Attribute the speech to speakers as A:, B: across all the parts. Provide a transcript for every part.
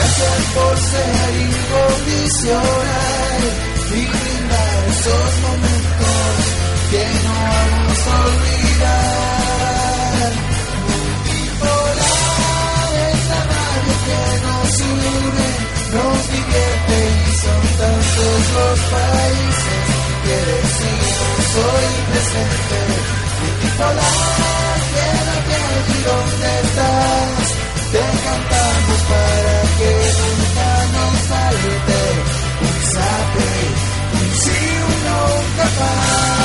A: por ser incondicional y brindar esos momentos que no vamos a olvidar. Multipolar es la radio que nos une, nos divierte y son tantos los países que decimos hoy presente. Multipolar, quédate allí donde estás, te cantamos para que nunca nos falte un sape, un sí, un no, un capaz.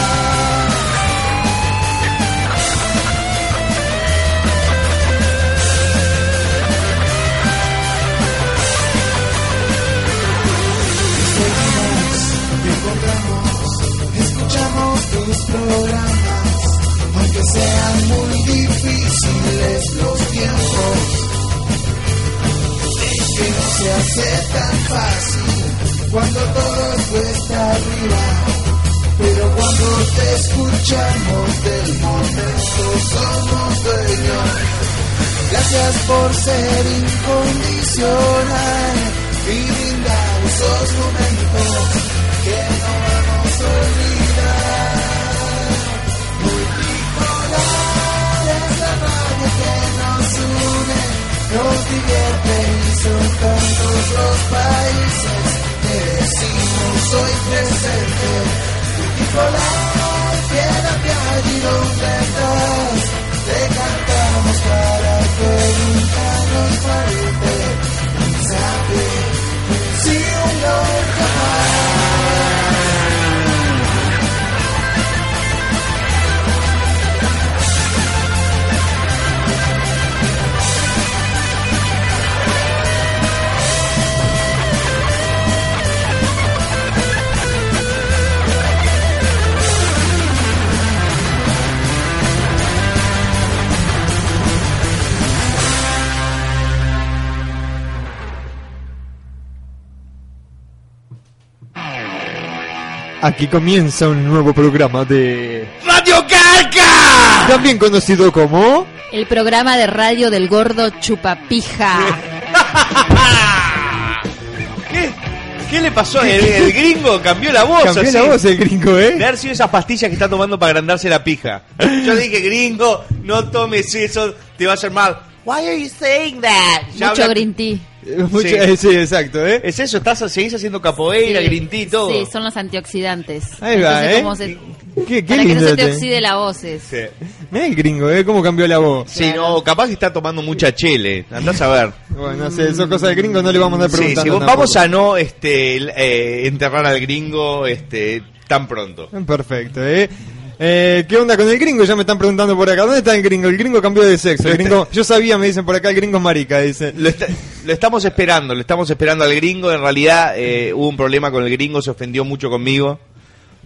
A: Seguimos, te encontramos, escuchamos tus programas, aunque sean muy difíciles los tiempos, que no se hace tan fácil cuando todo cuesta arriba, pero cuando te escuchamos del momento somos dueños. Gracias por ser incondicional y brindar esos momentos que no vamos a olvidar. Multipolar es la radio que nos une, nos divierte y son tantos los países que decimos hoy presente. Multipolar, quédate allí donde estás, te cantamos para que nunca nos falte. Sabe, si un no jamás.
B: Aquí comienza un nuevo programa de...
C: ¡Radio Carca!
B: También conocido como...
D: El programa de radio del gordo Chupapija.
C: ¿Qué? ¿Qué le pasó? El, el gringo cambió la voz.
B: Cambió la
C: así.
B: voz el gringo,
C: De
B: ¿eh?
C: haber sido esas pastillas que está tomando para agrandarse la pija. Yo dije, gringo, no tomes eso, te va a hacer mal. Why are you saying that? Ya
D: Mucho
C: habla-
D: green tea.
B: Mucha-
C: Sí.
B: eh, sí, exacto, ¿eh?
C: Es eso, estás, seguís haciendo capoeira,
D: Sí.
C: green tea, todo.
D: Sí, son los antioxidantes.
B: Ahí va,
D: Entonces,
B: ¿eh?
D: como se-
B: Qué, qué
D: para que no
B: lindo.
D: se te
C: este.
B: te-
D: oxide la voz. es.
C: Sí.
B: Mirá el gringo, ¿eh? Cómo cambió la voz.
C: Sí,
D: Claro.
C: no, capaz que está tomando mucha chele. Andás a ver.
B: Bueno, no sé, son cosas de gringo, no le vamos a andar
C: Sí,
B: preguntando.
C: sí, vos-
B: tampoco.
C: vamos a no este, el- eh, enterrar al gringo este, tan pronto.
B: Perfecto, ¿eh? Eh, ¿Qué onda con el gringo? Ya me están preguntando por acá. ¿Dónde está el gringo? El gringo cambió de sexo. El gringo, yo sabía, me dicen por acá, el gringo es marica, dice.
C: Lo, est- lo estamos esperando, lo estamos esperando al gringo. En realidad eh, hubo un problema con el gringo, se ofendió mucho conmigo.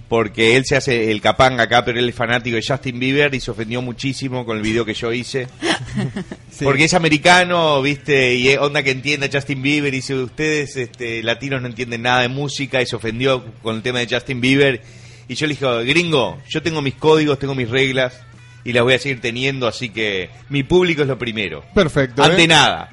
C: Porque él se hace el capanga acá, pero él es fanático de Justin Bieber y se ofendió muchísimo con el video que yo hice.
B: Sí.
C: Porque es americano, viste, y es onda que entiende a Justin Bieber. Y dice, ustedes este, latinos no entienden nada de música y se ofendió con el tema de Justin Bieber. Y yo le dije, gringo, yo tengo mis códigos, tengo mis reglas y las voy a seguir teniendo, así que mi público es lo primero.
B: Perfecto, ¿eh?
C: Ante nada.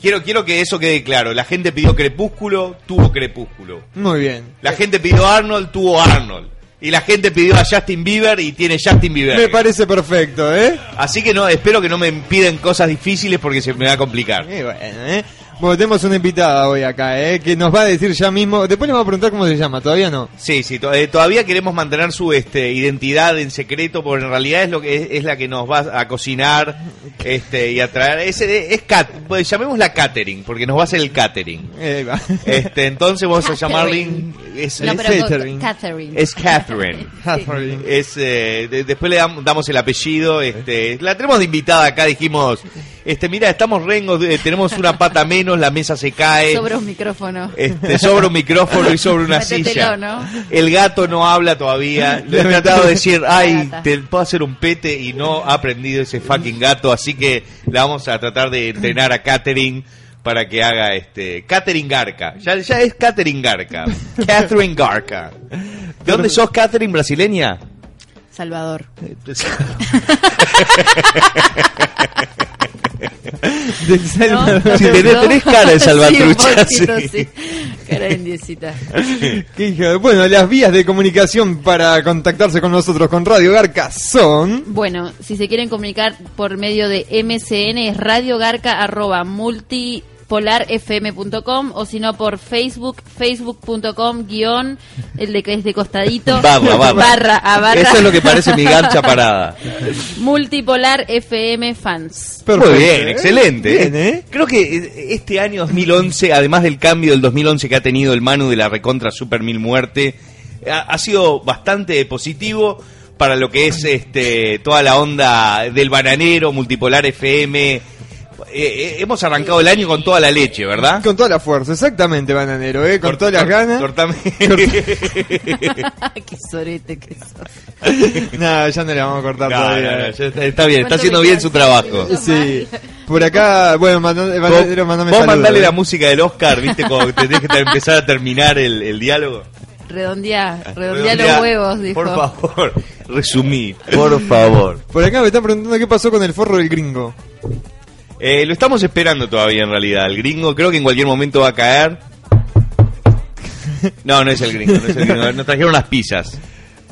C: Quiero, quiero que eso quede claro. La gente pidió crepúsculo, tuvo crepúsculo.
B: Muy bien.
C: La gente pidió Arnold, tuvo Arnold. Y la gente pidió a Justin Bieber y tiene Justin Bieber.
B: Me parece perfecto, ¿eh?
C: Así que no, espero que no me piden cosas difíciles porque se me va a complicar.
B: Y bueno, ¿eh? Bueno, tenemos una invitada hoy acá, ¿eh? Que nos va a decir ya mismo. Después le vamos a preguntar cómo se llama, todavía no.
C: Sí, sí, to- eh, todavía queremos mantener su este, identidad en secreto, porque en realidad es lo que es, es la que nos va a cocinar este, y a traer. Es, es, es cat- pues, llamémosla catering, porque nos va a hacer el catering.
B: Eh, va.
C: Este, entonces vamos a llamarle.
D: Catering.
C: es- es- este,
D: No,
B: es
D: pero
B: Catherine.
D: con- Catherine.
C: Es Catherine.
B: Ah, Catherine.
C: Es, eh, de- después le dam- damos el apellido. Este, la tenemos de invitada acá. Dijimos, este, mira, estamos rengos, eh, tenemos una pata menos, la mesa se cae.
D: Sobre un micrófono.
C: Este, sobre un micrófono y sobre una
D: Métetelo,
C: silla.
D: ¿no?
C: El gato no habla todavía. Le he
B: La
C: tratado de decir, ay,
D: gata.
C: te puedo hacer un pete y no ha aprendido ese fucking gato. Así que la vamos a tratar de entrenar a Catherine para que haga este. Catherine Garca. Ya, ya es Catherine Garca. Catherine Garca. ¿De dónde sos, Catherine, brasileña?
D: Salvador.
C: eh,
B: Del Salvador.
C: Si tenés- tenés cara de salvatrucha,
D: Sí, un poquito,
C: sí.
D: sí. Cara de indiecita.
B: Qué hijo de- Bueno, las vías de comunicación para contactarse con nosotros con Radio Garca son...
D: Bueno, si se quieren comunicar por medio de MCN es radiogarca@multipolarfm.com o si no por Facebook, facebook.com guión, el de que es de costadito,
C: Barra, barra.
D: barra a barra,
C: Eso es lo que parece mi garcha parada.
D: multipolar FM fans.
B: Perfecto,
C: Muy bien,
B: ¿eh?
C: excelente.
B: Bien, ¿eh?
C: Creo que eh, este año 2011, además del cambio del 2011 que ha tenido el Manu de la recontra Super Mil Muerte, ha, ha sido bastante positivo para lo que es este toda la onda del bananero, multipolar FM. Eh, eh, hemos arrancado el año con toda la leche, ¿verdad?
B: Con toda la fuerza, exactamente, bananero, ¿eh? Con
C: Cort-
B: todas las
C: cort-
B: ganas.
C: cortame.
D: qué sorete que sos.
B: No, ya no le vamos a cortar
C: No,
B: todavía. ¿eh?
C: no, no, ya está, está bien, está
D: ¿Cuánto
C: haciendo
D: me
C: bien
D: quedan?
C: su trabajo.
B: Sí. Por acá, bueno, manda- bananero, mandame
C: Vos
B: saludos,
C: mandale
B: ¿eh?
C: la música del Oscar, viste, cuando tenés que ter- empezar a terminar el, el diálogo.
D: Redondeá, redondeá
C: Redondeá.
D: los huevos, dijo.
C: Por favor, resumí, por favor.
B: Por acá me están preguntando qué pasó con el forro del gringo.
C: Eh, lo estamos esperando todavía en realidad. El gringo creo que en cualquier momento va a caer. No, no es el gringo, no es el gringo. Nos trajeron las pizzas.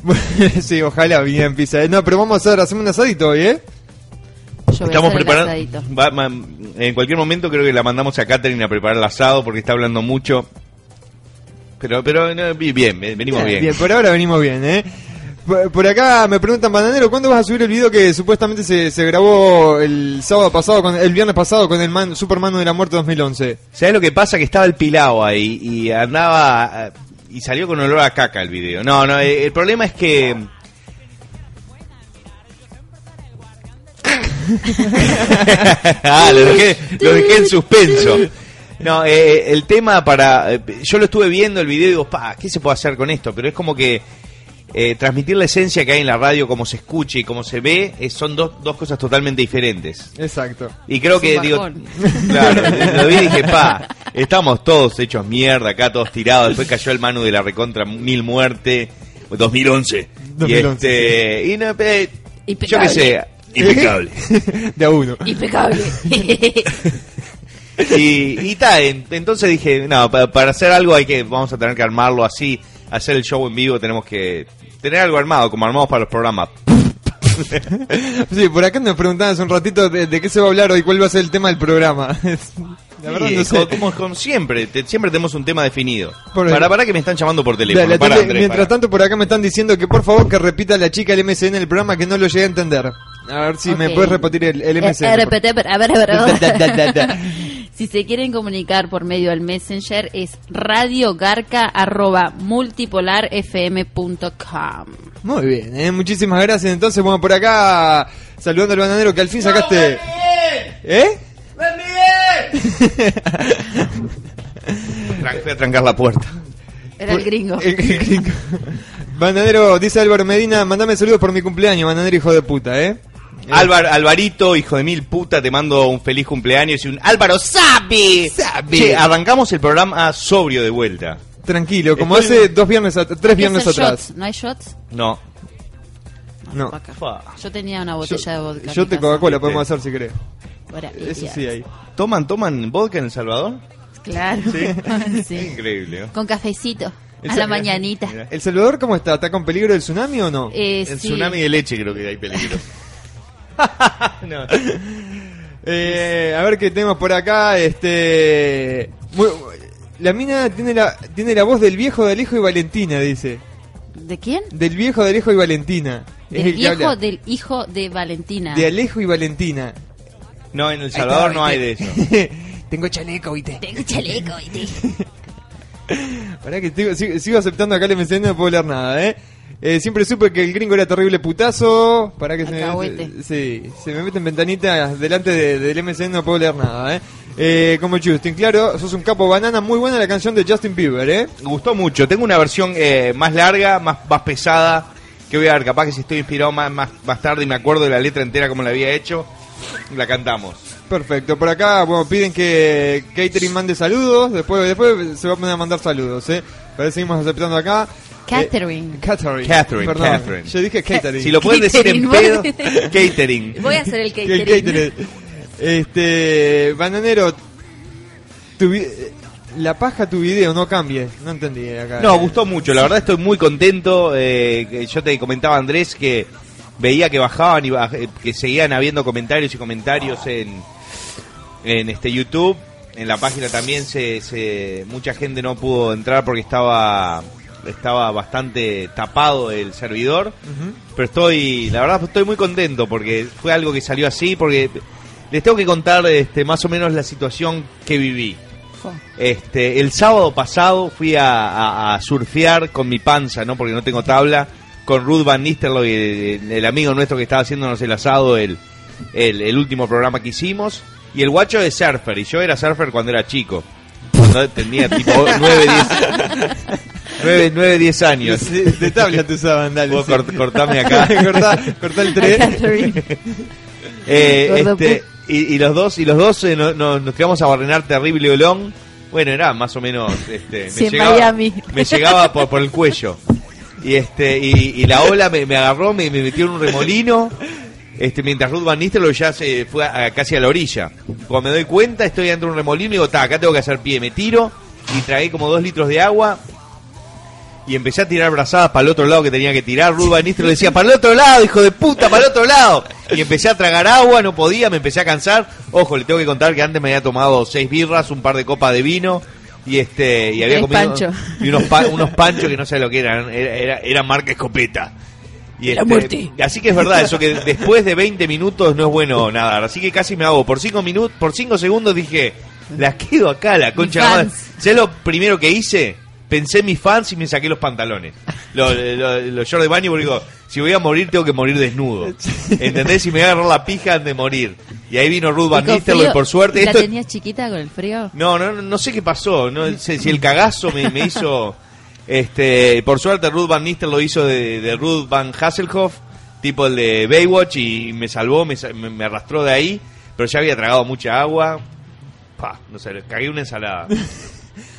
B: sí, ojalá bien pizza. ¿eh? No, pero vamos a hacer, hacemos un asadito hoy, ¿eh?
D: Yo voy a hacer
C: Estamos
D: el
C: preparando.
D: asadito.
C: va- ma- en cualquier momento creo que la mandamos a Katherine a preparar el asado porque está hablando mucho. Pero, pero no, vi- bien, ve- venimos bien.
B: por ahora venimos bien, ¿eh? Por, por acá me preguntan, Bananero, ¿cuándo vas a subir el video que supuestamente se, se grabó el sábado pasado, con, el viernes pasado con el man, Superman de la Muerte 2011?
C: ¿Sabes lo que pasa? Que estaba el pilao ahí y andaba. eh, Y salió con olor a caca el video. No, no, eh, el problema es que. ah, lo dejé, lo dejé en suspenso. No, eh, el tema para. eh, yo lo estuve viendo el video y digo, pa, ¿qué se puede hacer con esto? Pero es como que. eh, transmitir la esencia que hay en la radio, como se escucha y como se ve, eh, son dos, dos cosas totalmente diferentes.
B: Exacto.
C: Y creo
D: Es
C: que,
D: un
C: digo,
D: bajón.
C: claro, lo vi y dije, pa, estamos todos hechos mierda, acá todos tirados. Después cayó el Manu de la Recontra Mil Muerte, 2011. y
B: 2011,
C: este, y no, eh, yo
D: Impecable.
C: qué sé, impecable.
B: De a uno.
D: Impecable.
C: y y ta, en- entonces dije, no, pa- para hacer algo hay que, vamos a tener que armarlo así, hacer el show en vivo tenemos que tener algo armado, como armamos para los programas.
B: Sí, por acá nos preguntaban hace un ratito de, de qué se va a hablar hoy, cuál va a ser el tema del programa. la verdad
C: Sí,
B: no sé.
C: co- Como, como siempre, te- siempre tenemos un tema definido.
B: Por
C: para,
B: ahí.
C: para que me están llamando por
B: Dale,
C: teléfono.
B: atendé.
C: Pará, Andrés,
B: mientras
C: pará.
B: tanto, por acá me están diciendo que por favor que repita la chica el MSN el programa que no lo llegué a entender. A ver si me
D: Ok.
B: puedes repetir el, el
D: Eh,
B: MSN.
D: eh, repete, pero- a ver, a ver, a ver.
B: Da, da, da, da.
D: Si se quieren comunicar por medio del Messenger es radiogarca@multipolarfm.com.
B: Muy bien, eh, muchísimas gracias. Entonces, bueno, por acá saludando al bananero que al fin sacaste. ¿Eh?
C: Tran- Voy a trancar la puerta.
D: Era el gringo.
B: Pues, El- el gringo. Bananero, dice Álvaro Medina, mandame saludos por mi cumpleaños, bananero hijo de puta, ¿eh? Eh,
C: Álvar- Alvarito, hijo de mil puta, te mando un feliz cumpleaños y un Álvaro sabe. Che, arrancamos el programa sobrio de vuelta.
B: Tranquilo, como
C: Estoy-
B: hace dos viernes, at- tres viernes
D: ¿Qué hacen
B: atrás.
D: shots? ¿No hay shots?
C: No.
B: No.
D: Vaca. Yo tenía una
B: Yo,
D: botella de vodka. en
B: yo
D: mi
B: te
D: casa.
B: Coca-Cola podemos hacer si querés.
D: Ahora,
B: Eso
D: eh,
B: sí hay.
C: ¿Toman, toman vodka en El Salvador?
D: Claro. Sí.
C: Increíble. ¿no?
D: Con cafecito a
B: Esa-
D: la mañanita.
C: Mira.
B: ¿El Salvador cómo está? ¿Está con peligro del tsunami o no?
D: Eh,
C: El
D: sí.
C: tsunami de leche creo que hay peligro. No.
B: Eh, a ver qué tenemos por acá. Este, mu- la mina tiene la tiene la voz del viejo del hijo y Valentina, dice.
D: ¿De quién?
B: Del viejo del hijo y Valentina. Es
D: Del
B: el que
D: viejo
B: habla.
D: del hijo de Valentina.
B: De Alejo y Valentina.
C: No, en El Salvador no hay de eso.
B: Tengo chaleco, viste.
D: Tengo chaleco y
B: Eh,
D: te-
B: Pará que sigo, sigo- sigo aceptando acá el MCN, no puedo leer nada, ¿eh? Eh, siempre supe que el gringo era terrible putazo. Para que se me,
D: Alcahuete.
B: mete- sí, se me meten ventanitas delante de- del MCN, no puedo leer nada, ¿eh? Eh, Como Justin, claro, sos un capo banana. Muy buena la canción de Justin Bieber, ¿eh?
C: Me gustó mucho. Tengo una versión eh, más larga, más, más pesada, que voy a ver. Capaz que si estoy inspirado más, más, más tarde y me acuerdo de la letra entera como la había hecho, la cantamos.
B: Perfecto. Por acá, bueno, piden que Catering mande saludos. Después después se va a poner a mandar saludos, ¿eh? Pero seguimos aceptando acá.
D: Catherine.
B: Eh, Catherine.
C: Catherine,
B: Perdón,
C: Catherine.
B: Yo dije Catering.
C: Si lo pueden decir en
D: Catering,
C: pedo,
D: ¿vos?
C: catering.
D: Voy a hacer el
B: Que eh, el
D: catering.
B: catering. Este, bananero, tu vi- la paja tu video no cambie. No entendí acá.
C: No, gustó mucho. La verdad estoy muy contento. eh, que yo te comentaba, Andrés, que veía que bajaban y baj- eh, que seguían habiendo comentarios y comentarios en, en este YouTube. En la página también se, se- mucha gente no pudo entrar porque estaba estaba bastante tapado el servidor. Pero estoy, la verdad, estoy muy contento porque fue algo que salió así. Porque les tengo que contar este, más o menos la situación que viví. Este, el sábado pasado fui a, a- a surfear con mi panza, ¿no? Porque no tengo tabla. Con Ruth Van Nistelrooy, el, el amigo nuestro que estaba haciéndonos el asado, el, el, el último programa que hicimos. Y el guacho de surfer. Y yo era surfer cuando era chico. Cuando tenía tipo 9, 10, 9, 9, 10 años.
B: De, de tabla te usaban, dale.
C: Vos
B: sí.
C: cort- cortame acá.
B: cortá, cortá el tren. pues.
D: Catherine.
C: Eh,
D: Gordo
C: este,
D: pu-
C: y, y los dos, y los dos eh, no- no- nos quedamos a barrenar terrible olón. Bueno, era más o menos este, me
D: Sí, en
C: llegaba,
D: Miami.
C: Me llegaba por, por el cuello. Y este, y, y la ola me, me agarró, me, me metió en un remolino. Este, mientras Ruth Van Nistelrooy ya se fue a- a- casi a la orilla. Cuando me doy cuenta, estoy dentro de un remolino y digo, "Ta, acá tengo que hacer pie. Me tiro y tragué como dos litros de agua. Y empecé a tirar brazadas para el otro lado que tenía que tirar. Ruth Van Nistelrooy decía, para el otro lado, hijo de puta, para el otro lado. Y empecé a tragar agua, no podía, me empecé a cansar. Ojo, le tengo que contar que antes me había tomado seis birras, un par de copas de vino. Y este y había
D: Tres
C: comido
D: panchos.
C: y unos, pa- unos panchos que no sé lo que eran. Era, era, era marca escopeta. Y
E: La
C: este,
E: muerte.
C: Así que es verdad eso, que después de 20 minutos no es bueno nadar. Así que casi me hago. Por 5 minutos, por cinco segundos dije, la quedo acá, la concha de la madre.
D: fans.
C: ¿Sabes lo primero que hice? Pensé en mis fans y me saqué los pantalones. Los lo, los shorts de baño porque digo, si voy a morir tengo que morir desnudo. ¿Entendés? Si me voy a agarrar la pija antes de morir. Y ahí vino Ruth Van
D: Y con
C: Nistelrooy,
D: frío,
C: por suerte.
D: ¿La
C: Esto-
D: tenías chiquita con el frío?
C: no, no, no sé qué pasó. No sé si el cagazo me, me hizo. Este, por suerte, Ruth Van Nistel lo hizo de, de Ruth Van Hasselhoff, tipo el de Baywatch, y me salvó, me, sa- me- me arrastró de ahí. Pero ya había tragado mucha agua. Pa, no sé, le cagué una ensalada.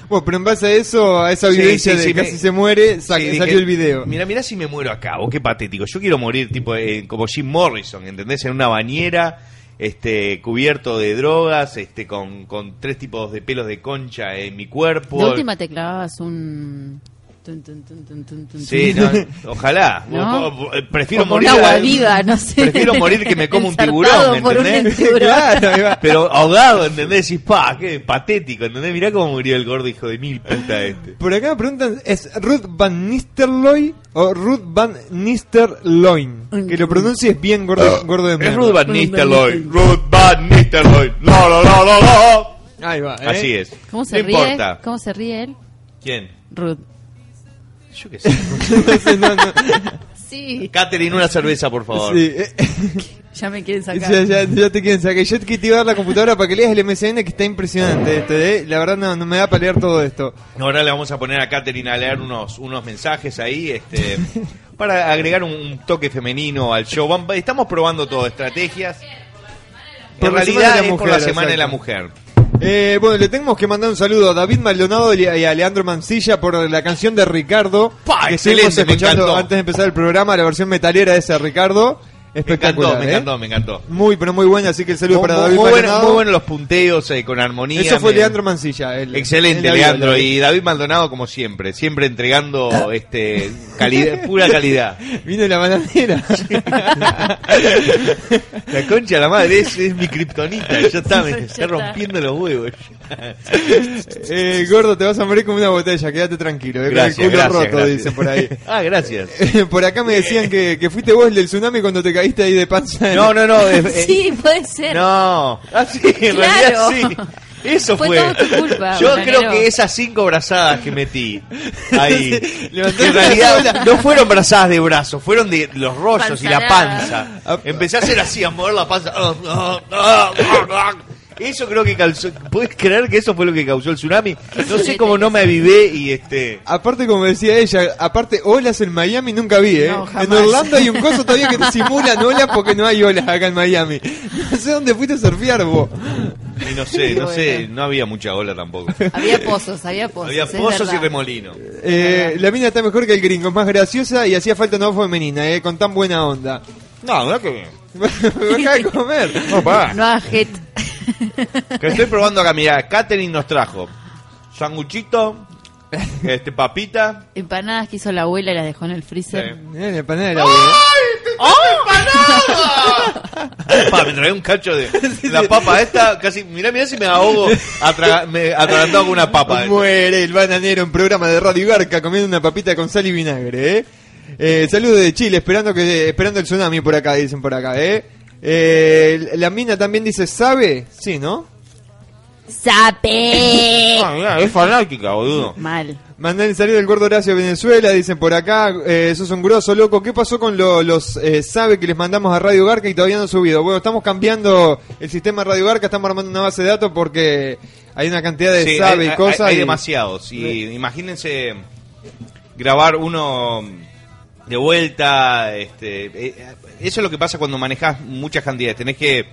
B: Bueno, pero en base a eso, a esa
C: Sí,
B: vivencia
C: sí,
B: de
C: sí,
B: casi
C: me-
B: se muere, sa-
C: Sí, dije,
B: salió el video.
C: Mira, mira si me muero acá, vos qué patético. Yo quiero morir tipo eh, como Jim Morrison, ¿entendés? En una bañera, este, cubierto de drogas, este, con, con tres tipos de pelos de concha en mi cuerpo.
D: De última te clavabas un... tun, tun, tun, tun, tun, tun,
C: Sí,
D: tun.
C: no, Ojalá.
D: ¿No?
C: O- o- Prefiero
D: O con
C: morir.
D: una
C: a-
D: guaviva, no sé.
C: Prefiero morir que me como un tiburón,
D: Ensartado por un
C: ¿entendés?
D: tiburón.
B: Claro, ahí va.
C: Pero ahogado, ¿entendés? Decís, pa, qué patético, ¿entendés? Mirá cómo murió el gordo hijo de mil puta este.
B: Por acá me preguntan, ¿es Ruth Van Nistelrooy o Ruth Van Nistelloin? Que lo pronuncies bien, gordo, gordo de
C: Es
B: mierda.
C: Ruth Van Nistelrooy. Ruth Van Nistelrooy. No, no, no, no, no.
B: Ahí va, ¿eh?
C: Así es.
D: ¿Cómo se
C: no
D: ríe?
C: importa.
D: ¿Cómo se ríe él?
C: ¿Quién?
D: Ruth.
C: Yo qué sé.
B: No, no,
D: Sí,
C: Catherine, una cerveza, por favor.
B: sí, eh,
D: ya me quieren sacar.
B: ya, ya- ya te quieren sacar. Yo te quiero activar la computadora para que leas el MCN que está impresionante. este, eh. La verdad no, no me da para leer todo esto.
C: Ahora le vamos a poner a Katherine a leer unos, unos mensajes ahí, este, para agregar un, un toque femenino al show. Vam- Estamos probando todo, estrategias.
B: Por
C: en
B: la Semana
C: realidad
B: de
C: es
B: la
C: por la
B: Mujer,
C: Semana de la
B: exacto.
C: Mujer.
B: Eh, bueno, le tenemos que mandar un saludo a David Maldonado y a y a Leandro Mancilla por la canción de Ricardo.
C: Pa,
B: que estuvimos
C: excelente, me
B: escuchando
C: encantó.
B: antes de empezar el programa, la versión metalera de ese Ricardo.
C: Me encantó,
B: Espectacular.
C: me
B: ¿eh?
C: encantó, me encantó.
B: Muy, pero muy buena, así que el saludo
C: Muy,
B: para
C: muy-
B: David
C: muy bueno,
B: Maldonado.
C: muy bueno los punteos eh, con armonía.
B: Eso fue
C: me-
B: Leandro Mancilla. el-
C: Excelente,
B: el avión,
C: Leandro.
B: el-
C: Y David Maldonado, como siempre, siempre entregando este calidad, pura calidad.
B: Vino la bananera.
C: La concha de la madre es, es mi kriptonita. Ya está, me
D: Ya
C: está
D: está.
C: rompiendo los huevos.
B: eh, gordo, te vas a morir como una botella, quédate tranquilo. eh,
C: Gracias,
B: con el culo
C: gracias,
B: roto,
C: gracias.
B: dicen por ahí.
C: Ah, gracias.
B: por acá me decían que, que fuiste vos el del tsunami cuando te caíste ahí de panza. en-
C: No, no, no. eh, eh,
D: Sí, puede ser.
C: No. Ah, sí, en
D: Claro.
C: realidad sí. Eso fue.
D: Fue todo tu culpa,
C: Yo
D: Bananero.
C: creo que esas cinco brazadas que metí ahí,
B: Levantó
C: en
B: la
C: realidad no fueron brazadas de brazo, fueron de los rollos y la
D: Panzanada.
C: panza. Empecé a hacer así, a mover la panza. Ah, Eso creo que causó. ¿Puedes creer que eso fue lo que causó el tsunami? No sé cómo no me avivé y este.
B: Aparte, como decía ella, aparte, olas en Miami nunca vi, ¿eh?
D: No, jamás.
B: en Orlando hay un coso todavía que te simulan olas porque no hay olas acá en Miami. No sé dónde fuiste a surfear vos.
C: Y no sé, no sé, no había mucha ola tampoco.
D: Había pozos, había pozos.
C: Había
D: es
C: pozos y
D: verdad.
C: remolinos.
B: Eh, la mina está mejor que el gringo, es más graciosa y hacía falta una voz femenina, ¿eh? Con tan buena onda.
C: No, no que.
B: Me acaba de comer.
D: No a jet.
C: Que estoy probando acá, mirá, Katherine nos trajo sanguchito, este, papita.
D: Empanadas que hizo la abuela y las dejó en el freezer.
C: Sí.
B: Mirá, la empanada Eh, de la abuela.
C: ¡Oh! Pa, me tragué un cacho de la papa esta, casi, mirá, mirá si me ahogo atraga- me atragantado con una papa. eh.
B: Muere el bananero en programa de Radio Garca comiendo una papita con sal y vinagre, ¿eh? Eh, saludos de Chile, esperando que esperando el tsunami por acá, dicen por acá, ¿eh? Eh, la mina también dice, ¿sabe? Sí, ¿no?
D: ¡Sape!
C: Ah, mirá, es fanática, boludo.
D: Mal.
B: Mandan salir del gordo Horacio de Venezuela, dicen por acá, eh, sos un grosso loco. ¿Qué pasó con lo- los eh, sabe que les mandamos a Radio Garca y todavía no han subido? Bueno, estamos cambiando el sistema de Radio Garca, estamos armando una base de datos porque hay una cantidad de
C: Sí,
B: sabe
C: hay,
B: y
C: hay-
B: cosas.
C: hay
B: y-
C: demasiados. Y imagínense grabar uno de vuelta. Este, eh, eso es lo que pasa cuando manejas muchas cantidades. Tenés que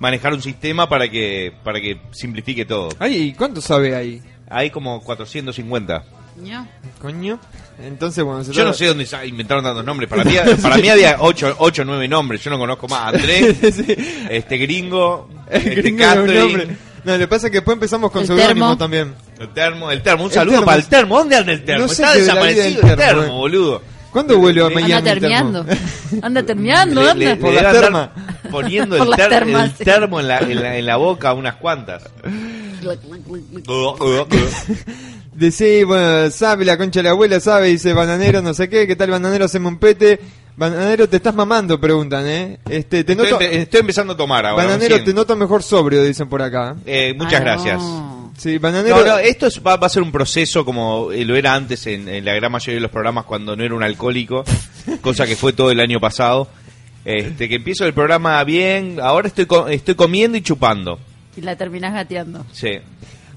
C: manejar un sistema para que para que simplifique todo.
B: Ay, ¿y ¿cuánto sabe ahí?
C: Hay como 450.
D: ¿No?
B: Coño. Entonces, bueno, se
C: Yo no sé dónde sa- inventaron tantos nombres. Para mí, para mí había 8 o 9 nombres. Yo no conozco más. Andrés,
B: Sí.
C: este gringo, este
B: Gringo no es un
C: Catherine,
B: nombre. No, lo que pasa es que después empezamos con
D: El
B: seudónimos
D: termo.
B: también.
C: el termo. El termo. Un
B: El
C: saludo
B: termo.
C: para el termo. ¿Dónde anda el termo?
B: No sé
C: Está
B: qué de la vida del
C: desaparecido el
B: termo,
C: termo,
B: eh.
C: boludo.
B: ¿Cuándo vuelve a Miami?
D: Anda
B: el termo?
D: terminando. Anda terminando,
C: Le-
D: anda.
C: le-
B: Por
C: le
B: la
C: debe
B: terma.
C: andar Poniendo
D: Por
C: el,
D: las
C: ter-
D: termas,
C: el
D: sí.
C: termo en la, en, la, en la boca unas cuantas.
B: Decí, bueno, sabe, la concha de la abuela sabe, dice bananero, no sé qué, ¿qué tal bananero? Haceme un pete. Bananero, te estás mamando, preguntan, ¿eh? Este, te
C: Estoy,
B: noto,
C: empe- estoy empezando a tomar ahora.
B: bananero,
C: recién.
B: te noto mejor sobrio, dicen por acá.
C: Eh, muchas
D: Ah,
C: gracias.
D: no.
B: Sí,
C: No,
B: bananero.
C: no, esto es- va, va a ser un proceso como eh, lo era antes en, en la gran mayoría de los programas cuando no era un alcohólico, cosa que fue todo el año pasado. Este, que empiezo el programa bien, ahora estoy co- estoy comiendo y chupando.
D: Y la terminás gateando.
C: Sí.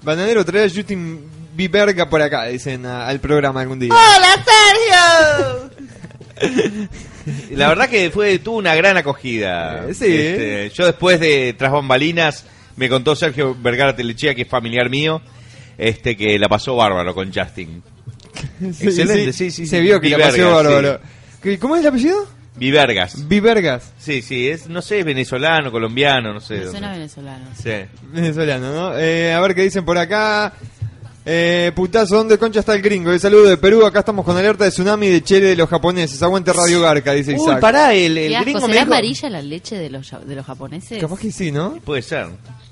B: Bananero, trae a Justin Bieberga por acá, dicen a- al programa algún día.
C: Ah,
D: ¡Hola, Sergio!
C: La verdad que fue tuvo una gran acogida.
B: Eh, sí.
C: Este, yo después de Tras Bambalinas me contó Sergio Vergara Telechea, que es familiar mío, este que la pasó bárbaro con Justin.
B: Sí,
C: Excelente, sí, sí,
B: Se
C: sí.
B: vio que la pasó
C: Bieberga,
B: bárbaro. ¿Qué- ¿Cómo es el apellido?
C: Vivergas.
B: Bibergas,
C: Sí, sí, es no sé, venezolano, colombiano, no sé.
D: Me
C: dónde.
D: suena venezolano.
C: Sí.
B: venezolano, ¿no? Eh, a ver qué dicen por acá. Eh, putazo, ¿dónde concha está el gringo? El saludo de Perú, acá estamos con alerta de tsunami de Chile de los japoneses. Aguante Radio Garca, dice
C: Uy,
B: Isaac.
C: pará, el, el
D: Qué
C: gringo
D: asco,
C: me
D: ¿será
C: dijo-
D: amarilla la leche de los, ya- de los japoneses?
B: Capaz que sí, ¿no?
C: Puede ser.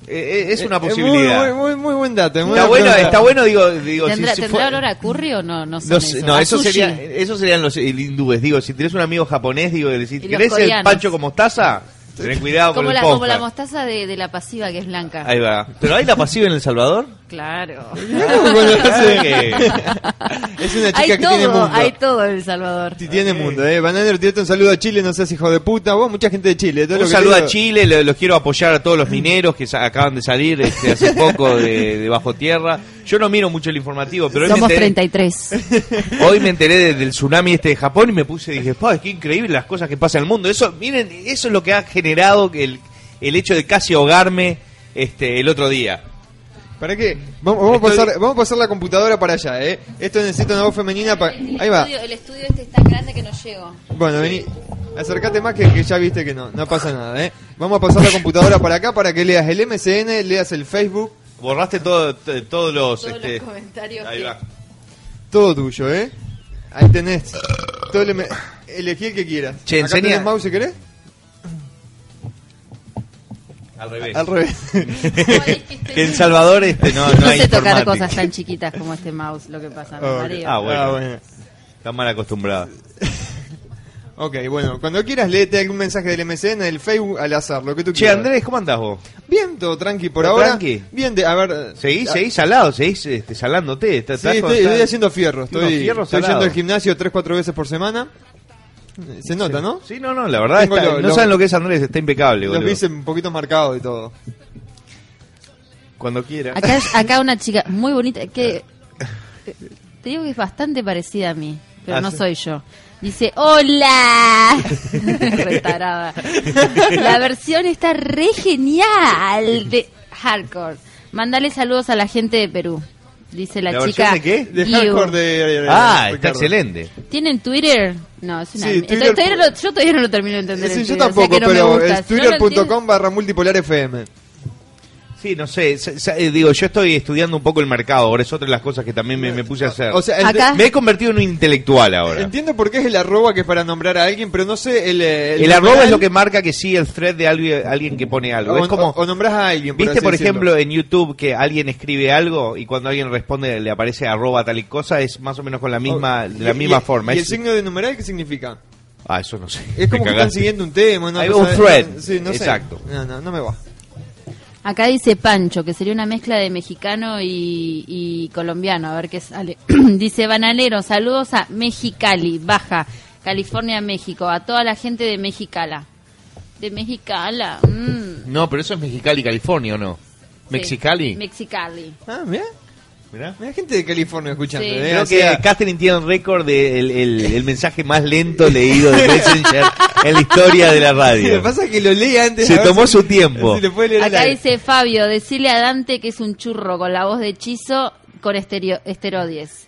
C: Eh, eh, es una
B: Eh,
C: posibilidad.
B: Muy, muy, muy, muy buen dato. muy
C: Está
B: buena
C: bueno,
B: pregunta.
C: está bueno, digo, digo
D: ¿Tendrá,
C: si- si
D: ¿tendrá
C: fue-
D: olor a curry o no? No, son
C: No, sé,
D: eso.
C: no,
D: A
C: eso,
D: sushi.
C: sería, eso serían los eh, hindúes. Digo, si tenés un amigo japonés, digo, le decís,
D: Y los
C: ¿querés el
D: coreanos.
C: pancho con mostaza? Tenés cuidado con
D: Como
C: el
D: la,
C: podcast.
D: como la mostaza de, de la pasiva que es blanca.
C: Ahí va. ¿Pero hay la pasiva en El Salvador?
D: Claro.
B: Mirá cómo lo hace.
C: Ah, que-
B: Es una chica
D: hay
B: que
D: todo,
B: tiene mundo.
D: hay todo en El Salvador.
B: Sí, tiene mundo, eh. Bananero, tirate un saludo a Chile, no seas hijo de puta. Vos, mucha gente de Chile. todo lo
C: Un
B: que
C: saludo
B: te
C: a
B: digo-
C: Chile, lo- los quiero apoyar a todos los mineros que sa- acaban de salir este, hace poco de, de bajo tierra. Yo no miro mucho el informativo, pero hoy me,
D: Somos
C: enteré,
D: 33.
C: hoy me enteré de- del tsunami este de Japón y me puse y dije, "Pa, qué increíble las cosas que pasan en el mundo! Eso, miren, eso es lo que ha generado que el, el hecho de casi ahogarme este, el otro día.
B: ¿Para qué? Vamos, vamos a
C: Estoy-
B: pasar, vamos a pasar la computadora para allá, eh. Esto necesita una voz femenina para. Ahí va.
D: el estudio este es tan grande que no llego.
B: Bueno, vení. Acercate más que, que ya viste que no, no pasa nada, eh. Vamos a pasar la computadora para acá para que leas el MCN, leas el Facebook,
C: Borraste todo, t- todos los...
D: Todos
C: este,
D: los comentarios.
C: ahí
D: que-
C: va.
B: todo tuyo, eh. Ahí tenés. Todo el M- Elegí el que quieras.
C: Che,
B: acá
C: enseña-
B: tenés mouse si querés.
C: Al revés.
B: Al revés.
C: que en Salvador este, no, no,
D: No
C: hay
D: sé tocar
C: informática.
D: cosas tan chiquitas como este mouse, lo que pasa, me
B: Ok.
D: mareo.
C: Ah, bueno.
B: Ah, bueno.
C: Está mal acostumbrada.
B: Ok, bueno, cuando quieras léete algún mensaje del MCN, del Facebook, al azar, lo que tú
C: Che,
B: quieras.
C: Andrés, ¿cómo andás vos?
B: Bien, todo tranqui por
C: ¿Todo
B: ahora.
C: tranqui?
B: Bien, de, a ver. eh,
C: Seguís,
B: ah,
C: seguís salado, seguís este, salándote. Estás-
B: Sí,
C: estás
B: estoy,
C: con-
B: estoy
C: estás-
B: haciendo fierro.
C: Unos
B: Estoy,
C: fierros
B: estoy yendo
C: salados.
B: al gimnasio 3-4 veces por semana. Eh, Se nota, ¿no?
C: Sí, no, no, la verdad,
B: Tengo
C: está-
B: lo-
C: no
B: lo-
C: saben lo que es Andrés, está impecable,
B: Los
C: boludo.
B: bíceps un poquito marcados y todo.
C: Cuando quiera.
D: Acá, acá una chica muy bonita que
B: Eh.
D: te digo que es bastante parecida a mí, pero
C: Ah,
D: no
C: sí.
D: soy yo. Dice, hola. Retarada. La versión está re genial de Hardcore. Mandale saludos a la gente de Perú. Dice la,
C: ¿La versión
D: chica.
C: de qué?
B: De
D: Guiu.
B: hardcore de. de-
C: Ah,
B: de
C: está
B: Ricardo.
C: excelente.
D: ¿Tienen Twitter? No, es una...
B: Sí,
D: mierda.
B: Twitter-
D: Todavía no lo- yo todavía no lo termino de entender.
B: Sí,
D: el
B: yo
D: Twitter, o sea
B: tampoco,
D: que no me
B: pero
D: gusta.
B: es
D: Si no lo entiendo-
B: twitter.com barra multipolar FM.
C: Sí, no sé. sa- sa- eh, digo, yo estoy estudiando un poco el mercado. Ahora es otra de las cosas que también me, me puse a hacer.
B: O sea, ent-
D: Acá.
C: me he convertido en un intelectual ahora.
B: entiendo por qué es el arroba que es para nombrar a alguien, pero no sé el... eh,
C: el arroba es lo que marca que sí el thread de alguien, alguien que pone algo.
B: O,
C: es como,
B: o- o nombrás a alguien.
C: ¿Viste,
B: así
C: por
B: decirlo.
C: ejemplo, en YouTube que alguien escribe algo y cuando alguien responde le aparece arroba tal y cosa? Es más o menos con la misma, de la
B: Oh, Y-
C: misma
B: y-
C: forma.
B: ¿Y el
C: Es-
B: signo de numeral qué significa?
C: Ah, eso no sé.
B: Es como
C: Me
B: que están
C: cagaste.
B: siguiendo un tema. una
C: Hay
B: cosa
C: un
B: de-
C: thread.
B: Sí, no sé.
C: Exacto.
B: No, no, no me va.
D: Acá dice Pancho, que sería una mezcla de mexicano y, y colombiano, a ver qué sale. dice Bananero, saludos a Mexicali, Baja, California, México, a toda la gente de Mexicala. De Mexicala. mm.
C: No, pero eso es Mexicali, California, ¿o no?
D: Sí,
C: ¿Mexicali?
D: Mexicali.
B: Ah, mira.
C: Mirá.
B: Mira, gente de California escuchando.
D: Sí.
B: eh, o
C: Creo que
B: sea,
C: Catherine tiene un récord del el, el mensaje más lento leído de Messenger en la historia de la
B: sí, lo
C: radio.
B: que pasa es que lo leí antes.
C: Se
B: a ver
C: tomó
B: si-
C: su tiempo.
B: si lo puede leer al
D: Acá
B: aire.
D: dice Fabio, decirle a Dante que es un churro con la voz de hechizo con estereo- esteroides.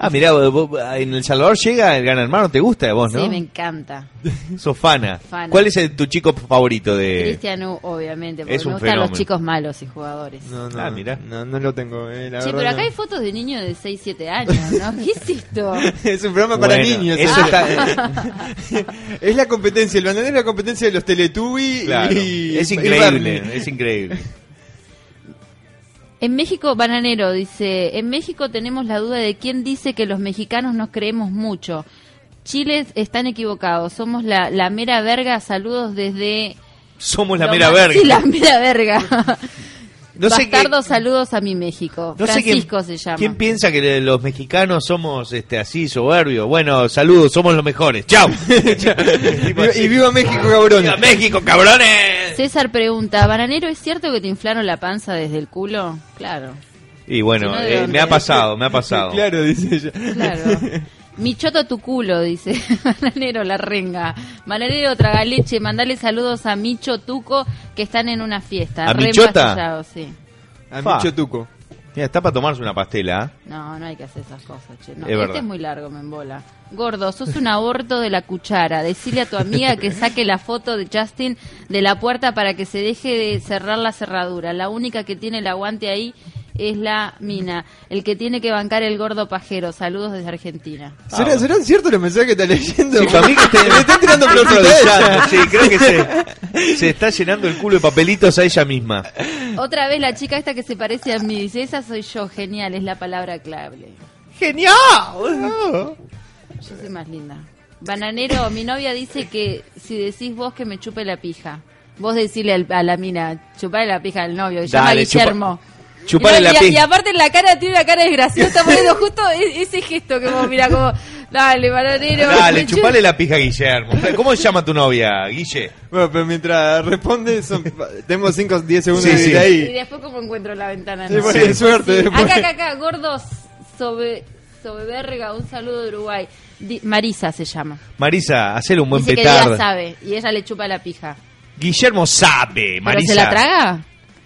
C: Ah, mirá, vos- vos- en El Salvador llega el gran hermano, ¿te gusta de vos, no? Eh,
D: Sí, me encanta.
C: Sos fana.
D: Fana.
C: ¿Cuál es el- tu chico favorito de...?
D: Cristiano, obviamente, porque
C: es un
D: me gustan
C: fenómeno.
D: los chicos malos y jugadores.
B: No, no,
C: Ah, mirá.
B: no, no lo tengo. Eh, la
D: Sí,
B: verdad
D: pero acá
B: no.
D: hay fotos de niños de 6, 7 años, ¿no? ¿Qué es esto?
B: Es un programa para
C: Bueno,
B: niños.
C: eso
B: eh.
C: está-
B: es la competencia. El bananero es la competencia de los Teletubbies.
C: Claro.
B: Y,
C: es
B: y
C: increíble,
B: Barney.
C: es increíble.
D: En México, Bananero dice, en México tenemos la duda de quién dice que los mexicanos nos creemos mucho. Chile están equivocados, somos la, la mera verga, saludos desde...
C: Somos la
D: Lo
C: mera
D: más-
C: verga.
D: Sí, la mera verga.
C: No sé qué-
D: Bastardos, saludos a mi México.
C: no sé quién,
D: Francisco se llama.
C: quién piensa que le- los mexicanos somos este así soberbios. Bueno, saludos, somos los mejores. Chao. Tipo
B: Y,
C: así.
B: y viva México, cabrón.
C: ¡Viva México, cabrones.
D: César pregunta, Bananero, ¿es cierto que te inflaron la panza desde el culo? Claro,
C: Y bueno,
D: Si no, ¿de
C: eh,
D: dónde?
C: me ha pasado, me ha pasado.
B: Claro, dice ella.
D: claro. Mi choto tu culo, dice Bananero la renga. Bananero traga leche, mandale saludos a Micho Tuco que están en una fiesta.
C: ¿A
D: Re
C: Michota?
D: empastillados, sí.
B: A
C: Fa. Ah,
B: Micho Tuco.
C: Mira, está para tomarse una pastela. ¿eh?
D: No, no hay que hacer esas cosas, che. No,
C: Es
D: este
C: verdad.
D: es muy largo, me embola. Gordo, sos un aborto de la cuchara. Decile a tu amiga que saque la foto de Justin de la puerta para que se deje de cerrar la cerradura. La única que tiene el aguante ahí es la mina, el que tiene que bancar el gordo pajero. Saludos desde Argentina.
B: ¿Será, ¿Serán ciertos los mensajes que está leyendo?
C: Sí, para mí que este-
B: Le están tirando
C: Está
B: pelotas a ella.
C: improvisando, Sí, creo que se, se está llenando el culo de papelitos a ella misma.
D: Otra vez la chica esta que se parece a mí dice, esa soy yo, genial, es la palabra clave.
C: ¡Genial!
D: Yo soy más linda. Bananero, mi novia dice que si decís vos que me chupe la pija, vos decirle al- a la mina, chupale la pija al novio, que se llama
C: Dale, chupa-
D: Guillermo.
C: chupale
D: y,
C: la
D: y-
C: pija.
D: Y aparte en la cara tiene una cara desgraciosa, está poniendo justo e- ese gesto que vos mirá como, dale, bananero.
C: Dale,
D: me chu-
C: chupale la pija a Guillermo. ¿Cómo se llama tu novia, Guille?
B: Bueno, pero mientras responde, son, tenemos 5 o 10 segundos
C: Sí,
B: de
C: sí.
B: ahí.
D: Y después como encuentro la ventana.
B: Sí,
D: ¿no?
B: bueno, suerte. después.
D: Acá, acá, acá, gordos sobre, verga, un saludo de Uruguay. Di- Marisa se llama.
C: Marisa, hacele un buen
D: Dice que
C: petardo.
D: ella sabe y ella le chupa la pija.
C: Guillermo sabe,
D: ¿Pero
C: Marisa.
D: se la traga?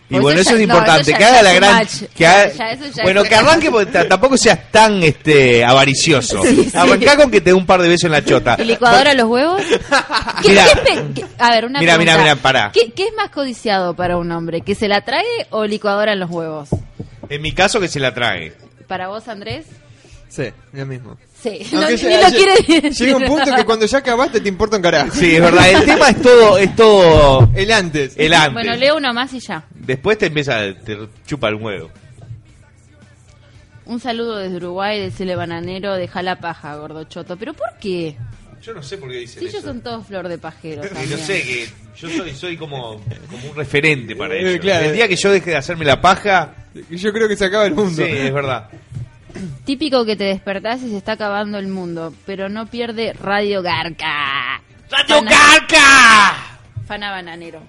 C: Y bueno, eso,
D: ya-
C: es
D: no,
C: importante.
D: ya-
C: que
D: ya
C: haga la
D: es un
C: gran.
D: match.
C: que haga-
D: Ya, eso ya
C: bueno,
D: es-
C: que arranque porque t- tampoco seas tan este avaricioso.
D: Sí, sí.
C: Arrancá con que te dé un par de besos en la chota.
D: ¿Y licuadora los huevos? ¿Qué-
C: Mirá.
D: qué pe- qué- a ver, una
C: Mirá, mirá,
D: pregunta.
C: mirá, pará.
D: ¿Qué, qué es más codiciado para un hombre? ¿Que se la trague o licuadora en los huevos?
C: En mi caso, que se la trae.
D: ¿Para vos, Andrés?
B: Sí, lo mismo.
D: Sí. No,
B: Aunque
D: ni
B: sea-
D: lo
B: lle-
D: quiere decir.
B: Llega un punto que cuando ya acabaste te importa un carajo.
C: Sí, es verdad. El tema es todo. Es todo
B: El antes.
C: el antes.
D: Bueno, leo uno más y ya.
C: Después te empieza. Te chupa el huevo.
D: Un saludo desde Uruguay, del Cele Bananero, de la paja, gordo choto. ¿Pero por qué?
C: Yo no sé por qué dicen
D: Si ellos son todos flor de pajero.
C: Y no
D: también.
C: sé, que yo soy, soy como, como un referente para
B: Eh,
C: ellos.
B: claro.
C: El día que yo deje de hacerme la paja,
B: Yo creo que se acaba el mundo.
C: sí, es verdad.
D: Típico que te despertás y se está acabando el mundo, pero no pierde Radio Garca.
C: ¡Radio
D: Fana-
C: Carca!
D: Fana bananero.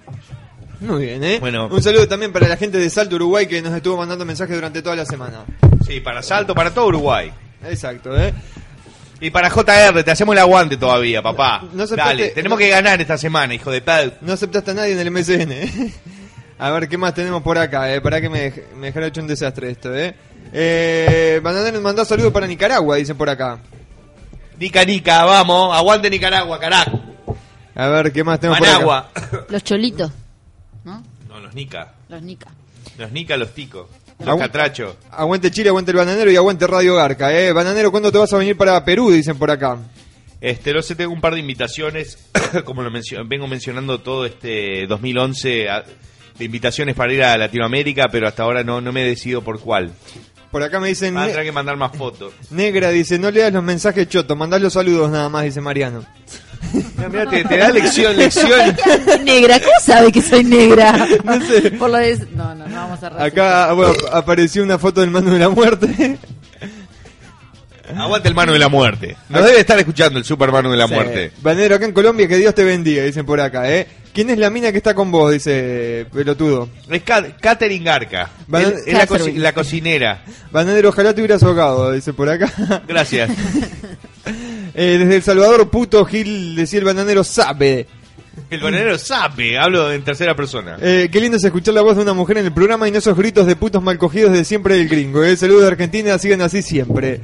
B: Muy bien, ¿eh?
C: Bueno.
B: Un saludo también para la gente de Salto, Uruguay, que nos estuvo mandando mensajes durante toda la semana.
C: Sí, para Salto, para todo Uruguay.
B: Exacto, ¿eh?
C: Y para JR, te hacemos el aguante todavía, papá.
B: No aceptaste-
C: Dale, tenemos que ganar esta semana, hijo de tal.
B: No aceptaste a nadie en el MSN, ¿eh? A ver, ¿qué más tenemos por acá? Eh? Para que me, dej- me dejara hecho un desastre esto, ¿eh? eh Bananero nos mandó saludos para Nicaragua, dicen por acá.
C: Nica, Nica, vamos. Aguante Nicaragua, carajo.
B: A ver, ¿qué más tenemos por acá?
C: Managua.
D: Los cholitos, ¿no?
C: No, los Nica.
D: Los nica.
C: Los nica, los ticos. Los
B: Agu-
C: catrachos.
B: Aguante Chile, aguante el bananero y aguante Radio Garca. Eh. Bananero, ¿cuándo te vas a venir para Perú? Dicen por acá.
C: Este, no sé, tengo un par de invitaciones, como lo mencio- vengo mencionando todo este 2011, a- de invitaciones para ir a Latinoamérica, pero hasta ahora no, no me decido por cuál.
B: Por acá me dicen...
C: Ah,
B: "Ne-
C: tendrá que mandar más fotos.
B: Negra dice, no leas los mensajes chotos, mandás los saludos nada más, dice Mariano.
C: Mira, mira, te, te da lección, lección.
D: negra, ¿cómo sabe que soy negra? No sé. Por lo de... No, no, no vamos a
B: Acá ah, bueno, apareció una foto del mando de la muerte.
C: Aguante el mano de la muerte. Nos debe estar escuchando el supermano de la
B: Sí.
C: muerte.
B: Banero, acá en Colombia, que Dios te bendiga, dicen por acá, ¿eh? ¿Quién es la mina que está con vos? Dice pelotudo.
C: Es Ca- Catherine Garca.
B: Van-
C: Es- es la, co-
D: Catherine.
C: la cocinera.
B: Banero, ojalá te hubieras ahogado, dice por acá.
C: Gracias.
B: Eh, desde El Salvador, puto Gil, decía el bananero, sabe.
C: El bananero sabe. Hablo en tercera persona.
B: Eh, qué lindo es escuchar la voz de una mujer en el programa y no esos gritos de putos mal cogidos de siempre del gringo. ¿eh? Saludos de Argentina, sigan así siempre.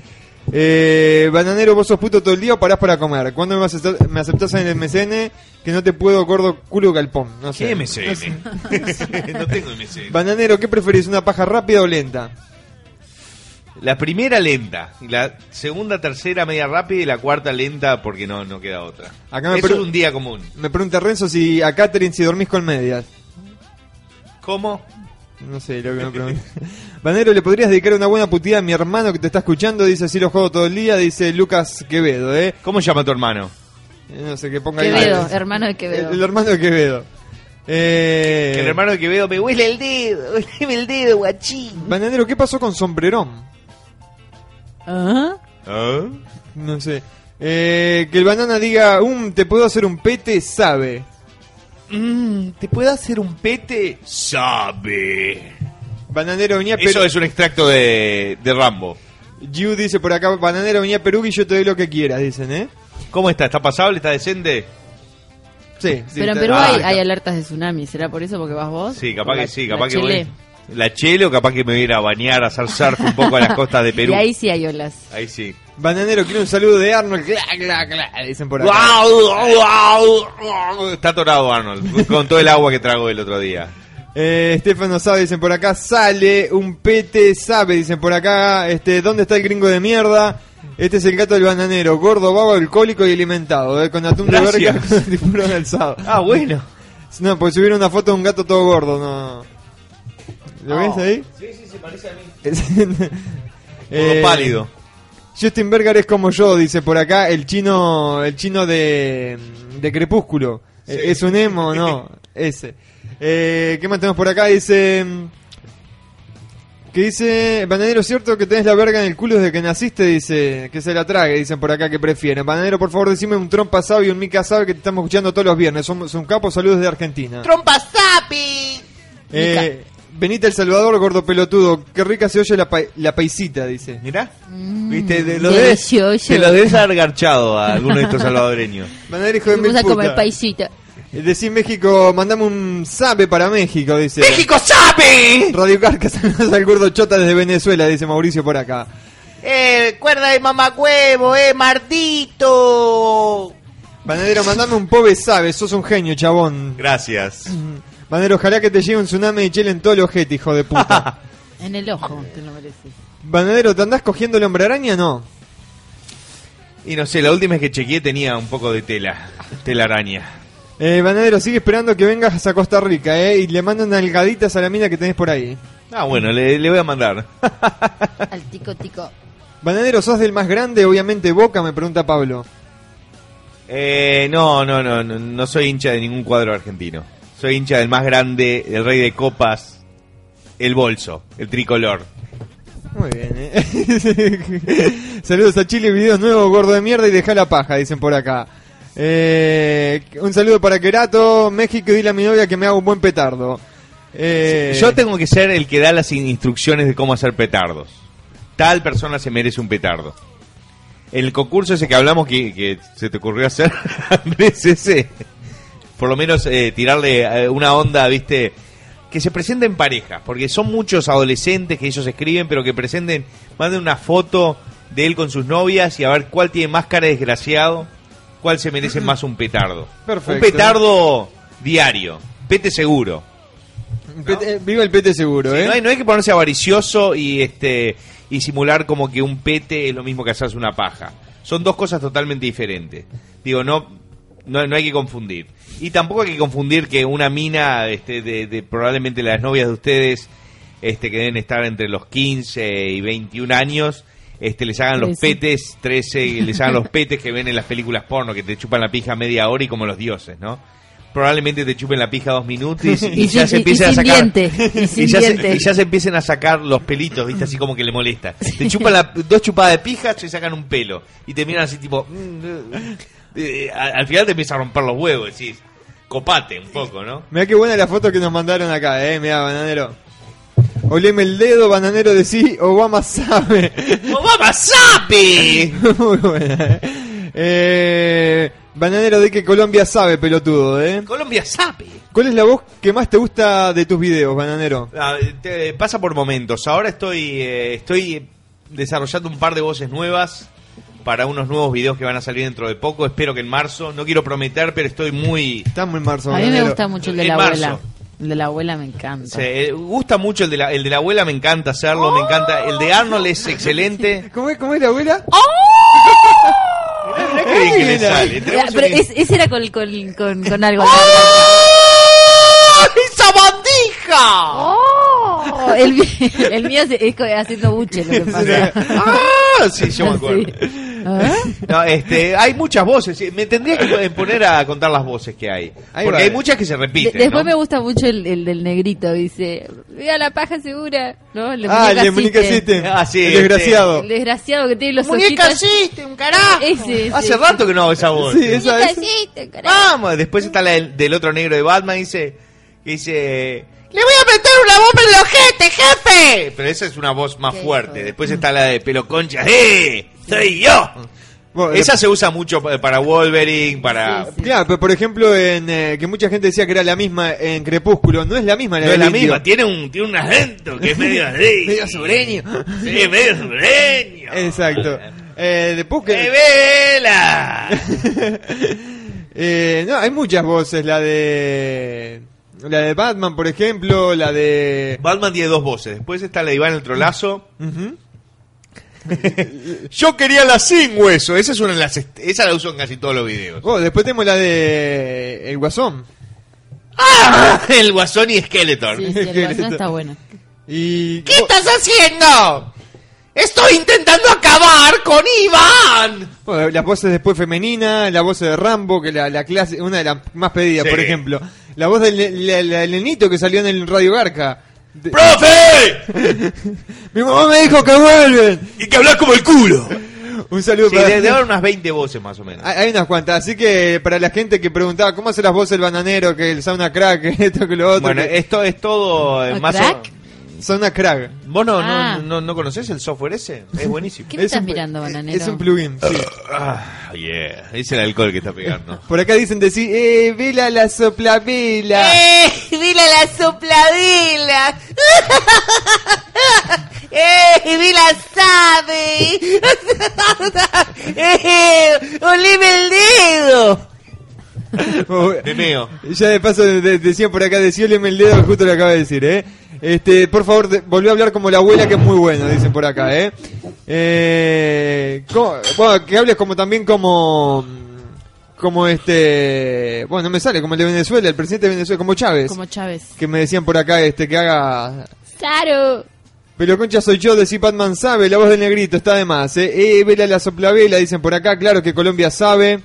B: Eh, bananero, vos sos puto todo el día o parás para comer. ¿Cuándo me, acepta- me aceptás en el MCN? Que no te puedo, gordo culo galpón. No sé.
C: ¿Qué MCN? No tengo MCN.
B: Bananero, ¿qué preferís? ¿Una paja rápida o lenta?
C: La primera lenta, y la segunda, tercera media rápida y la cuarta lenta porque no, no queda otra.
B: Acá me
C: Eso
B: pre-
C: es un día común.
B: Me pregunta Renzo si a Catherine si dormís con medias.
C: ¿Cómo?
B: No sé lo que me pregunta. Bananero, ¿le podrías dedicar una buena putida a mi hermano que te está escuchando? Dice, si lo juego todo el día, dice Lucas Quevedo, ¿eh?
C: ¿Cómo llama tu hermano?
B: Eh, No sé, que ponga ahí-
D: Quevedo, hermano de
B: El,
D: Quevedo.
B: el hermano de Quevedo. Eh,
C: El hermano que veo me huele el dedo, huele el dedo, guachín.
B: Bananero, ¿qué pasó con Sombrerón?
D: ¿Ah?
C: ¿Ah?
B: No sé. Eh, que el banana diga, um, te puedo hacer un pete, sabe.
C: Mm, ¿Te puede hacer un pete? Sabe.
B: Bananero venía a
C: Eso
B: Perú.
C: es un extracto de, de Rambo.
B: Yu dice por acá, bananero venía a Perú y yo te doy lo que quieras, dicen, ¿eh?
C: ¿Cómo está? ¿Está pasable? ¿Está decente?
B: Sí, sí,
D: Pero en
B: está-
D: Perú
C: Ah,
D: hay,
C: acá.
D: hay alertas de tsunami, ¿será por eso? ¿Porque vas vos?
C: Sí, capaz
D: La-
C: que sí,
D: la
C: capaz que
D: Chile.
C: voy- La chelo, capaz que me voy a ir a bañar, a hacer surf un poco a las costas de Perú.
D: Y ahí sí hay olas.
C: Ahí sí.
B: Bananero, quiero un saludo de Arnold. Cla, cla, cla, dicen por acá.
C: ¡Guau! ¡Guau! Está atorado Arnold con todo el agua que tragó el otro día.
B: Eh, Estefano sabe, dicen por acá, sale, un pete sabe, dicen por acá, este, ¿dónde está el gringo de mierda? Este es el gato del bananero, gordo, babo, alcohólico y alimentado, eh, con atún de verga,
C: Gracias.
B: con tiburón alzado.
C: Ah, bueno.
B: No, pues subieron una foto de un gato todo gordo, no. ¿Lo
C: Oh.
B: ves ahí?
C: Sí, sí, se parece a mí.
B: Eh,
C: pálido.
B: Justin Berger es como yo, dice por acá, el chino, el chino de, de Crepúsculo. Eh, ¿Es un emo? No, ese. Eh, ¿Qué más tenemos por acá? Dice... Que dice, Bananero, ¿cierto que tenés la verga en el culo desde que naciste? Dice, que se la trague, dicen por acá que prefieren. Bananero, por favor, decime un trompa sabe y un mica sabe que te estamos escuchando todos los viernes. Somos un capo, saludos de Argentina.
A: Trompa sapi.
B: Eh, Benita El Salvador, gordo pelotudo. Qué rica se oye la, pa- la paisita, dice.
C: Mirá. Viste, te lo debes,
D: delicioso.
C: te lo debes haber garchado a alguno de estos salvadoreños.
B: Bananero, hijo de
D: Vamos
B: mil
D: a comer
B: puta.
D: paisita.
B: Eh, Decí México, mandame un sabe para México, dice.
A: México sapi.
B: Radio Carca, saludos al gordo chota desde Venezuela, dice Mauricio por acá.
A: Eh, cuerda de mamacuevo, eh, mardito.
B: Bananero, mandame un pobre sabe, sos un genio, chabón.
C: Gracias.
B: Bananero, ojalá que te llegue un tsunami y chelen todo el ojete, hijo de puta.
D: En el ojo, te lo mereces.
B: Bananero, ¿te andás cogiendo el hombre araña? No.
C: Y no sé, la última es que chequeé tenía un poco de tela, telaraña.
B: Eh, Bananero, sigue esperando que vengas a Costa Rica, eh, y le mando nalgaditas a la mina que tenés por ahí.
C: Ah, bueno, le, le voy a mandar.
D: Al tico tico.
B: Bananero, ¿sos del más grande? Obviamente Boca, me pregunta Pablo.
C: Eh, no, no, no, no, no soy hincha de ningún cuadro argentino. Soy hincha del más grande, el rey de copas, el bolso, el tricolor.
B: Muy bien, ¿eh? Saludos a Chile, videos nuevos, gordo de mierda y deja la paja, dicen por acá. Eh, un saludo para Querato, México, y dile a mi novia que me haga un buen petardo. Eh,
C: Yo tengo que ser el que da las in- instrucciones de cómo hacer petardos. Tal persona se merece un petardo. El concurso ese que hablamos que, que se te ocurrió hacer, Andrés, ese. Por lo menos eh, tirarle eh, una onda, viste, que se presenten parejas, porque son muchos adolescentes que ellos escriben, pero que presenten, manden una foto de él con sus novias y a ver cuál tiene más cara de desgraciado, cuál se merece más un petardo.
B: Perfecto.
C: Un petardo diario, pete seguro.
B: Pete- eh, viva el pete seguro,
C: Sí,
B: ¿eh?
C: no, hay, no hay que ponerse avaricioso y este y simular como que un pete es lo mismo que hacerse una paja. Son dos cosas totalmente diferentes. Digo, no, no, no hay que confundir. Y tampoco hay que confundir que una mina, este, de, de probablemente las novias de ustedes, este, que deben estar entre los 15 y 21 años, este, les hagan los
E: Trece.
C: petes, 13, y les hagan los petes que ven en las películas porno, que te chupan la pija media hora y como los dioses, ¿no? Probablemente te chupen la pija dos minutos y, y
D: Y
C: ya
D: sin-
C: se
D: y- y
C: empiezan a
D: sin
C: sacar
D: diente, y sin
C: ya se-
D: diente.
C: y ya se empiecen a sacar los pelitos, ¿viste? Así como que le molesta. Te chupan la- dos chupadas de pija, se sacan un pelo. Y te miran así tipo... mm, eh, eh, al al final te empieza a romper los huevos, decís. Copate un poco, ¿no?
B: Mirá qué buena la foto que nos mandaron acá, eh. Mirá, bananero. Oleme el dedo, bananero de sí, Obama sabe.
C: ¡Obama sabe!
B: Muy buena, eh. Eh, Bananero de que Colombia sabe, pelotudo, eh.
C: Colombia sabe.
B: ¿Cuál es la voz que más te gusta de tus videos, bananero?
C: Ah, te- pasa por momentos. Ahora estoy, eh, estoy desarrollando un par de voces nuevas para unos nuevos videos que van a salir dentro de poco. Espero que en marzo. No quiero prometer, pero estoy muy...
B: Estamos en marzo,
E: A mí me
B: bananero.
E: gusta mucho el de
C: En
E: la
C: marzo.
E: abuela. El de la abuela me encanta.
C: Se, eh, gusta mucho el de, la, el de la abuela, me encanta hacerlo, me encanta. El de Arnold es excelente.
B: ¿Cómo es, cómo es la abuela?
E: Oh,
C: Mirá qué bien que le sale.
D: Ya,
C: Tenemos
D: pero
C: un-
D: es- ese era con, con, con, con algo. en la garganta. ¡Ah!
C: ¡Esa bandija!
D: Oh, el, mi- el mío es, es co- haciendo buche lo que pasa.
C: ¡Ah! Sí, yo me acuerdo.
D: Sí. ¿Ah?
C: No, este, hay muchas voces. sí, Me tendría que poner a contar las voces que hay.
B: Ahí
C: Porque
B: va.
C: hay muchas que se repiten.
D: De- después
C: ¿no?
D: me gusta mucho el, el del negrito, dice, vea la paja segura, ¿no? El de
B: Ah, el de
D: Muñeca
B: Muñeca
D: System.
B: System.
C: Ah, sí,
B: el
C: este.
B: desgraciado.
D: El desgraciado que tiene los
C: ¡Muñeca
D: ojitos.
C: existe, un carajo!
D: Ese, ese,
C: Hace
D: ese.
C: rato que Ah, no hago esa voz.
B: Sí, esa
D: Muñeca
B: es.
D: System, carajo.
C: Vamos, después está la del, del otro negro de Batman dice, que dice, le voy a meter una bomba en el ojete, jefe. Pero esa es una voz más
D: Qué
C: fuerte.
D: hijo de-
C: Después está la de pelo concha, ¡eh! ¡Soy yo!
B: Bueno,
C: Esa se usa mucho pa- para Wolverine, para...
D: Sí, sí.
B: Claro, pero por ejemplo, en, eh, que mucha gente decía que era la misma en Crepúsculo, no es la misma.
C: No es
B: del
C: la
B: indio.
C: misma, tiene un, tiene un acento que es medio así.
B: Medio sureño.
C: Sí, medio sureño.
B: Exacto. Eh, después que-
C: ¡Eh, vela!
B: Eh, no, hay muchas voces, la de... La de Batman, por ejemplo, la de...
C: Batman tiene dos voces. Después está la de Iván el Trolazo.
B: Ujú.
C: Yo quería la sin hueso. Esa es una de las est- esa la uso en casi todos los videos.
B: Oh, después tenemos la de... eh, El Guasón.
C: ¡Ah! El guasón y Skeletor.
E: Sí, sí, el guasón está bueno.
B: Y...
C: ¿Qué estás haciendo? Estoy intentando acabar con Iván.
B: Bueno, las voces después femenina, la voz de Rambo, que la, la clase, una de las más pedidas,
C: Sí.
B: por ejemplo. La voz del ne- la- la- el nenito que salió en el Radio Garca. De-
C: ¡Profe!
B: Mi mamá me dijo que vuelven.
C: Y que hablas como el culo.
B: Un saludo
C: Sí, Ah,
B: para.
C: debe haber unas 20 voces más o menos.
B: Hay hay unas cuantas, así que para la gente que preguntaba cómo hace las voces el bananero, que el sauna crack, que esto, que lo otro.
C: Bueno,
B: que-
C: esto es todo eh,
D: ¿O
C: más o-
D: crack?
B: Sauna crack.
C: ¿Vos no,
E: Ah.
C: no, no, no conocés el software ese? Es buenísimo.
E: ¿Qué me
B: Es
E: estás
B: un-
E: mirando, bananero?
B: Es un plugin, sí.
C: Ah, yeah. Es el alcohol que está pegando.
B: Por acá dicen decir, eh, vela la soplavela.
A: ¡Eh! ¡Vila la sopladela! ¡Eh! ¡Vila sabe! ¡Eh! ¡Olime el dedo!
B: Oh,
C: Memeo.
B: Ya de paso de- de- decían por acá, decíoleme el dedo, justo lo acaba de decir, ¿eh? Este, por favor, de- volvió a hablar como la abuela, que es muy bueno, dicen por acá, ¿eh? eh ¿cómo? bueno, que hables como también como... Como este... Bueno, no me sale, como el de Venezuela, el presidente de Venezuela, como Chávez.
E: Como Chávez.
B: Que me decían por acá, este, que haga...
D: Claro.
B: Pero concha soy yo, decir Batman sabe, la voz del negrito, está de más, ¿eh? Eh, vela la soplavela, dicen por acá, claro que Colombia sabe.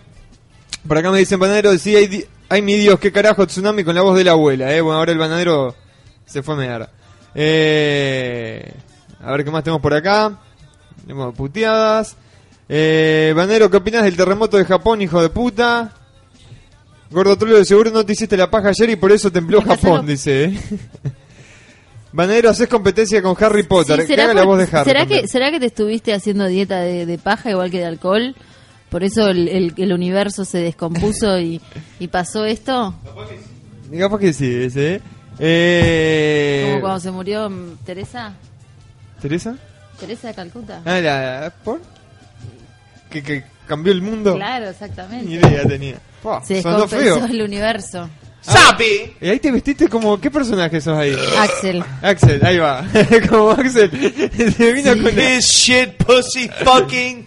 B: Por acá me dicen bananero, sí, hay, di- ay, mi Dios, qué carajo, tsunami con la voz de la abuela, eh. Bueno, ahora el bananero se fue a mear. Eh, a ver qué más tenemos por acá. Tenemos puteadas. Eh, bananero, ¿qué opinas del terremoto de Japón, hijo de puta? Gordo Trollo, de seguro no te hiciste la paja ayer y por eso tembló
E: Acá
B: Japón,
E: solo-
B: dice, eh. Bananero, haces competencia con Harry Potter.
D: Sí,
B: que haga la
D: por-
B: voz de Harry.
D: ¿será,
B: también.
D: que, ¿Será que te estuviste haciendo dieta de, de paja igual que de alcohol? Por eso el, el- el universo se descompuso y, y pasó esto.
B: Capaz que sí, ese, eh. Eh,
D: Como cuando se murió mm, Teresa.
B: ¿Teresa?
D: Teresa de Calcuta.
B: Ah, la. ¿Por? Que, que cambió el mundo.
D: Claro,
B: Ni
D: exactamente.
B: idea tenía. Pua,
D: Se
B: sonó
D: descompensó
B: feo.
D: el universo.
C: ¡Sapi!
B: Y ahí te vestiste como. ¿Qué personaje sos ahí?
D: Axel.
B: Axel, ahí va. como Axel. Se vino
C: Ah.
B: con. la-
C: This shit pussy fucking.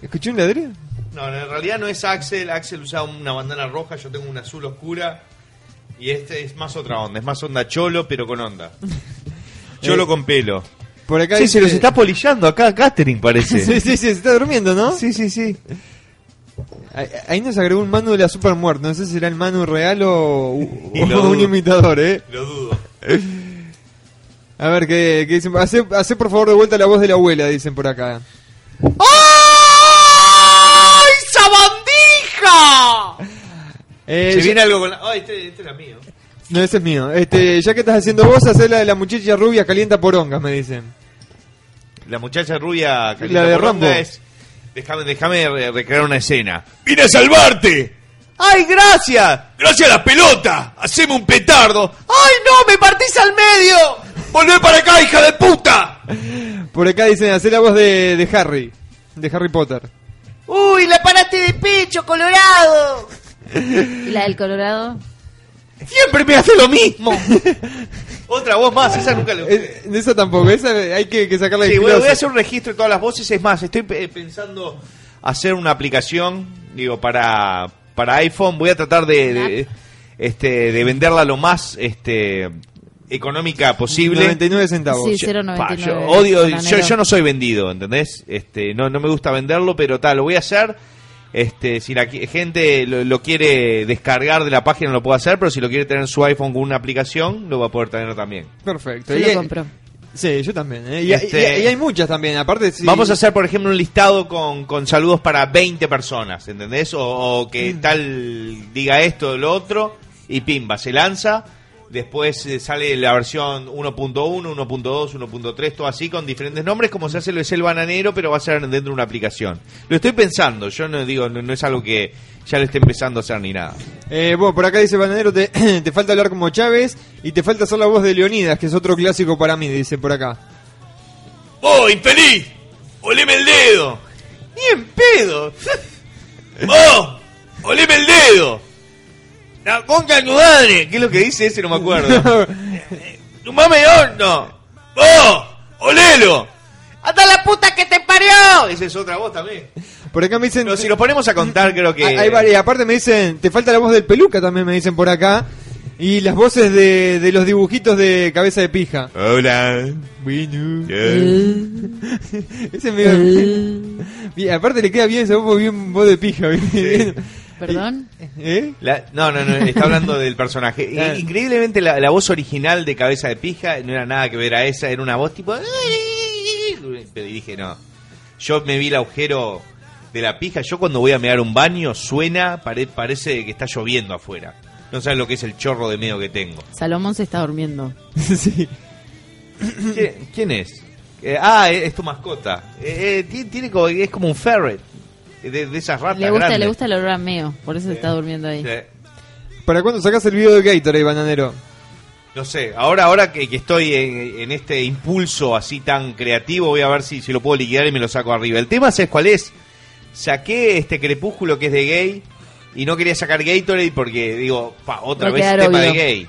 B: ¿Escuché un ladrido?
C: No, en realidad no es Axel. Axel usaba una bandana roja, yo tengo una azul oscura. Y este es más otra onda, es más onda cholo, pero con onda. Cholo con pelo.
B: Por acá
C: Eh, Sí,
B: dice-
C: se los está polillando acá a Catering,
B: Sí,
C: parece.
B: sí, sí, se está durmiendo, ¿no?
C: Sí, sí, sí.
B: Ahí- Ahí nos agregó un Manu de la Super Muerte. No sé si será el Manu real o,
C: Y
B: o
C: lo
B: un
C: dudo.
B: imitador, ¿eh?
C: Lo dudo.
B: A ver, ¿qué, qué dicen? Hacé, hacé, por favor de vuelta la voz de la abuela, dicen por acá.
C: ¡Ay, sabandija!
B: Eh,
C: Se
B: ya-
C: viene algo con la... ¡Ay, este, este era mío!
B: No, ese es mío. Este, ya que estás haciendo vos, hacé la de la muchacha rubia calienta porongas, me dicen.
C: La muchacha rubia... Carita
B: La de
C: Poronga
B: Rambo.
C: es- Déjame, déjame re- recrear una escena. ¡Vine a salvarte! ¡Ay, gracias! ¡Gracias a la pelota! ¡Haceme un petardo! ¡Ay, no! ¡Me partís al medio! ¡Volvé para acá, hija de puta!
B: Por acá dicen, hacé la voz de, de Harry, de Harry Potter.
C: ¡Uy, la paraste de pecho, colorado!
D: ¿Y la del Colorado?
C: ¡Siempre me hace lo mismo! Otra voz más, esa nunca la usé.
B: Eh, de esa tampoco, esa hay que, que sacarla de
C: Sí, bueno, voy a
B: closet.
C: hacer un registro de todas las voces. Es más, estoy pe- eh, pensando hacer una aplicación, digo, para, para iPhone. Voy a tratar de, de, este, de venderla lo más este, económica posible.
B: 99 centavos.
D: Sí,
C: Yo-
D: 0.99
C: pa, yo odio, yo,
D: bananero.
C: yo no soy vendido, ¿entendés? Este, no, no me gusta venderlo, pero tal, lo voy a hacer. Este, si la qui- gente lo, lo quiere descargar de la página, lo puede hacer, pero si lo quiere tener en su iPhone con una aplicación, lo va a poder tener también.
B: Perfecto.
D: Yo
B: Y
D: lo
B: hay-
D: compro.
B: Sí, yo también. ¿eh? Y,
C: Este-
B: y- y hay muchas también, aparte. sí-
C: Vamos a hacer, por ejemplo, un listado con, con saludos para 20 personas, ¿entendés? O, o que tal diga esto o lo otro, y pimba, se lanza. Después eh, sale la versión 1.1, 1.2, 1.3, todo así, con diferentes nombres, como se hace lo es el bananero, pero va a ser dentro de una aplicación. Lo estoy pensando, yo no digo, no, no es algo que ya lo esté empezando a hacer ni nada.
B: Eh, bueno, por acá dice Bananero, te, te falta hablar como Chávez y te falta hacer la voz de Leonidas, que es otro clásico para mí, dice por acá.
C: ¡Oh, infeliz! ¡Oleme el dedo! ¡Ni en pedo! ¡Oh! ¡Oleme el dedo! ¡La concha de tu madre! ¿Qué es lo que dice ese? No me acuerdo. ¡Tu mame de horno! ¡Oh! ¡Olelo! ¡Hasta la puta que te parió! Esa es otra voz también.
B: por acá me dicen...
C: Pero si nos ponemos a contar, creo que.
B: Ah, hay varias. aparte me dicen, te falta la voz del peluca también, me dicen por acá. Y las voces de, de los dibujitos de cabeza de pija.
C: Hola.
B: Bueno.
C: Yeah.
B: Ese es
D: Eh.
B: medio- Y aparte le queda bien esa voz, bien voz de pija. bien- bien.
D: ¿Perdón?
B: ¿Eh?
C: La- no, no, no, está hablando del personaje. I-
B: Claro.
C: Increíblemente la, la voz original de Cabeza de Pija no era nada que ver a esa, era una voz tipo... Pero dije, no. Yo me vi el agujero de la pija, yo cuando voy a mear un baño suena, pare- parece que está lloviendo afuera. No sabes lo que es el chorro de medio que tengo.
E: Salomón se está durmiendo.
B: sí.
C: ¿Quién, quién es? Eh, ah, es, es tu mascota. Eh, eh, ti- tiene como- es como un ferret. eh, De, de esas ratas
E: Le gusta,
C: grandes.
E: le gusta el olor a meo, por eso se está durmiendo ahí.
C: Eh,
B: ¿Para cuándo sacás el video de Gatorade, Bananero?
C: No sé, ahora, ahora que, que estoy en, en este impulso así tan creativo, voy a ver si, si lo puedo liquidar y me lo saco arriba. El tema, ¿sabes cuál es? Saqué este crepúsculo que es de gay y no quería sacar Gatorade porque, digo, pa, otra
D: Va a
C: vez
D: quedar
C: tema de
D: obvio.
C: gay.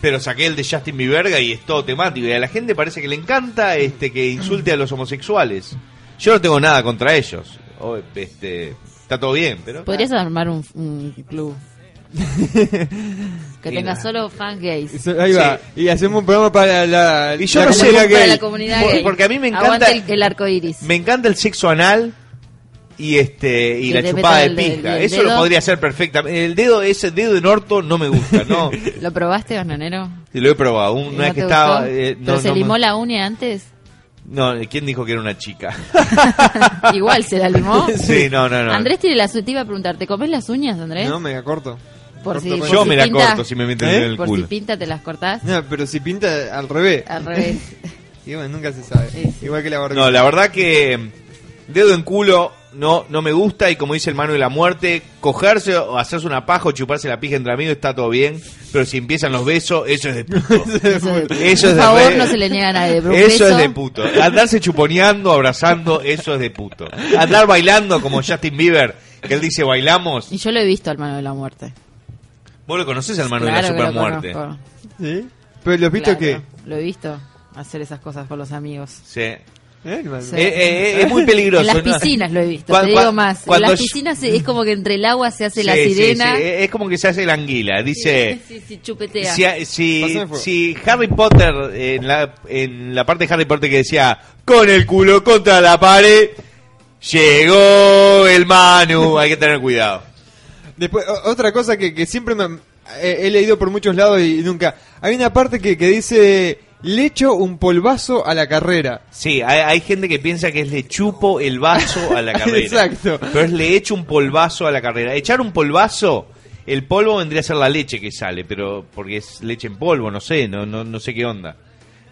C: Pero saqué el de Justin Bieber y es todo temático. Y a la gente parece que le encanta este que insulte a los homosexuales. Yo no tengo nada contra ellos. O, este, está todo bien, pero...
E: Podrías armar un, un club. que
C: Y
E: tenga
C: nada.
E: solo fan gays.
B: Eso, Ahí va. Y hacemos un programa para la.
C: Y yo
B: la
C: no sé
B: comunidad
C: lo que-
D: Para
B: gay.
D: la comunidad
C: Por-
D: gay.
C: porque a mí me encanta-
D: Aguante el, el arco iris.
C: Me encanta el sexo anal y este y
E: Que
C: la
E: te
C: chupada de
E: metan el de-
C: pija.
E: el
C: Eso lo
E: dedo.
C: podría hacer perfectamente. El dedo ese dedo en orto no me gusta, no.
E: ¿Lo probaste, bananero?
C: Sí, lo he probado. Una
E: ¿No
C: vez que
E: te
C: estaba
E: gustó?
C: eh, no,
E: ¿Pero se
C: no me-
E: limó la uña antes?
C: No, ¿quién dijo que era una chica?
E: Igual se la limó.
C: sí, no, no, no.
E: Andrés tiene la su- te iba a preguntar, ¿te comes las uñas,
C: ¿eh?
E: Andrés?
B: No, mega corto.
E: por si,
B: corto,
E: por
C: Yo
E: si
C: me la
E: pinta-
C: corto si me meten
B: ¿Eh?
C: en el
E: Por si
C: culo.
E: pinta te las cortás.
B: No, pero si pinta al revés.
E: Al revés.
B: Y bueno, nunca se sabe.
E: Ah. Sí, sí.
B: Igual que la barbilla.
C: No, la verdad que mm, dedo en culo no, no me gusta y como dice el mano de la muerte, cogerse o hacerse una paja o chuparse la pija entre amigos está todo bien, pero si empiezan los besos, eso es de puto.
E: Eso es de-
C: Eso
E: por
C: es de
E: favor,
C: re-
E: no se le niega a nadie. pero un
C: Eso
E: beso-
C: es de puto. Andarse chuponeando, abrazando, eso es de puto. Andar bailando como Justin Bieber que él dice bailamos.
E: Y yo lo he visto al mano de la muerte.
C: Vos lo conocés al Manuel
E: Claro
C: de
E: que
C: la
E: lo
C: supermuerte.
E: conozco.
B: ¿Sí? ¿Pero los viste
E: Claro, Lo he visto hacer esas cosas con los amigos.
C: Sí.
B: qué? Eh, hermano.
E: Sí.
C: Eh, eh, eh, es muy peligroso.
E: En las
C: ¿no?
E: piscinas lo he visto,
C: Cuan-
E: te
C: cuan-
E: digo más. En
C: cuando
E: las
C: yo-
E: piscinas se- es como que entre el agua se hace
C: Sí,
E: la
C: sí,
E: sirena.
C: sí, Es como que se hace la anguila. Dice.
E: Sí, sí, chupetea.
C: Si, si-
B: Pásame fuego.
C: si Harry Potter, en la, en la parte de Harry Potter que decía, con el culo contra la pared, llegó el Manu, hay que tener cuidado.
B: Después, o- otra cosa que, que siempre me, eh, he, he leído por muchos lados y nunca. Hay una parte que, que dice: Le echo un polvazo a la carrera.
C: Sí, hay, hay gente que piensa que es le chupo el vaso a la carrera.
B: Exacto.
C: Pero es le echo un polvazo a la carrera. Echar un polvazo, el polvo vendría a ser la leche que sale, pero porque es leche en polvo, no sé, no, no, no sé qué onda.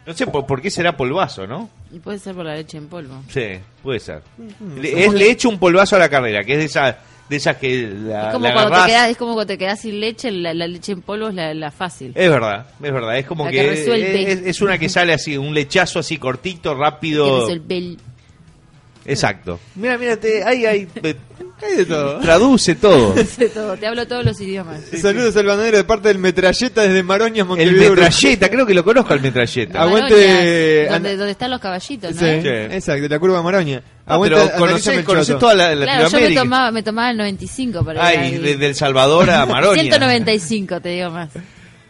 C: No sé por, por qué será polvazo, ¿no?
E: Y puede ser por la leche en polvo.
C: Sí, puede ser.
E: Mm,
C: Le- es le echo un polvazo a la carrera, que es de esas de esas que la,
E: es, como
C: la
E: cuando
C: agarrás.
E: te quedás, es como cuando te quedás sin leche, la, la leche en polvo es la, la fácil.
C: Es verdad, es verdad. Es como
E: La
C: que,
E: que resuelve.
C: es, es una que sale así, un lechazo así cortito, rápido.
E: Tienes el bel-
C: Exacto. Mira, mira, te- ahí hay, eh,
B: Hay de todo.
C: traduce todo.
E: de todo, Te hablo todos los idiomas.
B: Saludos al bananero de parte del Metralleta desde Maroñas,
C: El
B: Montevideo.
C: metralleta, creo que lo conozco al metralleta.
B: Ah, Aguante,
E: Maroñas,
B: Ana-
E: Donde, donde están los caballitos, ¿no?
B: Sí,
E: Eh?
C: Sí.
B: exacto, la curva de Maroña.
C: Ah,
B: Aguanta,
C: pero
B: analízame
C: conocés,
B: el
C: conocés
B: choto.
C: toda la,
E: Claro, yo me
C: Latinoamérica.
E: tomaba, me tomaba el 95 para ir
C: Ay,
E: al-
C: desde El Salvador a Maronia.
E: 195, te digo más.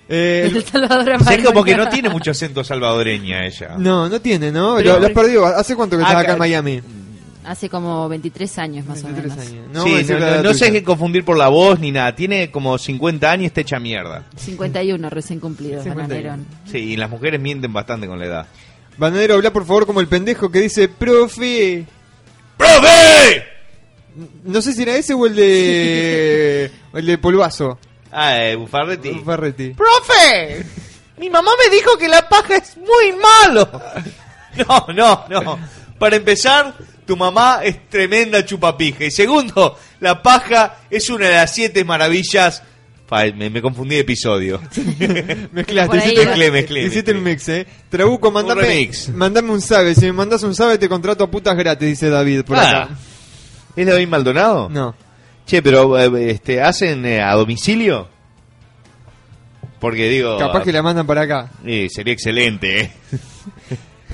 B: Eh,
E: Desde El Salvador a
C: Sí, como que
E: Maroña.
C: no tiene mucho acento salvadoreña ella.
B: no, no tiene, ¿no?
E: Pero-
B: lo, lo has perdido. ¿Hace cuánto que
C: Ah,
B: estás acá
C: ca-
B: en Miami?
E: Hace como 23 años más o
B: 23
E: menos.
B: años.
C: Sí,
B: voy a decir
C: no,
B: la
C: no-
B: edad
C: no se
B: tuya.
C: dejen confundir por la voz ni nada. Tiene como 50 años y está hecha mierda.
E: 51 recién cumplido,
B: 51.
E: Bananerón.
C: Sí, y las mujeres mienten bastante con la edad.
B: Bananero, habla por favor como el pendejo que dice, profe.
C: ¡Profe!
B: No sé si era ese o el de. o el de Polvazo.
C: Ah, eh, Bufarretti.
B: Ferretti.
C: ¡Profe! Mi mamá me dijo que la paja es muy malo. No, no, no. Para empezar, tu mamá es tremenda chupapija. Y segundo, la paja es una de las siete maravillas. Fa, Me, me confundí de episodio.
B: Mezclaste,
E: Por ahí
B: hiciste, eh.
E: va.
C: Mezclé, mezclé,
B: hiciste un
C: mezclé.
B: mix, eh. Trabuco, mandame un,
C: remix.
B: mandame un sabe. Si me mandas un sabe, te contrato a putas gratis, dice David. Por
C: Ah,
B: acá.
C: ¿Es David Maldonado?
B: No.
C: Che, pero eh, este, ¿hacen eh, a domicilio? Porque digo...
B: Capaz que la mandan para acá.
C: eh, sería excelente, ¿eh?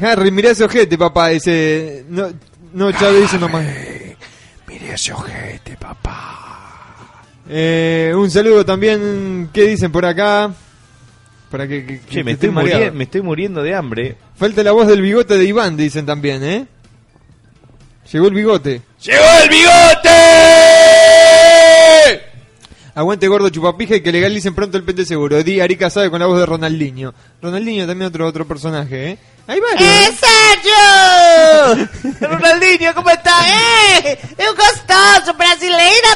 B: Harry, mirá ese ojete, papá. Dice. No, no Chávez dice nomás.
C: Mire ese ojete, papá.
B: Eh, un saludo también. ¿Qué dicen por acá? Para que, que-
C: Che,
B: que
C: me
B: esté
C: estoy, muri-
B: mareado.
C: me estoy muriendo de hambre.
B: Falta la voz del bigote de Iván, dicen también, ¿eh? Llegó el bigote.
C: ¡Llegó el bigote!
B: Aguante gordo chupapija y que legalicen pronto el pente seguro. Di Arica sabe con la voz de Ronaldinho. Ronaldinho también otro otro personaje, ¿eh? Hay varios. ¿eh?
F: Sergio! Ronaldinho, como está? ¡Eh! É, eu gostoso, brasileira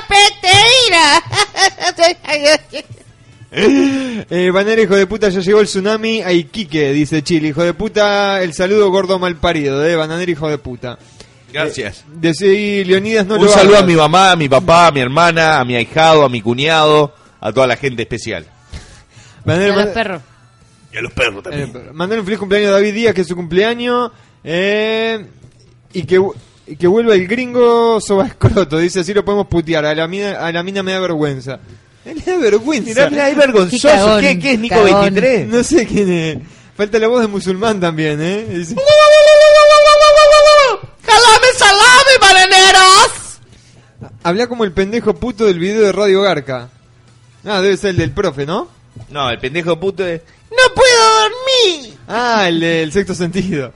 F: peteira!
B: Eh, Banner, hijo de puta, ya llegó el tsunami a Iquique, dice Chile. Hijo de puta, el saludo gordo mal parido, ¿eh? Bananero, hijo de puta.
C: Gracias.
B: Decí, Leonidas no
C: Un
B: lo
C: saludo
B: hagas.
C: a mi mamá, a mi papá, a mi hermana, a mi ahijado, a mi cuñado, a toda la gente especial.
E: Y
B: Bananero,
E: a los
B: manda-
E: perros.
C: Y a los perros
B: eh, mandale un feliz cumpleaños a David Díaz, que es su cumpleaños. Eh, y que... vu- y que vuelva el gringo soba escroto, dice así lo podemos putear, a la mina, a la mina me da vergüenza. Le da vergüenza.
C: Mirá, mirá, es vergonzoso.
E: Qué cagón,
C: ¿Qué, qué es Nico
E: cagón.
C: 23?
B: No sé quién es. Falta la voz de musulmán también, ¿eh? Dice-
F: Salame, salame, bananeros!
B: Habla como el pendejo puto del video de Radio Garca. Ah, debe ser el del profe, ¿no?
C: No, el pendejo puto es...
F: Não puedo dormir!
B: Ah, el del sexto sentido.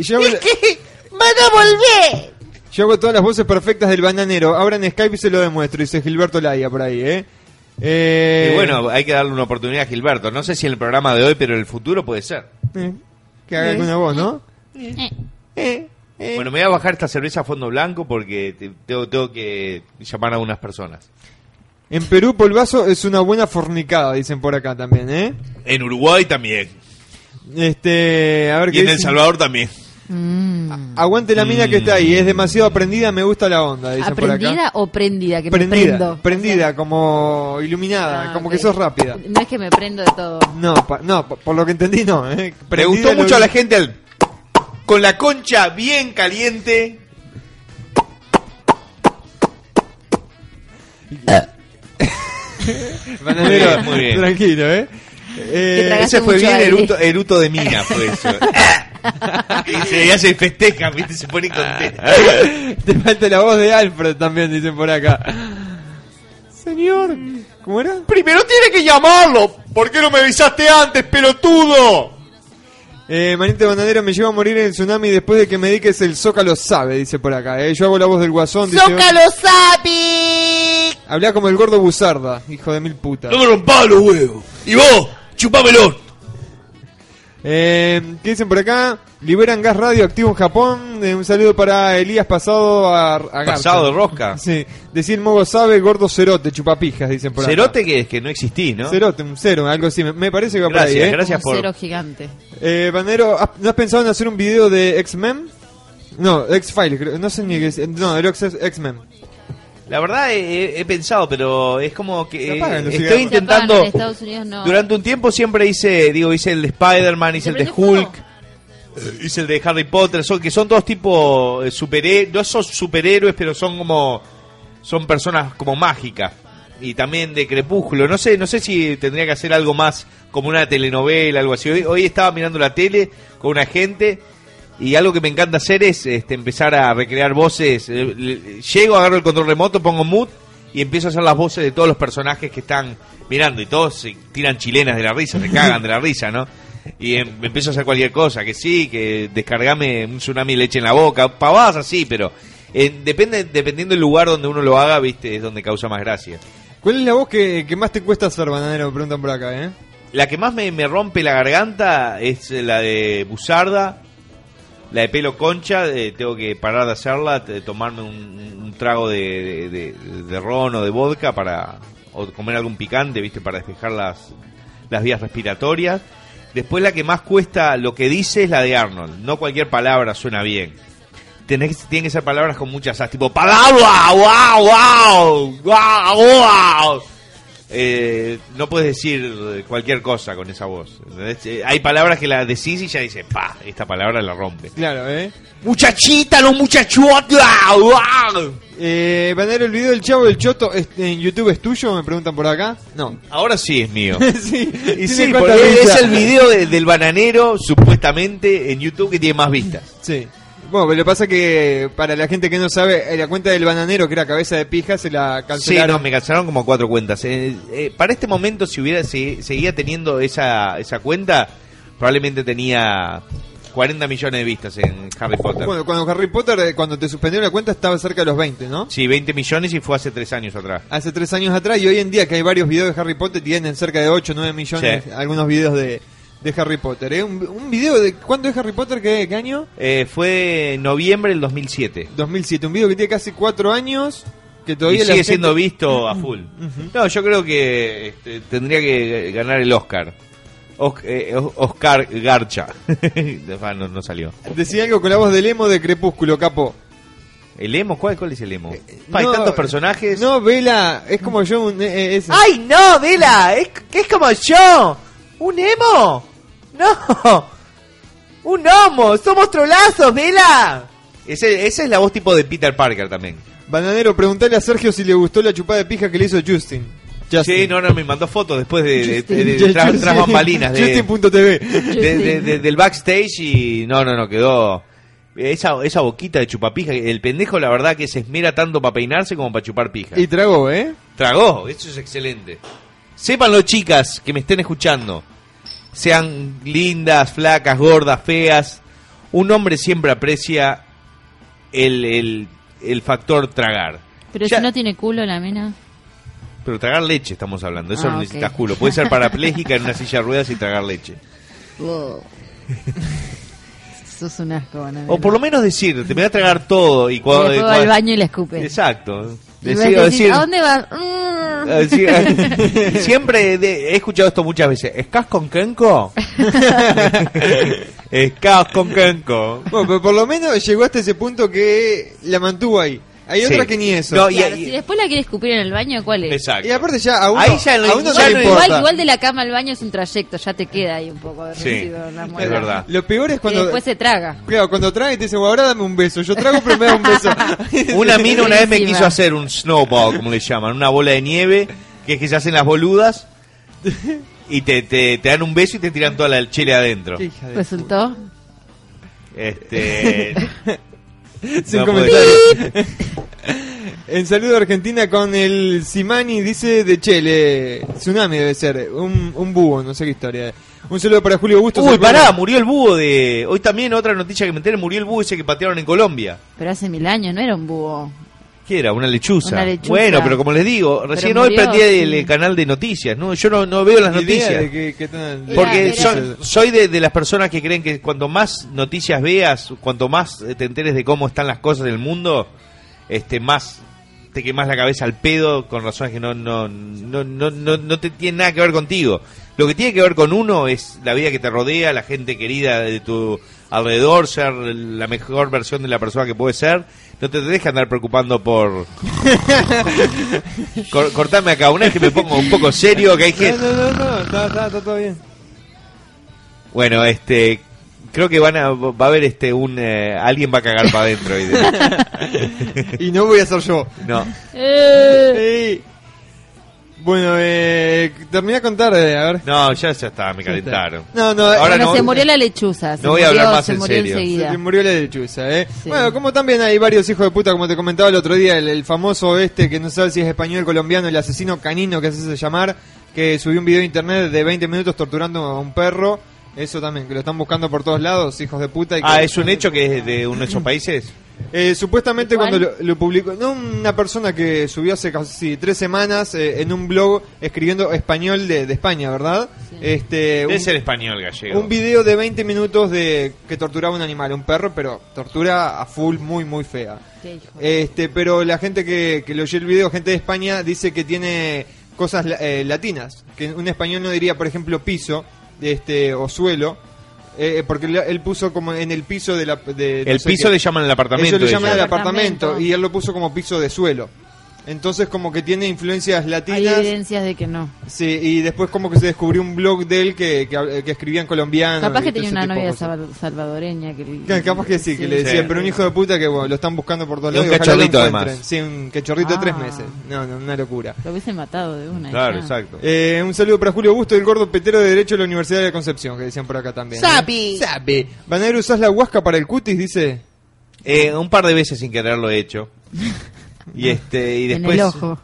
B: Yo hago,
F: É que van a volver!
B: yo hago todas las voces perfectas del bananero. Ahora en Skype y se lo demuestro, dice Gilberto Laia por ahí, ¿eh? Eh,
C: Y bueno, hay que darle una oportunidad a Gilberto. No sé si en el programa de hoy, pero en el futuro puede ser.
B: eh, que haga alguna voz, ¿no?
E: Eh.
B: Eh, eh.
C: Bueno, me voy a bajar esta cerveza a fondo blanco porque te- tengo, tengo que llamar a unas personas.
B: En Perú, polvazo es una buena fornicada, dicen por acá también, ¿eh?
C: En Uruguay también.
B: Este, a ver qué dicen.
C: Salvador Mm. también.
E: Mm.
B: Aguante la mina que está ahí, es demasiado aprendida, me gusta la onda, dicen por acá.
E: ¿Aprendida o prendida? Que me
B: Prendida,
E: prendo.
B: prendida, como iluminada,
E: Ah,
B: como
E: ok.
B: que sos rápida.
E: No es que me prendo de todo.
B: No, pa- no, pa- por lo que entendí no. ¿eh?
C: Me
B: Prendida
C: gustó
B: lo-
C: mucho a la gente al- con la concha bien caliente.
B: Bananero,
C: Muy bien.
B: tranquilo, ¿eh? Eh,
D: Que tragaste
C: Ese fue
D: mucho
C: bien
D: aire.
C: eruto, eruto de mina, fue eso. y se hace festeja, ¿viste? se pone contento.
B: Te falta la voz de Alfred también, dicen por acá. Señor, ¿cómo era?
C: Primero tiene que llamarlo. ¿Por qué no me avisaste antes, pelotudo?
B: Eh, Manito Bananero me lleva a morir en el tsunami después de que me dediques el Zócalo sabe, dice por acá. Eh, yo hago la voz del guasón, dice.
F: Zócalo sabe.
B: Habla como el gordo Buzarda, hijo de mil putas.
C: No me rompas los huevos. Y vos, chupámelo.
B: Eh, ¿Qué dicen por acá? Liberan gas radioactivo en Japón. Eh, un saludo para Elías Pasado a, a Garza.
C: Pasado de rosca.
B: Sí. Decir Mogo sabe, gordo cerote, chupapijas, dicen por acá.
C: Cerote que es que no existís, ¿no?
B: Cerote, un cero, algo así. Me, me parece que va
C: Gracias,
B: por ahí, ¿eh?
C: gracias
E: Un
C: por...
E: cero gigante.
B: Eh, Banero, ¿has- ¿no has pensado en hacer un video de X-Men? No, X-Files, creo- no sé ni qué es. No, era X- X-Men.
C: La verdad eh, he, he- he pensado, pero es como que... eh,
B: Se apagan los
C: estoy
B: cigarros.
C: intentando...
E: Japan, en Estados Unidos no.
C: Durante un tiempo siempre hice, digo, hice el de Spider-Man, hice el de
E: prendió
C: Hulk, eh, hice el de Harry Potter, son, que son todos tipo eh, superhéroes, no son superhéroes, pero son como, son personas como mágicas. Y también de Crepúsculo, no sé, no sé si tendría que hacer algo más como una telenovela, algo así. Hoy, hoy estaba mirando la tele con una gente y algo que me encanta hacer es este, empezar a recrear voces. Eh, le- Llego, agarro el control remoto, pongo mute y empiezo a hacer las voces de todos los personajes que están mirando. Y todos se tiran chilenas de la risa, se cagan de la risa, ¿no? Y em- empiezo a hacer cualquier cosa, que sí, que descargame un tsunami de leche en la boca, pavadas así, pero eh, depende dependiendo del lugar donde uno lo haga, viste, es donde causa más gracia.
B: ¿Cuál es la voz que, que más te cuesta hacer, Bananero? Preguntan por acá, ¿eh?
C: La que más me, me rompe la garganta es la de Busarda, la de pelo concha. eh, tengo que parar de hacerla, t- tomarme un, un trago de, de, de- de ron o de vodka para o comer algún picante, viste, para despejar las, las vías respiratorias. Después la que más cuesta lo que dice es la de Arnold. No cualquier palabra suena bien. Tenés, que- tienen que ser palabras con muchas as, tipo palabra, wow, wow, wow, wow. Eh, no puedes decir cualquier cosa con esa voz. ¿entendés? Eh, Hay palabras que la decís y ya dices, pa, esta palabra la rompe.
B: Claro, ¿eh?
C: Muchachita, los muchachuot,
B: eh Bananero, el video del chavo del choto es- en YouTube es tuyo, me preguntan por acá. No.
C: Ahora sí es mío.
B: sí,
C: Y
B: tiene
C: sí,
B: cuatro
C: porque es
B: vistas.
C: el video de- del bananero, supuestamente, en YouTube que tiene más vistas.
B: Sí. Bueno, pero lo que pasa es que para la gente que no sabe, eh, la cuenta del bananero, que era cabeza de pija, se la
C: Sí,
B: cancelaron.
C: no, me cancelaron como cuatro cuentas. Eh, eh, para este momento, si hubiera si- seguía teniendo esa, esa cuenta, probablemente tenía 40 millones de vistas en Harry Potter.
B: Bueno, cuando Harry Potter, eh, cuando te suspendieron la cuenta, estaba cerca de los 20, ¿no?
C: Sí, 20 millones y fue hace tres años atrás.
B: hace tres años atrás y hoy en día que hay varios videos de Harry Potter tienen cerca de 8 9 millones
C: Sí.
B: algunos videos de, de Harry Potter ¿eh? un, un video de ¿cuándo es Harry Potter? ¿Qué, qué año?
C: Eh, fue en noviembre del 2007.
B: 2007 un video que tiene casi 4 años que todavía
C: y
B: la
C: sigue
B: gente-
C: siendo visto a full. No, yo creo que este, tendría que ganar el Oscar. Os- eh, Os- Oscar Garcha. Ah, no, no salió.
B: decía algo con la voz del emo de Crepúsculo capo
C: ¿El emo? ¿Cuál, cuál es el emo? Pa,
B: Eh, No,
C: hay tantos personajes.
B: no Vela es como yo un, eh, eh, ese.
C: ¡Ay, no, Vela! Es, es como yo. ¿Un emo? ¡No! ¡Un homo! ¡Somos trolazos, Vela! Ese, esa es la voz tipo de Peter Parker también.
B: Bananero preguntale a Sergio si le gustó la chupada de pija que le hizo Justin
C: Sí, no, eh, no, me mandó fotos después de, de- de- de-
B: Justin.
C: tras, tras bambalinas. De,
B: Justin.tv
C: de- de- de- del backstage y no, no, no, quedó esa, esa boquita de chupapija. El pendejo, la verdad, que se esmera tanto para peinarse como para chupar pija.
B: y tragó ¿eh?
C: Tragó, eso es excelente. Sépanlo, chicas, que me estén escuchando. Sean lindas, flacas, gordas, feas. Un hombre siempre aprecia el, el- el factor tragar.
E: Pero
C: Ya-
E: si no tiene culo la mina.
C: pero tragar leche estamos hablando, eso
E: Ah,
C: no
E: ok.
C: necesitas culo. Puede ser parapléjica en una silla de ruedas y tragar leche.
E: Wow. Sos un asco, Bananero.
C: O por lo menos decir, te voy a tragar todo y
E: Y
C: cuando...
E: después va
C: cuando-
E: al baño y la escupe.
C: Exacto.
E: Y
C: Decir-
E: vas a decir,
C: decir-
E: ¿A dónde vas?
C: Ah,
E: Mm.
C: decir- siempre de- he escuchado esto muchas veces. ¿Escas con Kenko? ¿Escas con Kenko?
B: Bueno, pero por lo menos llegó hasta ese punto que la mantuvo ahí. Hay
C: Sí.
B: otras que ni eso.
C: No, y-
D: Claro,
C: y-
D: si después la quiere escupir en el baño, ¿cuál es?
C: Exacto.
B: Y aparte ya a uno,
C: Ahí ya no-
B: a uno no
C: ya
D: Igual,
B: le
C: no-
B: importa.
D: igual, igual de la cama al baño es un trayecto, ya te queda ahí un poco de
C: Sí,
D: residuo en la
C: es
D: muela.
C: verdad.
B: Lo peor es
D: Que
B: cuando...
D: después se traga.
B: Claro, cuando trae y te dice, bueno, ahora dame un beso. Yo trago, pero me da un beso.
C: Una mina una vez me
D: Encima.
C: quiso hacer un snowball, como le llaman, una bola de nieve, que es que se hacen las boludas y te, te, te dan un beso y te tiran toda la chile adentro.
B: Qué hija de-
D: ¿Resultó?
C: Este.
B: Sin
C: no puede
B: comentarios. En saludo a Argentina con el Simani, dice de Chele. Tsunami debe ser. Un, un búho, no sé qué historia. Un saludo para Julio Bustos.
C: Uy,
B: el programa.
C: pará, murió el búho de. Hoy también otra noticia que me enteré, murió el búho ese que patearon en Colombia.
D: Pero hace mil años, no era un búho.
C: ¿Qué era? Una lechuza.
D: Una lechuza.
C: Bueno, pero como les digo, recién hoy
D: murió,
C: prendí el,
D: sí.
C: eh, canal de noticias, ¿no? Yo no, no veo las
B: Ni idea
C: noticias.
B: de qué- qué tan-
C: Porque
D: Era-
C: son- soy de, de las personas que creen que cuanto más noticias veas, cuanto más eh, te enteres de cómo están las cosas en el mundo, este más te quemas la cabeza al pedo con razones que no no, no, no, no, no te tienen nada que ver contigo. Lo que tiene que ver con uno es la vida que te rodea, la gente querida de tu alrededor, ser la mejor versión de la persona que puedes ser. No te dejes andar preocupando por... Cor- cortame acá, una vez que me pongo un poco serio, que hay gente...
B: No, no, no, no, está, está- está todo bien.
C: Bueno, este creo que van a, va a haber este un eh, alguien va a cagar para adentro hoy de-
B: Y no voy a ser yo.
C: No. Eh,
B: Sí. Bueno, eh, termina de contar, eh, a ver.
C: No, ya ya está, me calentaron.
B: No, no,
C: Ahora
B: eh,
D: Bueno,
C: no-
D: se murió la lechuza. Se
C: no voy a
D: murió-
C: hablar más
D: se
C: en
D: murió
C: serio.
D: enseguida.
B: Se murió la lechuza, ¿eh?
D: Sí.
B: Bueno, como también hay varios hijos de puta, como te comentaba el otro día, el, el famoso este que no sabe si es español, colombiano, el asesino canino que se hace llamar, que subió un video de internet de 20 minutos torturando a un perro. Eso también, que lo están buscando por todos lados, hijos de puta. y que-
C: Ah, es un hecho que es de uno de esos países.
B: Eh, supuestamente
D: ¿Cuál?
B: cuando lo, lo publicó, no una persona que subió hace casi tres semanas eh, en un blog escribiendo español de, de España, ¿verdad? Este,
C: Debe
B: un,
C: ser español gallego.
B: un video de 20 minutos de que torturaba a un animal, un perro, pero tortura a full, muy, muy fea.
D: Qué hijo de-
B: Este, pero la gente que, que lo oyó el video, gente de España, dice que tiene cosas la- eh, latinas. Que un español no diría, por ejemplo, piso este, o suelo. eh, porque él, él puso como en el piso de la... de- no
C: el
B: sé
C: piso
B: qué.
C: le llaman el apartamento.
B: Eso lo llaman el
C: ellos.
B: apartamento,
D: Apartamento.
B: y él lo puso como piso de suelo. Entonces como que tiene influencias
D: Hay
B: latinas.
D: evidencias de que no.
B: Sí, y después como que se descubrió un blog de él que, que, hab- que escribía en colombiano.
D: Capaz
C: este
D: que
B: y todo
D: tenía
B: ese
D: una
B: tipo de
D: novia
B: cosas.
D: salva- salvadoreña que...
B: Claro, Capaz que sí, que le
C: sí.
B: decía, pero un hijo de puta que bueno, lo están buscando por todos
C: Y un
B: lados. ojalá lo
C: cachorrito,
B: encuentren.
C: además.
B: Sí, un cachorrito de tres
D: Ah.
B: meses. No, no, una locura.
D: Lo hubiese matado de una.
C: Claro,
D: ya.
C: exacto.
B: Eh, un saludo para Julio Busto, el gordo petero de Derecho de la Universidad de la Concepción, que decían por acá también. ¿eh?
F: Sapi.
B: Sapi. Banero, ¿usás la huasca para el cutis? Dice.
C: Eh, un par de veces sin querer lo he hecho. Y este y
D: En
C: después
D: el ojo.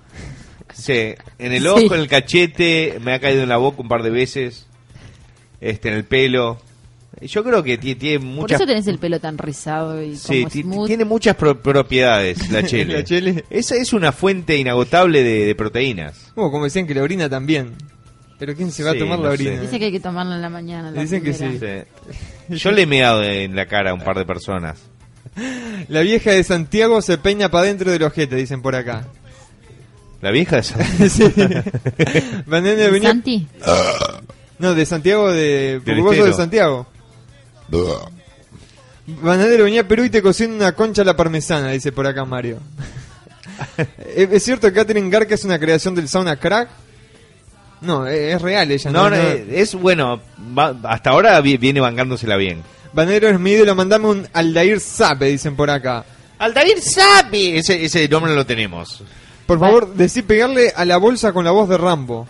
C: Sí, en el
D: Sí.
C: ojo, en el cachete, me ha caído en la boca un par de veces. Este en el pelo. Yo creo que ti- tiene
D: Por
C: muchas
D: eso tenés el pelo tan rizado y
C: Sí,
D: como
C: ti-
D: smooth.
C: tiene muchas pro- propiedades la chele.
B: La chele.
C: Esa es una fuente inagotable de, de proteínas.
B: Bueno, "Oh, como decían que la orina también. Pero ¿quién se va
C: Sí,
B: a tomar la
C: no sé.
B: orina?
D: Dice que hay que tomarlo en la mañana. la
B: Dicen que
D: primera.
C: Sí. Yo le he meado en la cara a un par de personas.
B: La vieja de Santiago se peina para dentro del ojete, dicen por acá.
C: La vieja esa.
B: Sí. Vanene venía-
D: Santi,
B: No, de Santiago de.
C: Del
B: porque vos sos de
C: estero.
B: Santiago. Bananero venía a Perú y te cocina una concha a la parmesana, dice por acá Mario. ¿Es es cierto que Catherine Garca es una creación del sauna crack? No, e, es, es real ella.
C: No, eh, no, es bueno. va- hasta ahora vi- viene bancándosela bien.
B: Bananero es mi ídolo, mandame un Aldair Zape, dicen por acá.
F: Aldair Sapi.
C: Ese, ese nombre lo tenemos.
B: Por favor, decí pegarle a la bolsa con la voz de Rambo.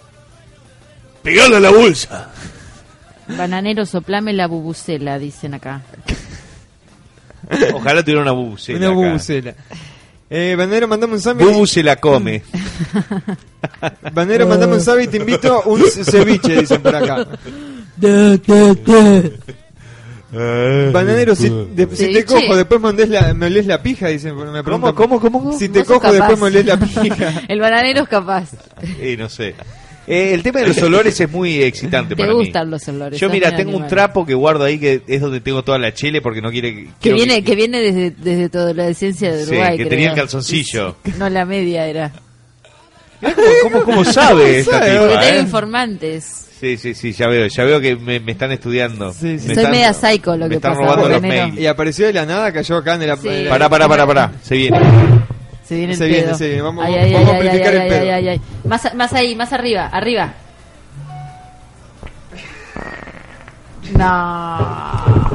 C: Pegale a la bolsa.
D: bananero, soplame la bubucela, dicen acá.
C: Ojalá tuviera una bubucela.
B: Una
C: acá.
B: bubucela. Eh, Banero, mandame un Sammy.
C: Bubu se la come.
B: Banero, mandame un Sammy y te invito un ce- ceviche, dicen por acá. Bananero, si, de- si te
D: Ceviche.
B: cojo, después me olés la, me olés la pija, dicen. Me preguntan,
C: cómo, cómo?
B: Si te
D: Vos sos
B: cojo, después
D: capaz.
B: me olés la pija.
D: El bananero es capaz.
C: Eh, no sé. Eh, el tema de los olores es muy excitante
D: Te
C: para mí.
D: gustan los olores.
C: Yo
D: sos
C: mira,
D: muy
C: tengo un
D: animal.
C: trapo que guardo ahí que es donde tengo toda la chile porque no quiere quiero
D: Que viene, que viene desde, desde toda la ciencia de
C: Sí,
D: Uruguay.
C: que
D: creo.
C: tenía el calzoncillo.
D: No, la media era.
C: ¿Cómo, cómo sabe esta
B: sabe?
C: tipa,
D: Porque tengo
C: eh?
D: informantes.
C: Sí, sí, sí, ya veo, ya veo que me, me están estudiando.
B: Sí, sí.
C: Me
D: Soy media psycho lo
C: me
D: que
C: están
D: pasa,
C: robando los
D: bananero.
C: mails.
B: Y apareció de la nada, cayó acá en la.
D: Sí.
B: en la-
C: Pará, pará, pará, pará, se viene.
G: Se viene el
B: Se viene,
G: pedo.
B: se viene. Vamos-
G: Ay,
B: vamos
G: ay,
B: a
G: ay, ay,
B: amplificar
G: ay,
B: el
G: ay,
B: pedo.
G: ay, ay.
D: Más, a- más ahí, más arriba, arriba.
G: No.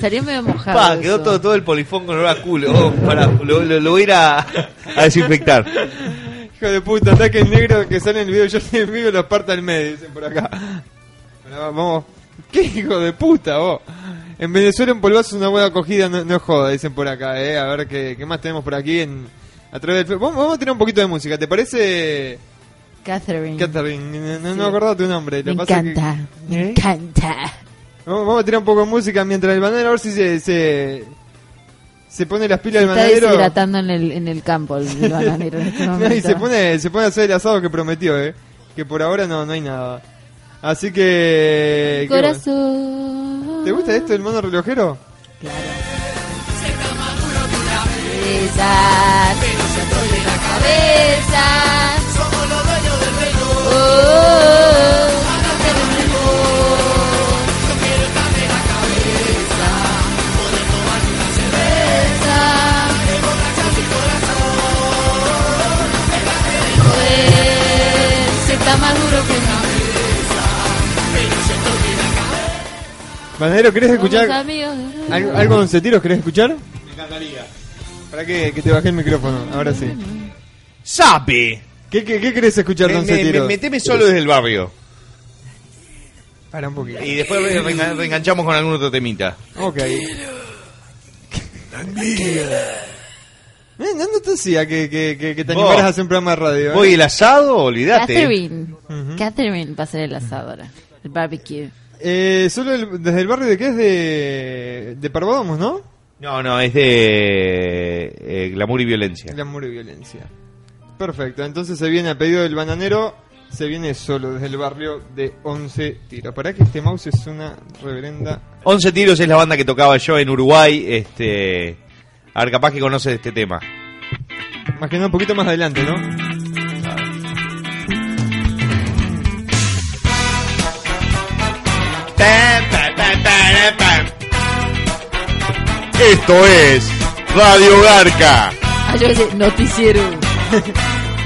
D: Sería medio mojado.
C: Pa, quedó
D: eso.
C: todo, todo el polifón con olor a culo. Oh, pará, lo, lo- lo voy a ir a, a desinfectar.
B: Hijo de puta, ataque el negro que sale en el video. Yo en vivo lo parta al medio, dicen por acá. Pero vamos. ¿Qué hijo de puta vos? En Venezuela en polvazo una buena acogida, no, no es joda, dicen por acá, eh. A ver qué, qué más tenemos por aquí en, a través del... fe- Vamos, vamos a tirar un poquito de música, ¿te parece?
G: Catherine.
B: Catherine, no, no me acordaba tu nombre. lo
D: Me
B: que pasa es que-
D: encanta, me
B: ¿Eh?
D: encanta.
B: Vamos, vamos a tirar un poco de música mientras el bananero a ver si se... se... se pone las pilas del
G: Está
B: bananero.
G: deshidratando en el, en el campo el el bananero en este
B: No,
G: momento.
B: y se pone, se pone a hacer el asado que prometió, ¿eh? Que por ahora no, no hay nada. Así que... qué bueno.
D: Corazón.
B: ¿Te gusta esto, el mono relojero?
D: Cabezas, la cabeza.
H: Somos los dueños del reino.
D: Oh, oh, oh. Pues, Está más duro que una
B: Banadero, ¿querés escuchar?
D: Somos amigos de-
B: ¿Algo, algo con tiros querés escuchar? Me encantaría. Para que, que te bajé el micrófono, ahora sí.
C: ¡Sapi!
B: ¿Qué, qué, qué querés escuchar
C: Me-
B: con
C: me- me-
B: Cetiros?
C: Meteme solo desde el barrio.
B: Para un poquito.
C: Y después re- reengan- reenganchamos con algún otro temita.
B: Ok. Eh, no, no te hacía que, que, que, que te
C: Vos.
B: animaras a hacer un programa de radio. ¿eh?
C: Voy el asado, olvídate.
G: Catherine.
B: Ujú.
G: Catherine va a ser el asadora. El barbecue.
B: Eh, solo el- desde el barrio de qué es de, de Parvadomos, ¿no?
C: No, no, es de eh, glamour y violencia.
B: El amor y violencia. Perfecto, entonces se viene a pedido del bananero, se viene solo desde el barrio de 11 tiros. Para que este mouse es una reverenda...
C: 11 tiros es la banda que tocaba yo en Uruguay. Este, a ver, capaz que conoces este tema.
B: Más que nada un poquito más adelante, ¿no?
C: Esto es Radio Garca
G: Ah, yo dije, noticiero.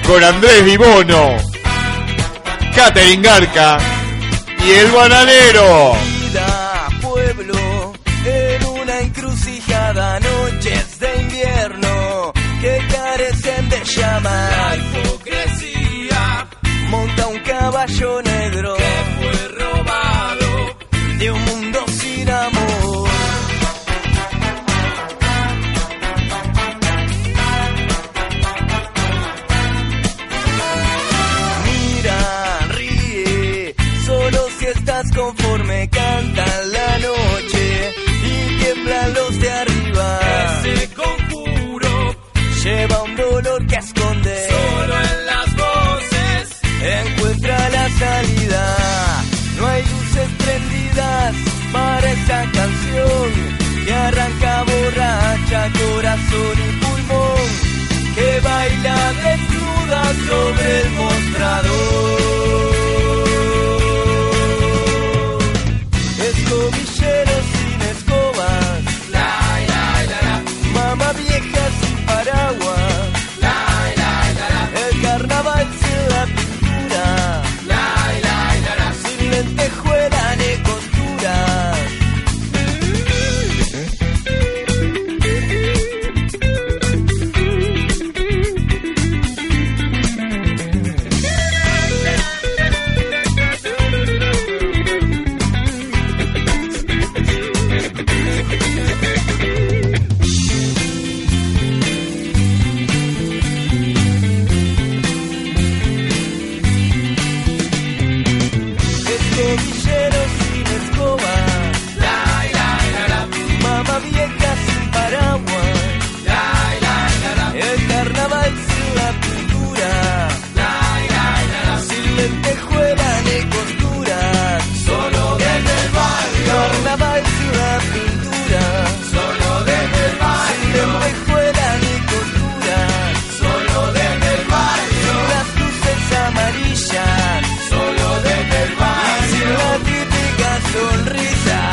C: con Andrés Vibono, Catherine Garca y el bananero.
H: vida, pueblo, en una encrucijada, noches de invierno que carecen de llama. La hipocresía monta un caballo negro que fue robado de un mundo sin amor. Mira, ríe, solo si estás conforme canta la noche y tiemblan los de arriba. Ese conjuro lleva un dolor que esconde. Solo en las voces encuentra la salida. No hay luces prendidas para esta canción que arranca borracha corazón y pulmón que baila desnuda sobre el mostrador. Escobilleros sin escobas, mamá vieja sin paraguas, el carnaval sin la pintura, sin lentejuela ni costuras. Escobilleros sin escobas. Mamá vieja sin paraguas. El carnaval sin la pintura. Sin lentejuela ni costura. Solo desde el barrio. Carnaval sin la pintura. Solo desde el barrio. Sin lentejuela ni costura. Solo desde el barrio. Sin las luces amarillas. Solo desde el barrio. Sin la típica sonrisa.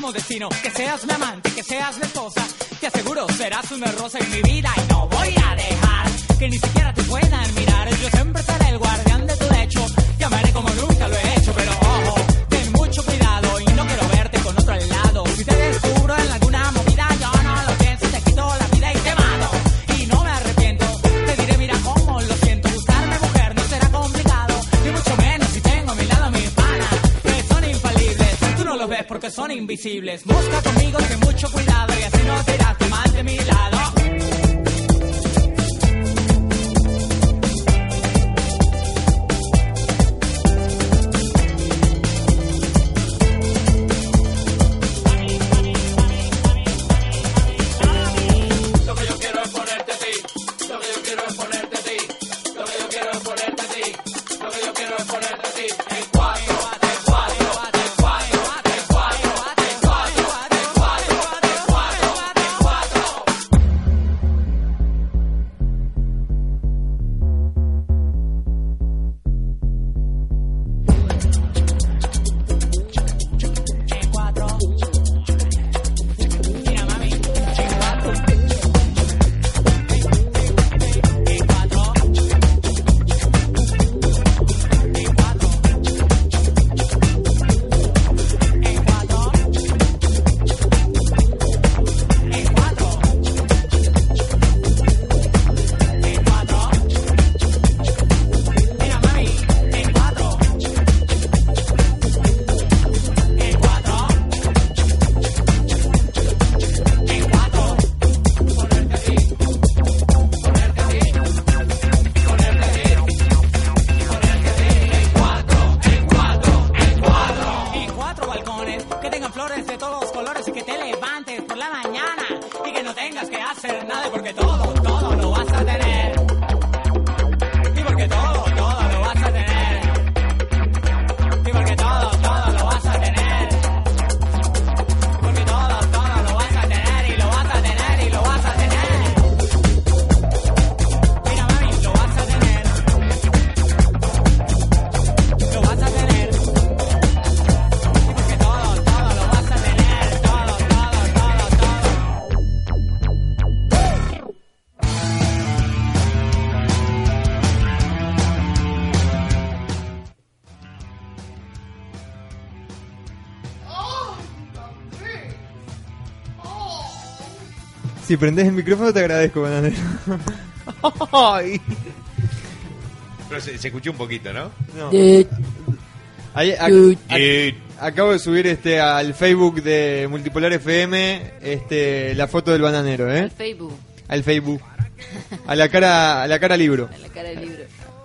I: como destino que seas mi amante, que seas mi esposa. Te aseguro, serás una rosa en mi vida y no voy a dejar que ni siquiera te puedan mirar. Yo siempre seré el guardián de tu lecho. Te amaré como nunca lo he hecho, pero ojo, ten mucho cuidado y no quiero verte con otro al lado. Si te descubro en alguna movida, yo no lo pienso, te quito la vida y te mato. Y no me arrepiento, te diré, mira cómo lo siento. Buscarme mujer no será complicado, y mucho menos si tengo a mi lado a mi pana, que son infalibles. Tú no los ves porque son invisibles. Busca conmigo, ten mucho cuidado y así no te irás tú mal de mi lado. y cuatro balcones que tengan flores de todos colores y que te levantes por la mañana y que no tengas que hacer nada porque todo, todo lo vas a tener. Y porque todo, todo lo vas a tener. Y porque todo, todo lo vas a tener. Porque todo, todo lo vas a tener y lo vas a tener y lo vas a tener. Mira mami, lo vas a tener. Lo vas a tener. Porque todo, todo lo vas a tener, todo, todo, todo, todo.
B: Si prendés el micrófono te agradezco, bananero.
C: Pero se, se escuchó un poquito, ¿no?
B: No. Ahí- ac- ac-
C: Ah,
B: acabo de subir este al Facebook de Multipolar FM este la foto del bananero, ¿eh?
E: El Facebook,
B: Al Facebook. A la cara a la cara libro.
E: la cara del libro.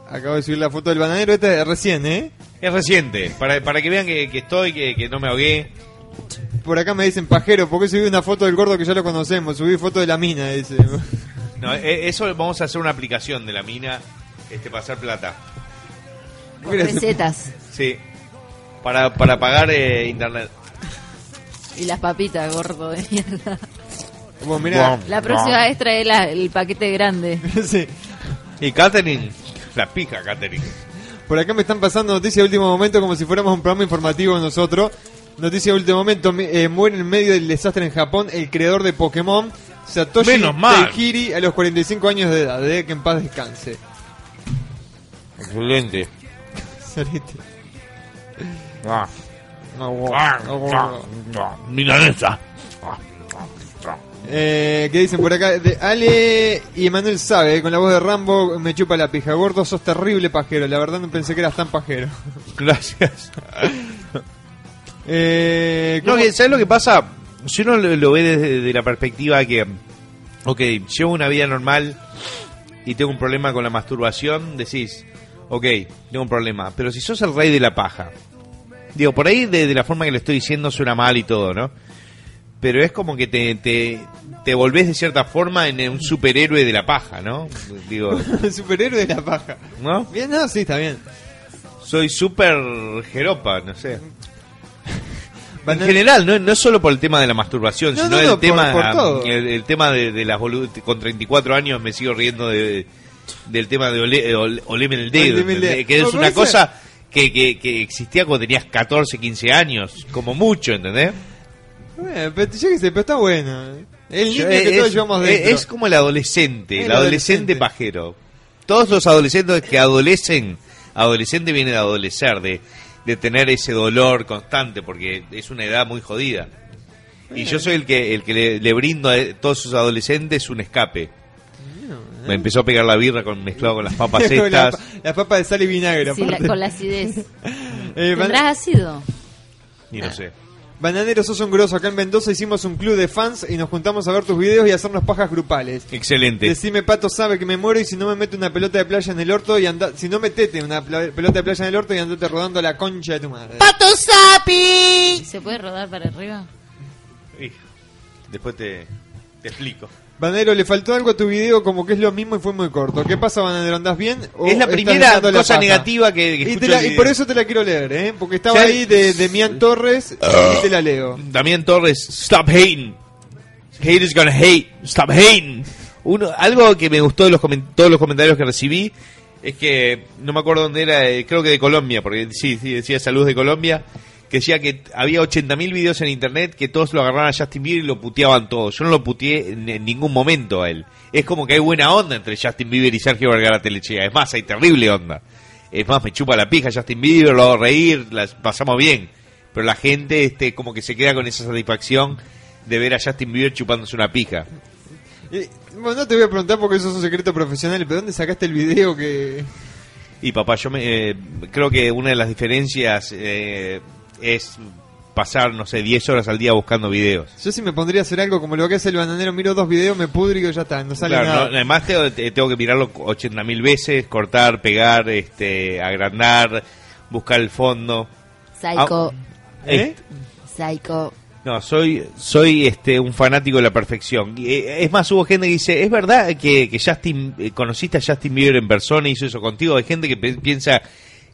B: Acabo de subir la foto del bananero este de recién, ¿eh?
C: Es reciente, para, para que vean que, que estoy, que, que no me ahogué.
B: Por acá me dicen pajero, ¿por qué subí una foto del gordo que ya lo conocemos? Subí foto de la mina, dice.
C: No, e- eso vamos a hacer una aplicación de la mina, este, pasar plata.
E: Con
B: Mira,
E: recetas
C: Sí. Para, para pagar eh, internet.
E: y las papitas, gordo de mierda.
B: Bueno, mirá.
E: La próxima vez trae la- el paquete grande.
B: Sí.
C: Y Catherine, la pica Catherine.
B: Por acá me están pasando noticias de último momento como si fuéramos un programa informativo nosotros. Noticias de último momento, mi- eh, muere en medio del desastre en Japón el creador de Pokémon, Satoshi
C: Menos mal.
B: Tajiri, a los 45 años de edad, de que en paz descanse.
C: Excelente.
B: Sorete.
C: Ah. Milanesa.
B: Eh, ¿Qué dicen por acá? De Ale y Emanuel sabe, eh, con la voz de Rambo me chupa la pija. Gordo, sos terrible pajero. La verdad no pensé que eras tan pajero.
C: Gracias.
B: Eh,
C: No,
B: ¿cómo-
C: que, ¿Sabes lo que pasa? Si uno lo, lo ve desde de la perspectiva que, ok, llevo una vida normal y tengo un problema con la masturbación, decís, ok, tengo un problema. Pero si sos el rey de la paja, digo, por ahí de, de la forma que lo estoy diciendo suena mal y todo, ¿no? Pero es como que te, te, te volvés de cierta forma en un superhéroe de la paja, ¿no? Digo,
B: El superhéroe de la paja.
C: ¿no?
B: Bien, no, sí, está bien.
C: Soy super jeropa, no sé. En
B: Banana-
C: general, no, no solo por el tema de la masturbación,
B: No,
C: sino
B: no,
C: el,
B: no, por-
C: tema, um,
B: por todo.
C: el, el tema de, de las bolu- Con 34 años me sigo riendo de, del tema de ole, eh, ole- oleme el dedo,
B: Oleme el dedo.
C: ¿entendés? que es
B: No,
C: una
B: ese-
C: cosa que, que, que existía cuando tenías 14, 15 años, como mucho, ¿entendés?
B: Eh, pero, yo qué sé, pero está bueno. El niño
C: Yo- eh,
B: que todos
C: es,
B: llevamos
C: es-
B: dentro.
C: es como el adolescente,
B: El
C: el adolescente
B: adolescente.
C: pajero. Todos los adolescentes que adolecen, adolescente viene de adolecer, de, de tener ese dolor constante, porque es una edad muy jodida. Y yo soy el que, el que le, le brindo a todos sus adolescentes un escape. Me empezó a pegar la birra con mezclado con las papas
B: Con ¿eh? la,
C: estas.
B: pa- la papa de sal y vinagre.
D: Sí, la-
B: aparte.
D: con la acidez.
B: Eh, Ban-
D: ¿Tendrás ácido?
C: Y no sé.
B: Bananero, sos un grosso. Acá en Mendoza hicimos un club de fans y nos juntamos a ver tus videos y a hacernos pajas grupales.
C: Excelente.
B: Decime, Pato sabe que me muero y si no me mete una pelota de playa en el orto y anda... Si no metete una pla- pelota de playa en el orto y andate rodando la concha de tu madre.
F: ¡Pato Sapi!
E: ¿Se puede rodar para arriba?
C: Hijo, Después te, te explico.
B: Bananero, le faltó algo a tu video como que es lo mismo y fue muy corto. ¿Qué pasa, Bananero? ¿Andás bien? o
C: es la
B: estás
C: primera
B: Oh, dejando la
C: cosa
B: paja?
C: negativa que,
B: Y,
C: que escucho
B: te la-
C: del
B: y
C: video.
B: por eso te la quiero leer, ¿eh? Porque estaba
C: Ya-
B: ahí de, de Mian Torres y te la leo.
C: Damián Torres, stop hating. Hate is gonna hate. Stop hating. Uno, algo que me gustó de los comen- todos los comentarios que recibí es que no me acuerdo dónde era, eh, creo que de Colombia, porque sí, sí, decía Salud de Colombia, que decía que había 80.000 videos en internet que todos lo agarraban a Justin Bieber y lo puteaban todos. Yo no lo puteé en, en ningún momento a él. Es como que hay buena onda entre Justin Bieber y Sergio Vergara Telechea. Es más, hay terrible onda. Es más, me chupa la pija Justin Bieber, lo hago reír, las pasamos bien. Pero la gente este, como que se queda con esa satisfacción de ver a Justin Bieber chupándose una pija.
B: Y, bueno, no te voy a preguntar porque eso es un secreto profesional, pero ¿dónde sacaste el video que...?
C: Y papá, yo me, eh, creo que una de las diferencias eh, es pasar, no sé, 10 horas al día buscando videos.
B: Yo si me pondría a hacer algo como lo que hace el bananero, miro dos videos, me pudro y digo, ya está, no sale
C: Claro,
B: nada.
C: no, además tengo, te- tengo que mirarlo 80.000 veces, cortar, pegar, este, agrandar, buscar el fondo.
D: Psycho.
C: Ah.
B: ¿Eh?
C: Est-
D: Psycho.
C: No, soy, soy este, un fanático de la perfección. Y, eh, es más, hubo gente que dice, ¿es verdad que, que Justin, eh, conociste a Justin Bieber en persona y hizo eso contigo? Hay gente que pe- piensa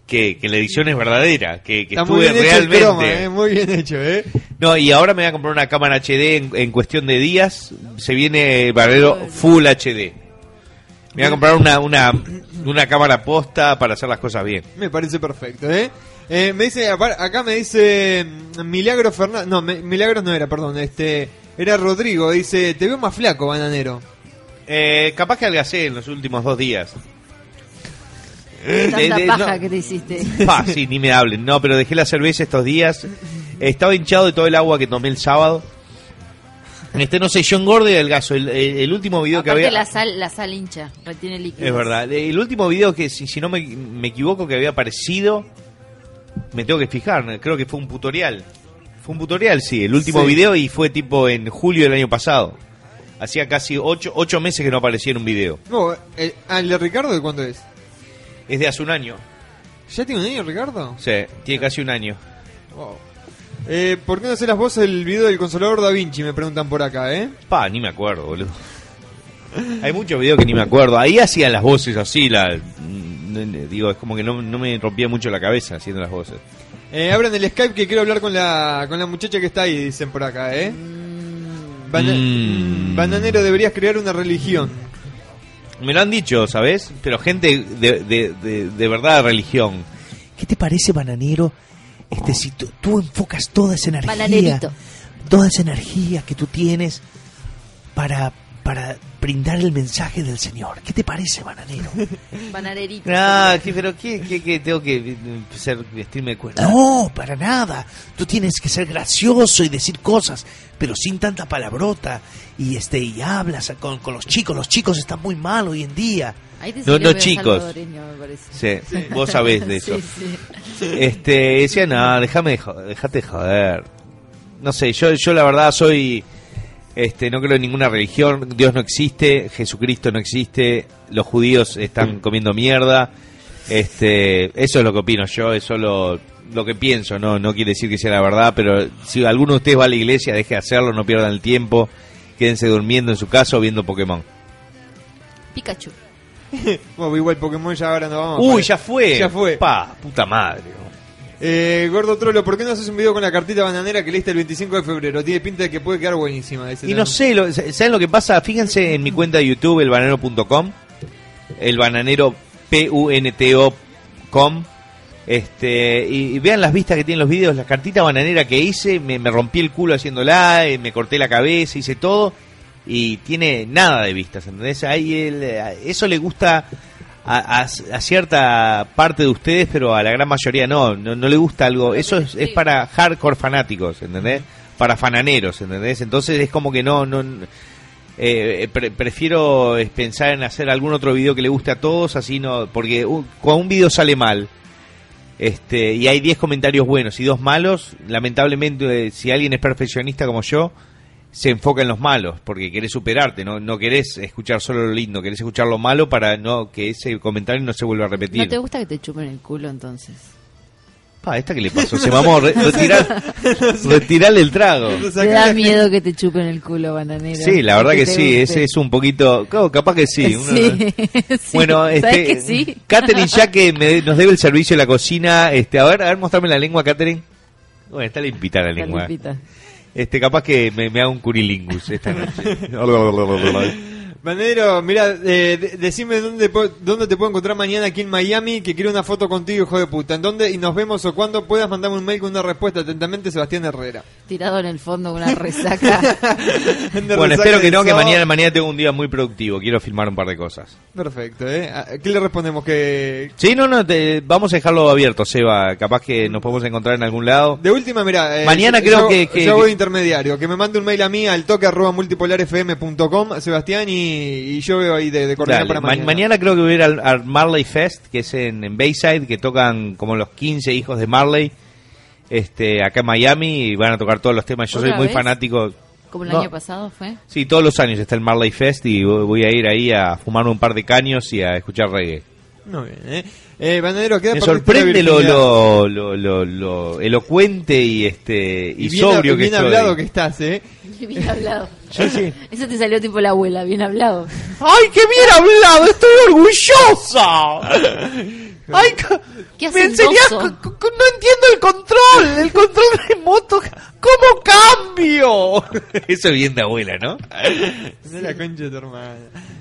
C: que, que la edición es verdadera, que, que
B: Está muy
C: estuve
B: bien hecho el
C: realmente...
B: croma, ¿eh? muy bien hecho, ¿eh?
C: No, y ahora me voy a comprar una cámara HD en, en cuestión de días. Se viene Barrero Full HD. Me voy a comprar una, una, una cámara posta para hacer las cosas bien.
B: Me parece perfecto, ¿eh? Eh, me dice, apar- acá me dice mm, Milagro Fernández, no, me- Milagros no era, perdón, este, era Rodrigo, dice, te veo más flaco, bananero.
C: Eh, capaz que algacé en los últimos dos días.
D: Tanta
C: Eh, eh,
D: paja
C: no.
D: que te hiciste.
C: Pa, sí, ni me hablen. No, pero dejé la cerveza estos días. Estaba hinchado de todo el agua que tomé el sábado. Este, no sé, yo engordo y adelgazo. El, el- el último video
E: Aparte
C: que había...
E: la sal, la sal hincha, retiene líquido.
C: Es verdad. El último video que, si, si no me, me equivoco, que había aparecido, me tengo que fijar, creo que fue un tutorial. Fue un tutorial, sí, el último
B: Sí.
C: video y fue tipo en julio del año pasado. Hacía casi ocho, ocho meses que no aparecía en un video.
B: No, eh, ah, ¿el de Ricardo de cuándo es?
C: Es de hace un año.
B: ¿Ya tiene un año, Ricardo?
C: O sea, tiene casi un año.
B: Wow. Eh, ¿Por qué no haces las voces del video del Consolador Da Vinci? Me preguntan por acá, ¿eh?
C: Pa, ni me acuerdo, boludo. Hay muchos videos que ni me acuerdo. Ahí hacía las voces así, la... mm, Digo, es como que no, no me rompía mucho la cabeza haciendo las voces.
B: Eh, abran el Skype que quiero hablar con la, con la muchacha que está ahí, dicen por acá, ¿eh? Bana-
C: Mm.
B: Bananero, deberías crear una religión.
C: Me lo han dicho, ¿sabes? Pero gente de, de, de, de verdad de religión.
H: ¿Qué te parece, bananero? Este, si tú, tú enfocas toda esa energía,
D: Bananerito.
H: toda esa energía que tú tienes para, para brindar el mensaje del Señor. ¿Qué te parece, bananero?
D: Bananerito.
C: Ah, ¿qué, pero ¿qué, qué, qué tengo que eh, ser, vestirme de cuerda?
H: No, para nada. Tú tienes que ser gracioso y decir cosas, pero sin tanta palabrota. Y este, y hablas con, con los chicos. Los chicos están muy mal hoy en día.
D: Ahí te
C: No,
D: salió
C: no,
D: medio
C: chicos.
D: salvadoreño, me parece.
C: Sí, vos sabés de eso.
D: Sí, sí.
C: Este, decía, no, déjame, de jo- dejate de joder. No sé, yo, yo la verdad soy, este, no creo en ninguna religión, Dios no existe, Jesucristo no existe, los judíos
B: Mm.
C: están comiendo mierda, este, eso es lo que opino yo, es solo lo que pienso, no, no quiere decir que sea la verdad, pero si alguno de ustedes va a la iglesia, deje de hacerlo, no pierdan el tiempo, quédense durmiendo en su casa o viendo Pokémon.
D: Pikachu.
B: Bueno, igual Pokémon ya ahora no vamos. a
C: Uy,
B: parar.
C: ya fue.
B: Ah, Ya fue.
C: Pa, puta madre.
B: Eh, Gordo Trolo, ¿por qué no haces un video con la cartita bananera que leíste el 25 de febrero? Tiene pinta de que puede quedar buenísima. dice
C: Y
B: también.
C: no sé, lo- ¿saben lo que pasa? Fíjense en mi cuenta de YouTube, elbananero.com, elbananero.com, Este, y, y vean las vistas que tienen los videos, las cartitas bananeras que hice, me, me rompí el culo haciéndola, eh, me corté la cabeza, hice todo, y tiene nada de vistas, ¿entendés? Ahí el- a- eso le gusta a, a- a cierta parte de ustedes, pero a la gran mayoría no, no, no le gusta algo. Eso es, es para hardcore fanáticos, ¿entendés? Para fananeros, ¿entendés? Entonces es como que no... no eh, pre- prefiero eh, pensar en hacer algún otro video que le guste a todos, así no, porque un- cuando un video sale mal, este, y hay 10 comentarios buenos y dos malos, lamentablemente eh, si alguien es perfeccionista como yo, se enfoca en los malos, porque querés superarte, no, no querés escuchar solo lo lindo, querés escuchar lo malo para no que ese comentario no se vuelva a repetir.
E: No te gusta que te chupen el culo entonces.
C: Pa, esta que le pasó, se mamó, re- retirar, retirarle el trago.
E: Te da miedo que te chupen el culo, bananero.
C: Sí, la verdad que
E: te
C: sí,
E: guste.
C: ese es un poquito, claro, capaz que sí. uno-
E: sí.
C: Bueno,
E: ¿Sabes
C: este,
E: que sí?
C: Catherine, ya que me- nos debe el servicio de la cocina, este, a ver, a ver, mostrame la lengua, Catherine. Bueno, está limpita la
E: Está
C: lengua.
E: limpita.
C: Este, capaz que me, me haga un curilingus esta noche.
B: Banero, mira, eh, de- decime dónde, po- dónde te puedo encontrar mañana aquí en Miami, que quiero una foto contigo, hijo de puta. ¿En dónde? Y nos vemos o cuando puedas mandarme un mail con una respuesta. Atentamente, Sebastián Herrera.
E: Tirado en el fondo una resaca.
C: bueno, espero que no, que mañana, mañana tengo un día muy productivo. Quiero filmar un par de cosas.
B: Perfecto, ¿eh? ¿A- ¿Qué le respondemos? Que...
C: Sí, no, no, te- vamos a dejarlo abierto, Seba. Capaz que nos podemos encontrar en algún lado.
B: De última, mira.
C: Mañana creo que- que-
B: Yo
C: que-
B: voy de intermediario. Que me mande un mail a mí al toque arroba multipolarfm.com, Sebastián, y, y yo veo ahí de, de coordinar
C: Dale,
B: para
C: ma-
B: mañana.
C: creo que voy a ir al, al Marley Fest, que es en, en Bayside, que tocan como los 15 hijos de Marley, este, acá en Miami, y van a tocar todos los temas. Yo soy
E: ¿Otra
C: muy
E: vez?
C: fanático.
E: Como el
C: No.
E: año pasado fue.
C: Sí, todos los años está el Marley Fest y vo- voy a ir ahí a fumar un par de caños y a escuchar reggae.
B: Muy bien, ¿eh? eh Banero, queda
C: Me
B: para usted la
C: sorprende lo,
B: virginidad.
C: lo, lo, lo- lo elocuente y este y,
B: Y bien,
C: sobrio
B: bien
C: que
B: hablado
C: estoy.
B: que estás, ¿eh?
E: Bien hablado.
C: Sí, sí.
E: Eso te salió tipo la abuela, bien hablado.
H: ¡Ay, qué bien hablado! ¡Estoy orgullosa! ¡Ay, ca-
E: Qué
H: me enseñas!
E: hacendoso.
H: c- c- No entiendo el control, el control remoto. ¿Cómo cambio?
C: Eso es bien de abuela, ¿no?
B: No la concha de tu hermana,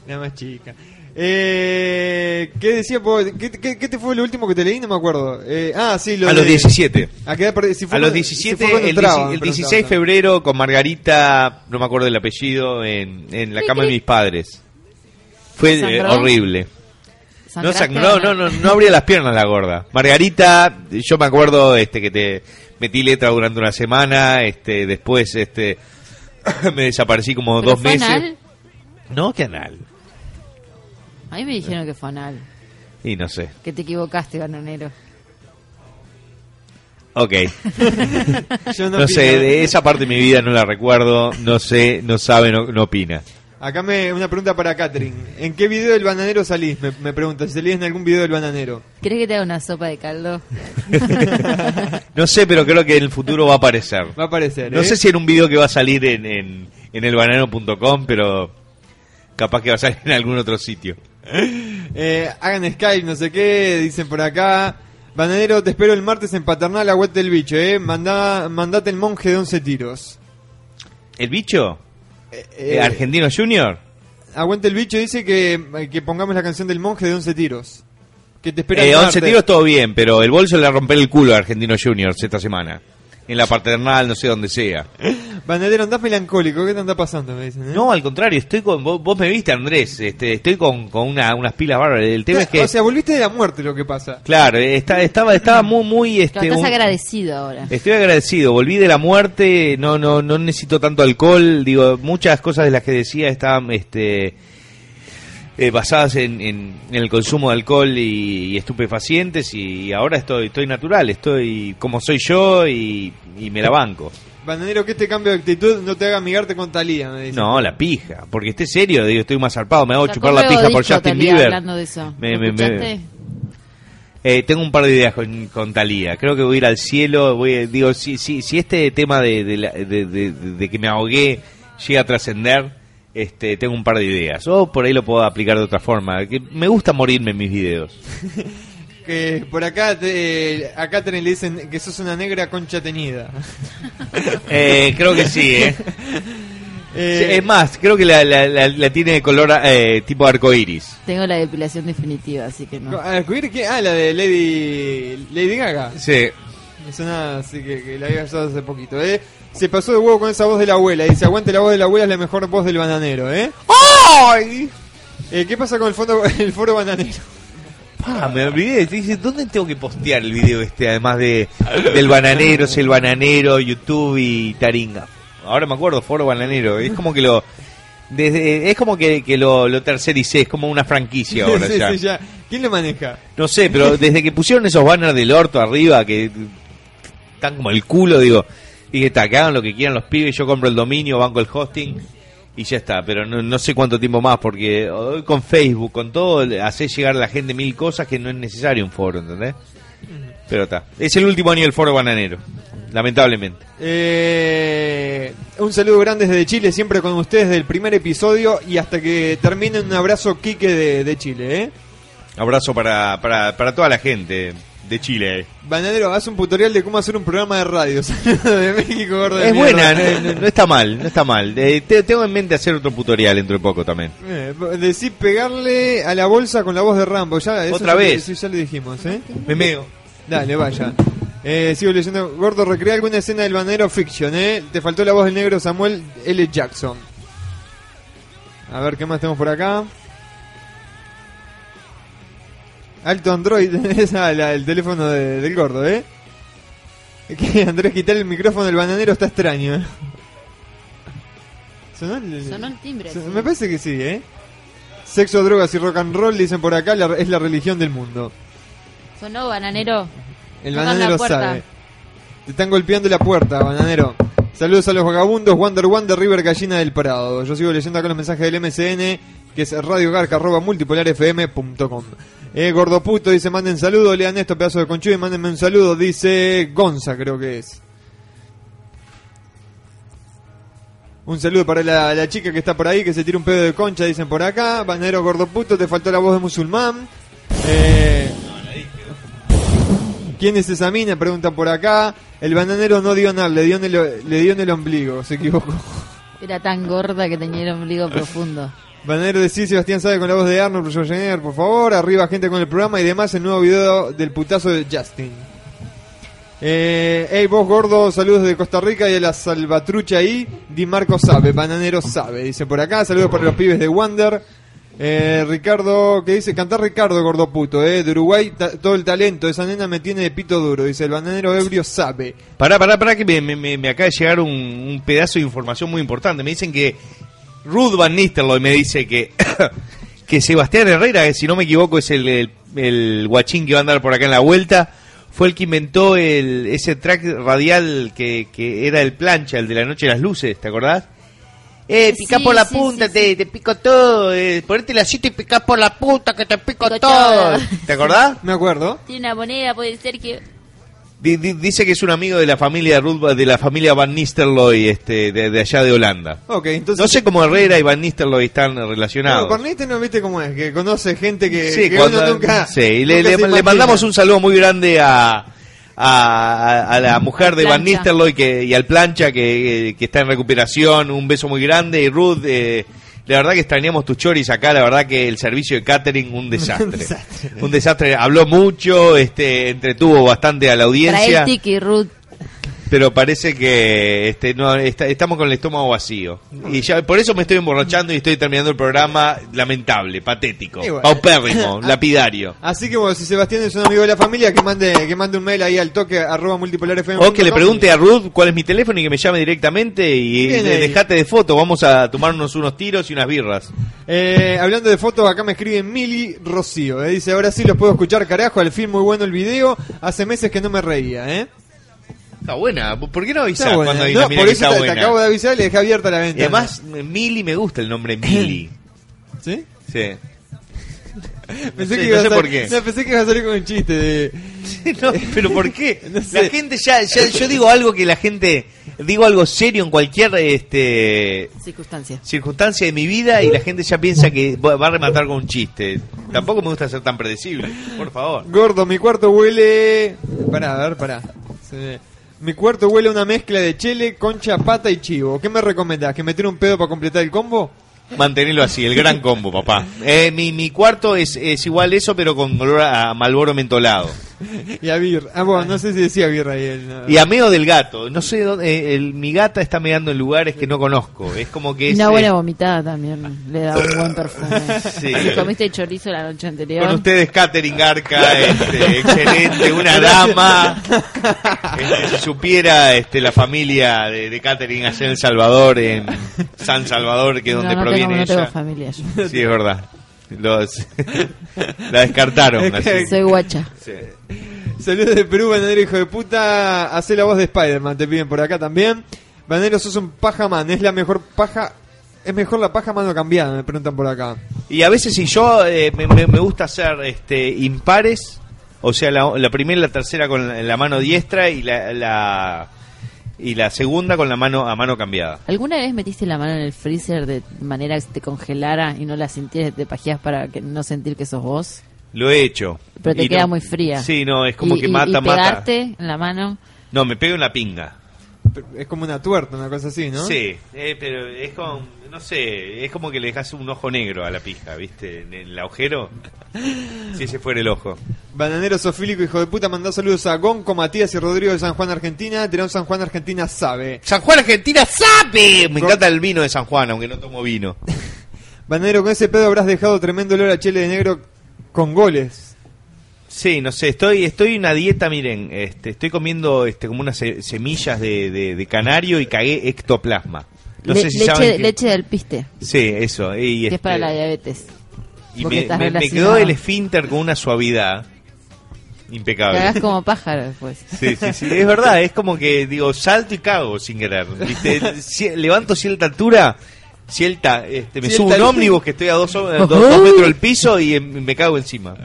B: la más chica. Eh, ¿Qué decía? po? ¿Qué, qué, qué te fue lo último que te leí? No me acuerdo. Eh, ah, sí, lo
C: A
B: de-
C: los 17.
B: A, quedar perdido. Si fue
C: A los
B: cuando- si
C: 17,
B: fue cuando
C: el,
B: entraba,
C: dieci-
B: me
C: el
B: preguntaba.
C: 16 de febrero, con Margarita, no me acuerdo el apellido, en, en la cama de mis padres. Fue eh,
E: ¿Sangró?
C: horrible. No,
E: ¿Sangraste
C: sangró,
E: o
C: no, no, no abría las piernas la gorda. Margarita, yo me acuerdo este que te metí letra durante una semana, este después este me desaparecí como
E: ¿Pero
C: dos
E: fue
C: meses.
E: anal?
C: No, qué anal.
E: A mí me dijeron que fue anal.
C: Y no sé.
E: Que te equivocaste, bananero.
C: Ok.
B: Yo no
C: No sé,
B: opino.
C: de esa parte de mi vida no la recuerdo, no sé, no sabe, no, no opina.
B: Acá me una pregunta para Catherine. ¿En qué video del bananero salís? Me, me pregunta si salís en algún video del bananero.
E: ¿Querés que te haga una sopa de caldo?
C: No sé, pero creo que en el futuro va a aparecer.
B: Va a aparecer.
C: No
B: ¿eh?
C: sé si en un video que va a salir en, en, en elbanano.com, pero capaz que va a salir en algún otro sitio.
B: Eh, hagan Skype, no sé qué, dicen por acá. Bananero, te espero el martes en Paternal, la web del bicho, ¿eh? Mandá, mandate el monje de 11 tiros.
C: ¿El bicho?
B: Eh,
C: Eh,
B: eh,
C: ¿Argentino Junior?
B: Aguante el bicho dice que, que pongamos la canción del monje de 11 tiros. Que te espera
C: Eh,
B: el
C: 11
B: martes.
C: tiros todo bien, pero el bolso le va a romper el culo a Argentino Junior esta semana. En la paternal, no sé dónde sea.
B: Bananero, andás melancólico, ¿qué te anda pasando? Me dicen, ¿eh?
C: No, al contrario, estoy con vos, vos me viste, Andrés. Este, estoy con, con una- unas pilas bárbaras. El tema es que,
B: O sea, volviste de la muerte lo que pasa.
C: claro, eh, está- estaba, estaba muy, muy,
E: Claro,
C: este,
E: estás
C: un- Eh,
E: agradecido ahora.
C: Estoy agradecido, volví de la muerte, no, no, no necesito tanto alcohol, digo, muchas cosas de las que decía estaban este eh, basadas en, en- en el consumo de alcohol y, y estupefacientes y, ahora estoy, estoy natural, estoy como soy yo y, y me la banco.
B: Bananero, que este cambio de actitud no te haga amigarte con Talía, me dicen.
C: No, la pija, porque esté serio, digo, estoy más zarpado, me hago
E: Sacó
C: chupar la
E: luego
C: pija por
E: dicho,
C: Justin
E: Talía,
C: Bieber.
E: hablando de eso.
C: Me-
E: ¿Lo
C: me- me-
E: escuchaste?
C: Eh, tengo un par de ideas con, con Talía. Creo que voy a ir al cielo. Voy, digo, si, si, si este tema de, de, la- de- de- de que me ahogué llega a trascender, este, tengo un par de ideas. O por ahí lo puedo aplicar de otra forma. Que me gusta morirme en mis videos.
B: Que por acá te, a Catherine le dicen que sos una negra concha tenida.
C: Eh, creo que sí, ¿eh?
B: Eh,
C: Sí, es más, creo que la, la- la- la tiene de color eh, tipo arcoiris.
E: Tengo la depilación definitiva, así que no.
B: ¿Arcoíris qué? Ah, la de Lady, Lady Gaga.
C: Sí.
B: Me suena así que, que la había usado hace poquito, ¿eh? Se pasó de huevo con esa voz de la abuela. Dice, aguante la voz de la abuela, es la mejor voz del bananero, ¿eh?
H: ¡Ay!
B: Eh, ¿Qué pasa con el, fondo, el foro bananero?
C: Ah, me olvidé. Te Dice, ¿dónde tengo que postear el video este? Además de del bananero, es el bananero, YouTube y Taringa. Ahora me acuerdo, Foro Bananero. Es como que lo. Desde, es como que, que lo, lo tercericé, es como una franquicia ahora
B: Sí,
C: ya.
B: sí, ya. ¿Quién lo maneja?
C: No sé, pero desde que pusieron esos banners del orto arriba, que están como el culo, digo, dije, "Ta, que hagan lo que quieran los pibes, yo compro el dominio, banco el hosting y ya está. Pero no, no sé cuánto tiempo más, porque hoy con Facebook, con todo, le hace llegar a la gente mil cosas que no es necesario un foro, ¿entendés? Pero está. Es el último año del foro bananero, lamentablemente.
B: Eh, un saludo grande desde Chile, siempre con ustedes del primer episodio y hasta que termine un abrazo Quique de, de Chile, ¿eh?
C: Abrazo para, para, para toda la gente de Chile.
B: Bananero, haz un tutorial de cómo hacer un programa de radio. Saludos de México, gordo. de
C: Es
B: mierda.
C: buena, no, no- no está mal, no está mal. Eh, te- tengo en mente hacer otro tutorial dentro de poco también.
B: Eh, decí pegarle a la bolsa con la voz de Rambo. Ya, eso
C: Otra
B: ya-
C: vez.
B: eso ya le dijimos, ¿eh?
C: Me meo.
B: Dale, vaya. Eh, sigo leyendo. Gordo, recrea alguna escena del banero fiction, ¿eh? Te faltó la voz del negro Samuel L. Jackson. A ver, ¿qué más tenemos por acá? Alto Android, es el teléfono de- del gordo, ¿eh? Es que Andrés quitar el micrófono del bananero está extraño, ¿eh? ¿Sonó el,
D: Sonó el timbre.
B: Son- Me parece que sí, ¿eh? Sexo, drogas y rock and roll, dicen por acá, la- es la religión del mundo.
D: Sonó bananero.
B: El
D: Tocan
B: bananero
D: la puerta.
B: sabe. Te están golpeando la puerta, bananero. Saludos a los vagabundos, Wonder One de River Gallina del Prado. Yo sigo leyendo acá los mensajes del MCN, que es radiogarca.multipolarfm.com. Eh, Gordoputo dice, manden saludos, lean esto, pedazo de conchudo, y mándenme un saludo, dice Gonza, creo que es. Un saludo para la, la chica que está por ahí, que se tira un pedo de concha, dicen por acá. Bananero Gordoputo, te faltó la voz de musulmán. Eh... ¿Quién es esa mina? Preguntan por acá. El bananero no dio nada, le dio en el, o- le dio en el ombligo, se equivocó.
E: Era tan gorda que tenía el ombligo profundo.
B: Bananero de sí, Sebastián sabe con la voz de Arnold Schwarzenegger, por favor. Arriba gente con el programa y demás, el nuevo video del putazo de Justin. Eh, hey vos gordo, saludos de Costa Rica y de la salvatrucha ahí. Di Marco sabe, bananero sabe. Dice por acá, saludos para los pibes de Wander. Eh, Ricardo, que dice, cantar Ricardo gordo puto, eh, de Uruguay, ta- todo el talento, esa nena me tiene de pito duro, dice el bananero ebrio sabe.
C: Pará, pará, pará, que me, me- me- me acaba de llegar un, un pedazo de información muy importante. Me dicen que Ruth Van Nistelrooy me dice que, que Sebastián Herrera, que si no me equivoco es el, el, el guachín que va a andar por acá en la vuelta, fue el que inventó el, ese track radial que, que era el plancha, el de la noche de las luces, ¿te acordás? Eh, pica
D: Sí,
C: por la
D: sí,
C: punta,
D: sí,
C: te, te pico todo, eh, ponete la cita y pica por la punta, que te pico
D: Pico
C: todo.
D: todo.
C: ¿Te acordás?
B: Me acuerdo.
D: Tiene una moneda, puede ser que.
C: Di- di- dice que es un amigo de la familia Ruth- de la familia Van Nistelrooy, este, de, de allá de Holanda.
B: Ok, entonces...
C: No sé cómo Herrera y Van Nistelrooy están
B: No,
C: relacionados.
B: Corniste no viste cómo es, que conoce gente que,
C: sí,
B: que
C: cuando-
B: uno nunca.
C: sí, y le,
B: nunca
C: le-
B: se
C: le
B: imagina.
C: mandamos un saludo muy grande a, a- a- a la mujer de Van
D: Plancha.
C: Nistelrooy que, y al plancha que, que está en recuperación. Un beso muy grande. Y Ruth, eh, la verdad que extrañamos tus choris acá. La verdad que el servicio de catering, un desastre. un, desastre. Habló mucho, este, entretuvo bastante a la
E: Trae
C: audiencia.
E: el tiki, Ruth.
C: Pero parece que este, no, está- estamos con el estómago vacío. Y ya por eso me estoy emborrachando y estoy terminando el programa lamentable, patético,
B: Y bueno. Ah,
C: paupérrimo, lapidario.
B: Así que bueno, si Sebastián es un amigo de la familia, que mande, que mande un mail ahí al toque arroba multipolarfm.
C: O que le pregunte a Ruth cuál es mi teléfono y que me llame directamente y
B: Bien
C: de-
B: ahí.
C: dejate de foto, vamos a tomarnos unos tiros y unas birras.
B: Eh, hablando de fotos, acá me escribe Mili Rocío. eh, dice, ahora sí los puedo escuchar, carajo, al fin muy bueno el video. Hace meses que no me reía, ¿eh.
C: Está buena, ¿por qué no
B: Está
C: avisás
B: buena. ¿eh?
C: cuando hay
B: No,
C: una mina
B: por
C: que
B: eso
C: está
B: te, te
C: buena?
B: acabo de avisar y le dejé abierta la
C: Y
B: ventana.
C: además, Mili me gusta el nombre Mili.
B: ¿Sí?
C: Sí.
B: Pensé,
C: sé,
B: que
C: no
B: iba a
C: sé
B: sal-
C: por qué.
B: no, pensé que iba a salir con un chiste de...
C: No, pero ¿por qué?
B: No sé.
C: La gente ya, ya- yo digo algo que la gente, digo algo serio en cualquier este
E: Circunstancia.
C: circunstancia de mi vida y la gente ya piensa que va va a rematar con un chiste. Tampoco me gusta ser tan predecible, por favor.
B: Gordo, mi cuarto huele. Pará, a ver, pará. Se me- Mi cuarto huele a una mezcla de chele, concha, pata y chivo. ¿Qué me recomendás? ¿Que me tire un pedo para completar el combo?
C: Mantenerlo así, el gran combo, papá. Eh, mi, mi cuarto es, es igual eso, pero con olor a malboro mentolado.
B: Y a birra. Ah, bueno, no sé si decía birra ahí. él, no.
C: Y a meo del gato. No sé dónde. eh, el- mi gata está meando en lugares que no conozco. Es como que. Es,
E: Una buena
C: eh,
E: vomitada también. Le da un buen perfume.
C: Sí.
E: Si comiste chorizo la noche anterior.
C: Con ustedes, Catering Arca, este, excelente, una dama. Este, si supiera este, la familia de, de Catering allá en El Salvador, en San Salvador, que es
E: No,
C: donde
E: no
C: proviene
E: tengo, no tengo
C: ella.
E: familia yo.
C: Sí, es verdad. Los, la descartaron. así.
E: Soy guacha.
C: Sí.
B: Saludos de Perú, Bananero, hijo de puta. Hacé la voz de Spider-Man, te piden por acá también. Bananero, sos un pajaman. Es la mejor paja. Es mejor la paja mano cambiada, me preguntan por acá.
C: Y a veces, si yo eh, me, me- me gusta hacer este, impares, o sea, la, la primera y la tercera con la, la mano diestra y la, la- y la segunda con la mano a mano cambiada.
E: ¿Alguna vez metiste la mano en el freezer de manera que te congelara y no la sintieras, te pajeas para que no sentir que sos vos?
C: Lo he hecho.
E: Pero te
C: Y
E: queda
C: no-
E: muy fría.
C: Sí, no, es como
E: Y-
C: que
E: y-
C: mata,
E: y
C: mata.
E: pegarte en la mano.
C: No, me pego en la pinga.
B: Es como una tuerta, una cosa así, ¿no?
C: Sí, eh, pero es con, no sé, es como que le dejas un ojo negro a la pija, ¿viste? En el agujero. Si ese fuera el ojo.
B: Bananero sofílico, hijo de puta, mandá saludos a Gonco, Matías y Rodrigo de San Juan, Argentina. Tirón San Juan, Argentina sabe.
C: San Juan, Argentina, sabe. Me encanta el vino de San Juan, aunque no tomo vino.
B: Bananero, con ese pedo habrás dejado tremendo olor a chile de negro con goles.
C: Sí, no sé, estoy estoy en una dieta, miren, este, estoy comiendo este como unas se- semillas de, de- de canario y cagué ectoplasma. No
E: Le-
C: sé si saben
E: leche,
C: que-
E: leche del piste,
C: Sí, eso. Y,
E: que es
C: este,
E: para la diabetes.
C: y
E: porque
C: me,
E: estás
C: me- me
E: relacionado.
C: quedó el esfínter con una suavidad
E: Te
C: impecable.
E: hagas como pájaro después.
C: Sí, sí, sí, es verdad, es como que digo, salto y cago sin querer. ¿viste? Si- levanto cierta altura, cierta, este, me
B: Cierta
C: subo un
B: altura.
C: ómnibus que estoy a dos, o- dos- dos metros del piso y em, me cago encima.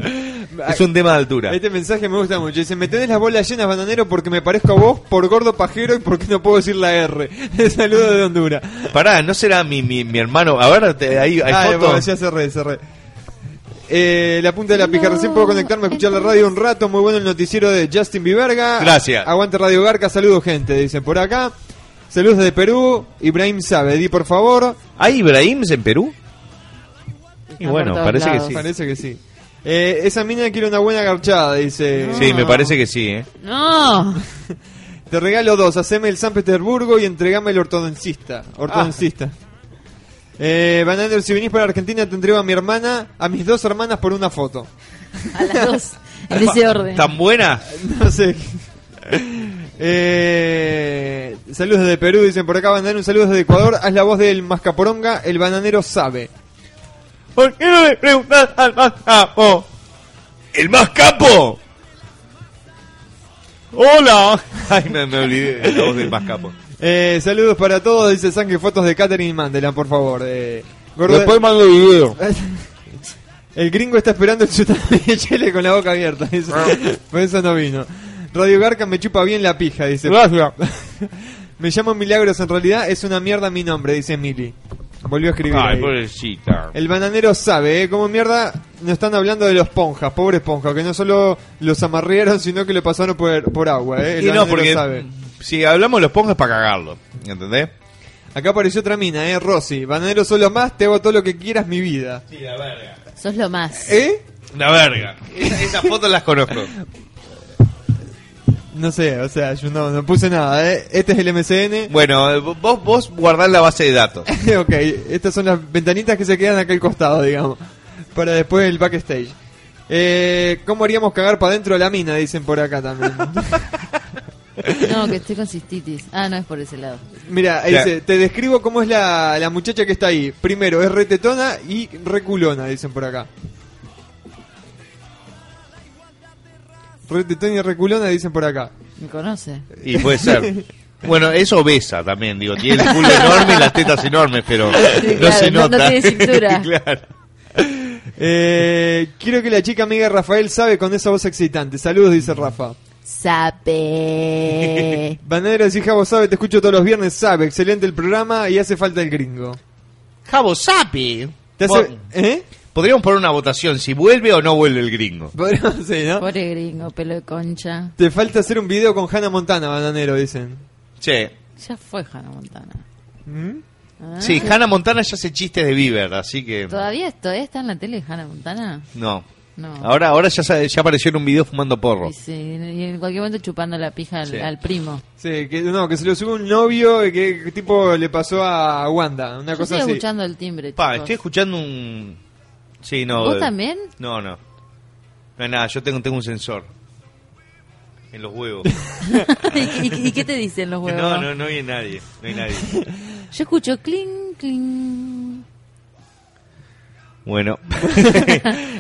C: Es un tema de altura.
B: Este mensaje me gusta mucho. Dice, me tenés las bolas llenas, bananero, porque me parezco a vos por gordo pajero y porque no puedo decir la R. Saludos de Honduras.
C: Pará, ¿no será mi, mi, mi hermano? A ver, te- ahí hay
B: Ah,
C: foto.
B: bueno, ya cerré, cerré. Eh, la punta de la pija, recién puedo conectarme a escuchar la radio un rato. Muy bueno el noticiero de Justin Viverga.
C: Gracias.
B: Aguante Radio Garca, saludos gente, dicen por acá. Saludos de Perú, Ibrahim Sabe, di por favor.
C: ¿Hay Ibrahims en Perú? Y
E: Ah, por
C: bueno,
E: todos
C: parece que
E: lados.
C: sí.
B: Parece que sí. Eh, esa mina quiere una buena garchada, dice. Ah.
C: Sí, me parece que sí, ¿eh?
E: No,
B: Te regalo dos, haceme el San Petersburgo y entregame el ortodoncista. Ortodoncista.
C: Ah.
B: Eh, Van Ander, si venís para Argentina te entrego a mi hermana, a mis dos hermanas por una foto.
E: a las dos, en ese orden.
C: Ah, ¿Tan buena?
B: No sé. Eh, saludos desde Perú, dicen por acá, Bananero, un saludo desde Ecuador. Haz la voz del mascaporonga, el bananero sabe.
C: ¿Por qué no le preguntas al más capo? ¿El más capo? ¡Hola! Ay, me, me olvidé de la voz del más capo.
B: Eh, saludos para todos, dice Sangue, fotos de Catherine y Mandela, por favor. Eh, gordo-
C: mando video.
B: el gringo está esperando el chutazo de chile con la boca abierta, dice. Por eso no vino. Radio Garca me chupa bien la pija, dice. Gracias. me llamo Milagros, en realidad es una mierda mi nombre, dice Mili. Volvió a escribir.
C: Ay,
B: ahí.
C: pobrecita.
B: El bananero sabe, ¿eh? Como mierda no están hablando de los ponjas, pobre esponja, que no solo los amarrieron, sino que lo pasaron por, por agua, ¿eh? El
C: Y no,
B: bananero
C: porque
B: sabe.
C: si hablamos los pongas para cagarlo, ¿entendés?
B: Acá apareció otra mina, ¿eh? Rosy, bananero solo más, te hago todo lo que quieras, mi vida.
C: Sí, la verga.
E: Sos lo más.
B: ¿Eh?
C: La verga. Esa- Esas fotos las conozco.
B: No sé, o sea, yo no, no puse nada, ¿eh? Este es el MCN.
C: Bueno, eh, vos, vos guardás la base de datos.
B: ok, estas son las ventanitas que se quedan acá al costado, digamos, para después el backstage. Eh, ¿Cómo haríamos cagar para dentro de la mina? Dicen por acá también.
E: No, que estoy con cistitis. Ah, no es por ese lado.
B: Mira, ahí
C: Claro.
B: dice, te describo cómo es la, la muchacha que está ahí. Primero, es retetona y reculona, dicen por acá. Retetona y reculona, dicen por acá.
E: Me conoce.
C: Y puede ser. Bueno, es obesa también, digo. Tiene el culo enorme y las tetas enormes, pero no
E: claro,
C: se
E: no- no
C: nota.
E: tiene cintura.
C: claro.
B: Eh, quiero que la chica amiga de Rafael sabe con esa voz excitante. Saludos, dice Rafa.
E: Sape.
B: Banadero, si Javo sabe, te escucho todos los viernes, sabe. Excelente el programa y hace falta el gringo.
H: Jabo Sapi.
B: Te hace- ¿Eh?
C: Podríamos poner una votación, si vuelve o no vuelve el gringo.
B: Podríamos- sí, ¿no?
E: Pobre gringo, pelo de concha.
B: Te falta hacer un video con Hannah Montana, bananero, dicen.
C: Che,
E: Ya fue Hannah Montana. ¿Ah?
B: ¿Mm?
C: Ah. sí, Hannah Montana ya hace chistes de Bieber, así que...
E: ¿Todavía, ¿Todavía está en la tele Hannah Montana?
C: No.
E: No.
C: Ahora, ahora ya, sa- ya apareció en un video fumando porro.
E: Y, sí, y en cualquier momento chupando la pija al,
C: Sí.
E: al primo.
B: Sí, que, no, que se lo sube un novio eh, que, que tipo le pasó a Wanda, una
E: Yo
B: cosa
E: estoy
B: así.
E: escuchando el timbre.
C: Pa,
E: chicos.
C: estoy escuchando un... Sí, no.
E: ¿Vos
C: eh,
E: también?
C: No, no. No es nada, yo tengo, tengo un sensor. En los huevos.
E: ¿Y, qué- y qué- y qué te dicen los huevos?
C: No, no, no hay nadie. No hay nadie.
E: Yo escucho cling, cling.
C: Bueno.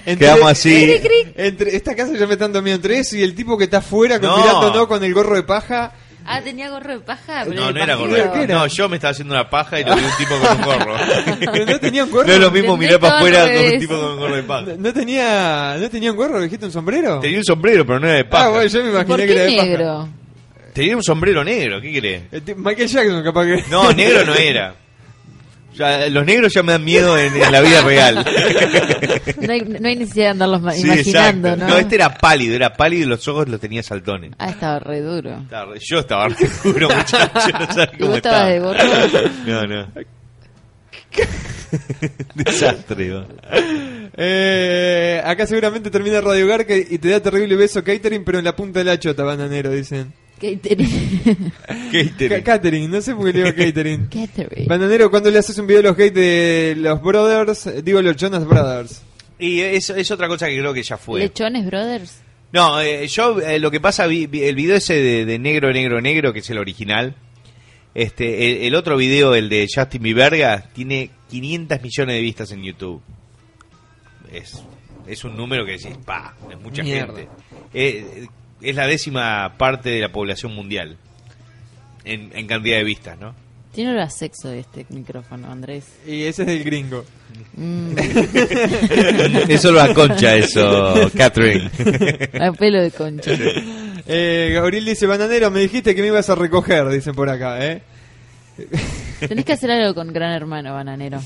B: Entre-
C: Quedamos así.
B: Entre, esta casa ya me están dormiendo entre eso y el tipo que está afuera
C: No.
B: conspirando ¿no? con el gorro de paja.
E: Ah, tenía gorro de paja. pero
C: No,
E: el
C: no era
E: partido-
B: ¿Qué
C: gordo.
B: era?
C: No, yo me estaba haciendo una paja y lo vi un tipo con un gorro.
B: Pero no tenía un gorro.
C: No es lo mismo
E: Entendé
C: mirar para
E: todo
C: afuera
E: al
C: con un
E: revés.
C: tipo con un gorro de paja.
B: No tenía, no tenía un gorro, dijiste un sombrero.
C: Tenía un sombrero, pero no era de paja.
B: Ah, bueno, yo me imaginé
E: ¿Por
B: que era
E: qué
B: de paja.
E: negro?
C: Tenía un sombrero negro, ¿qué crees?
B: El ti- Michael Jackson, capaz que.
C: No, negro no era. Ya, los negros ya me dan miedo en, en la vida real.
E: No hay, no hay necesidad de andarlos ma-
C: Sí,
E: imaginando,
C: exacto.
E: ¿no?
C: este era pálido, era pálido y los ojos los tenía saltones.
E: Ah, estaba re duro.
C: Estaba re- Yo estaba re duro, muchacho, no sabes
E: ¿Y
C: cómo
E: vos estabas
C: estaba.
E: de gorro?
C: No, no. Desastre, va.
B: Eh, acá seguramente termina Radio Garca y te da terrible beso catering, pero en la punta de la chota, bananero, dicen.
E: Catering.
B: Ca-
C: Catering.
B: catering, no sé por qué le digo catering.
E: Catering.
B: Bananero, cuando le haces un video a los gays de los Brothers, eh, digo los Jonas Brothers.
C: Y es, es otra cosa que creo que ya fue.
E: Lechones Brothers.
C: No, eh, yo eh, lo que pasa, vi- vi el video ese de, de Negro, Negro, Negro, que es el original. Este, el, el otro video, el de Justin Bieberga, tiene 500 millones de vistas en YouTube. Es, es un número que decís, pa, es mucha
B: Mierda.
C: gente. Eh, es la décima parte de la población mundial en, en cantidad de vistas, ¿no?
E: Tiene olor a sexo este micrófono, Andrés.
B: Y ese es el gringo.
E: Mm,
C: eso lo aconcha, eso, Catherine.
E: a pelo de concha.
B: Eh, Gabriel dice, bananero, me dijiste que me ibas a recoger, dicen por acá, ¿eh?
E: Tenés que hacer algo con Gran Hermano, bananero.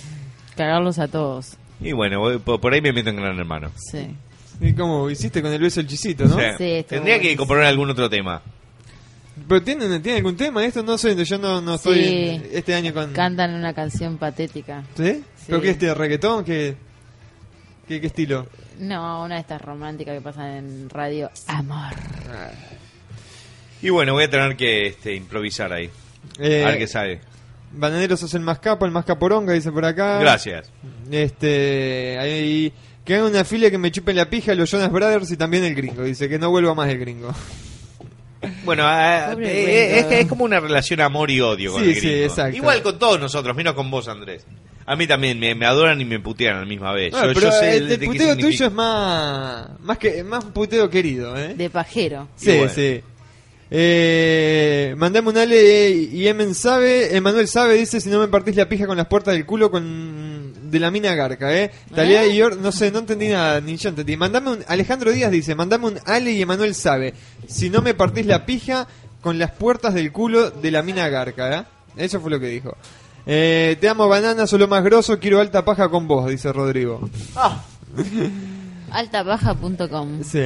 E: Cagarlos a todos.
C: y bueno, voy- por por ahí me meto en Gran Hermano.
E: Sí.
B: ¿Y cómo hiciste con el beso el chisito, no?
C: Sí.
E: Sí, estuvo
C: Tendría que
E: buenísimo.
C: componer algún otro tema.
B: Pero tiene, tiene algún tema esto, no sé, yo no, no estoy
E: Sí.
B: este año con...
E: Cantan una canción patética.
B: ¿Sí? ¿Pero qué este reggaetón? ¿Qué, qué, qué estilo?
E: No, una de estas románticas que pasan en radio. Amor.
C: Y bueno, voy a tener que este, improvisar ahí.
B: Eh,
C: a ver qué sale.
B: Bananeros sos el más capo, el más caporonga, dice por acá.
C: Gracias.
B: Este, ahí, que hagan una fila que me chupen la pija los Jonas Brothers y también el gringo. Dice que no vuelva más el gringo.
C: Bueno, ah,
E: Pobre
C: eh, eh,
E: Brenda.
C: es, que es como una relación amor y odio con
B: Sí,
C: el
B: sí,
C: gringo.
B: exacto.
C: Igual con todos nosotros, menos con vos, Andrés. A mí también me, me adoran y me putean a la misma vez.
B: Bueno,
C: Eh, Yo- yo
B: Ah, pero
C: sé
B: el,
C: de
B: el
C: qué
B: puteo
C: significa.
B: tuyo es más, más que más un puteo querido, ¿eh?
E: De pajero.
B: Sí,
C: bueno.
B: sí. Eh, mandame un ale eh, y Emen sabe, Emanuel sabe, dice si no me partís la pija con las puertas del culo con de la mina garca, eh. Talía y Or, no sé, no entendí nada, ni yo entendí. Mandame un, Alejandro Díaz dice, mandame un ale y Emanuel sabe, si no me partís la pija con las puertas del culo de la mina garca, eh. Eso fue lo que dijo. Eh, te amo banana, solo más grosso, quiero alta paja con vos, dice Rodrigo.
E: Altabaja.com.
B: Sí.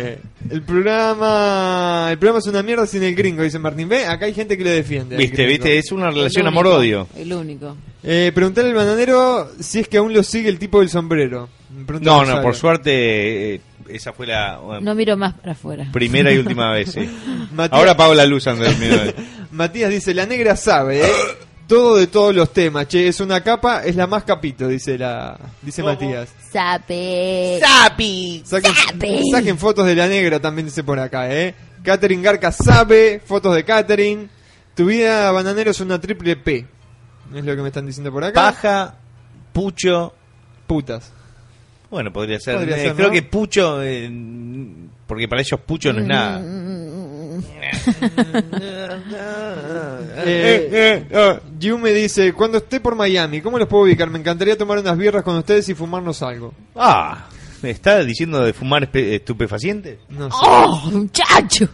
B: El programa, el programa es una mierda sin el gringo, dice Martín B. Acá hay gente que lo defiende. al
C: Viste,
B: gringo.
C: viste, es una relación
E: El único,
C: amor-odio.
E: El único.
B: Eh, preguntarle al bananero si es que aún lo sigue el tipo del sombrero. Me pregunta
C: No, no,
B: Gonzalo.
C: por suerte, eh, esa fue la bueno,
E: No miro más para afuera.
C: primera y última vez. sí.
B: Matías-
C: Ahora apago la luz, Andrés. mira.
B: Matías dice, la negra sabe, ¿eh? Todo de todos los temas, che, es una capa, es la más capito, dice la dice Matías.
D: Sape.
F: Sapi.
B: Saquen,
D: Sabe.
B: saquen fotos de la negra también dice por acá, eh. Catherine Garca sabe, fotos de Catherine. Tu vida bananero es una triple P. Es lo que me están diciendo por acá.
C: Paja, pucho,
B: Putas.
C: Bueno, podría ser.
B: Podría
C: Eh,
B: ser,
C: creo
B: ¿no?
C: que Pucho, eh, porque para ellos Pucho no es nada.
B: Eh, Yu me dice, cuando esté por Miami, ¿cómo los puedo ubicar? Me encantaría tomar unas birras con ustedes y fumarnos algo.
C: Ah, ¿me está diciendo de fumar espe- estupefacientes?
B: No sé.
E: ¡Oh, muchacho!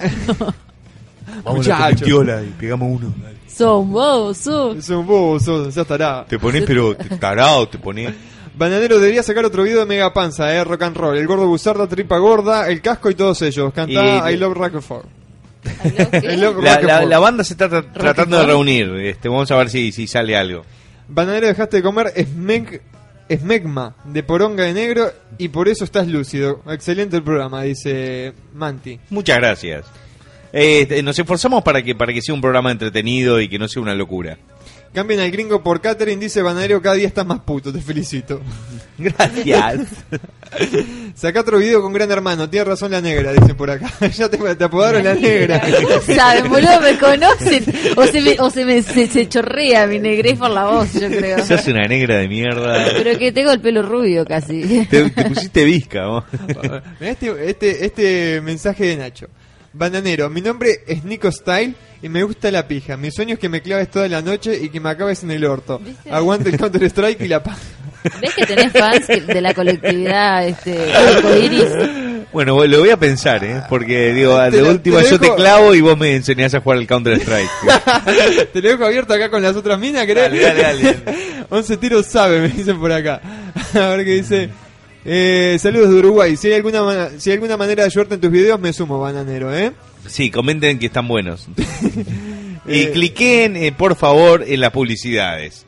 B: Muchacho.
C: y pegamos uno.
E: Son vos, sos.
D: Oh.
B: Es un bozo, ya estará.
C: Te pones, pero tarado, te pones.
B: Bananero debería sacar otro video de Mega Panza, eh, rock and roll. El gordo Buzarda, tripa gorda, el casco y todos ellos. Canta
C: Y-
B: I Love Rockefeller. I
D: ¿Qué?
B: love
C: La, la-
B: Rockefeller.
C: la banda se está tra- tratando de reunir. Este, vamos a ver si, si sale algo.
B: Bananero dejaste de comer esmeg, esmegma de poronga de negro y por eso estás lúcido. Excelente el programa, dice Manti.
C: Muchas gracias. Este, nos esforzamos para que, para que sea un programa entretenido y que no sea una locura.
B: Cambien al gringo por Catherine, dice Bananero, cada día estás más puto, te felicito.
C: Gracias.
B: Saca otro video con Gran Hermano, tiene razón la negra, dice por acá. ya te, te apodaron la negra.
D: ¿Cómo saben, boludo? Me conocen. O se me, o se me se, se chorrea mi negrez por la voz, yo creo.
C: Sos una negra de mierda.
D: Pero que tengo el pelo rubio casi.
C: Te, te pusiste visca, vos.
B: este, este, este mensaje de Nacho. Bananero, mi nombre es Nico Style y me gusta la pija. Mi sueño es que me claves toda la noche y que me acabes en el orto.
D: ¿Viste?
B: Aguante el Counter Strike y la paja.
D: ¿Ves que tenés fans que- de la colectividad este, arcoiris?
C: Bueno, lo voy a pensar, ¿eh? Porque, digo,
B: Ah, Te
C: de
B: lo-
C: última
B: te
C: yo
B: dejo-
C: te clavo y vos me enseñás a jugar al Counter-Strike.
B: Te lo dejo abierto acá con las otras minas, ¿querés?
C: Dale, dale, dale.
B: 11 tiros sabe, me dicen por acá. A ver qué dice. Eh, saludos de Uruguay. Si hay alguna ma- si hay alguna manera de ayudarte en tus videos, me sumo, bananero, ¿eh?
C: Sí, comenten que están buenos. y
B: Eh,
C: cliquen, eh, por favor, en las publicidades.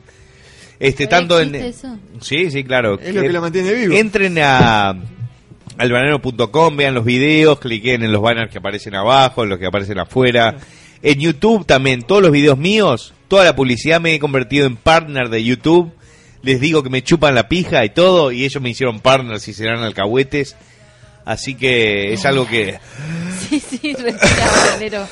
C: Este,
D: ¿Todavía
C: tanto en...
D: existe eso?
C: Sí, sí, claro.
B: Es lo que
C: Eh,
B: lo mantiene vivo.
C: Entren a albanero.com, vean los videos, cliquen en los banners que aparecen abajo, en los que aparecen afuera. En YouTube también, todos los videos míos, toda la publicidad me he convertido en partner de YouTube. Les digo que me chupan la pija y todo, y ellos me hicieron partners y serán alcahuetes. Así que es algo que...
D: Sí, sí, respira, bananero.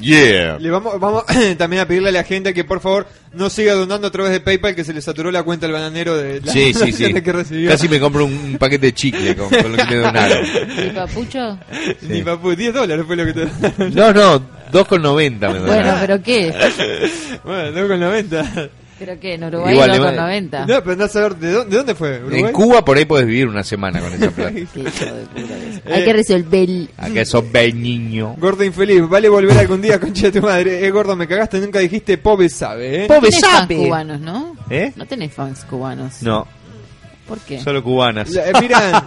C: yeah.
B: Le vamos, vamos también a pedirle a la gente que por favor no siga donando a través de PayPal, que se le saturó la cuenta al bananero de la
C: Sí, sí, sí.
B: que recibió.
C: Casi me compro un, un paquete de chicle con, con lo que me donaron.
D: ¿Y papucho?
B: Ni papu, 10 dólares fue lo que te
C: No, no, 2,90 me donaron.
D: Bueno, pero qué.
B: Bueno, no con la venta.
D: Pero qué, en Uruguay
C: Igual,
D: no
C: igual.
D: con 90.
B: No, pero andá a saber de dónde, de dónde fue, Uruguay.
C: En Cuba por ahí podés vivir una semana con esa plata.
D: Qué hijo de puta que
C: Eh,
D: es. Hay que resolver.
C: Acá sos niño
B: Gordo infeliz, vale volver algún día, concha de tu madre. Eh, gordo, me cagaste, nunca dijiste Pobre sabe, eh.
D: No tenés fans cubanos, ¿no?
C: ¿Eh?
E: No tenés fans cubanos.
C: No,
E: ¿Por qué?
C: solo cubanas.
B: La- eh, mira,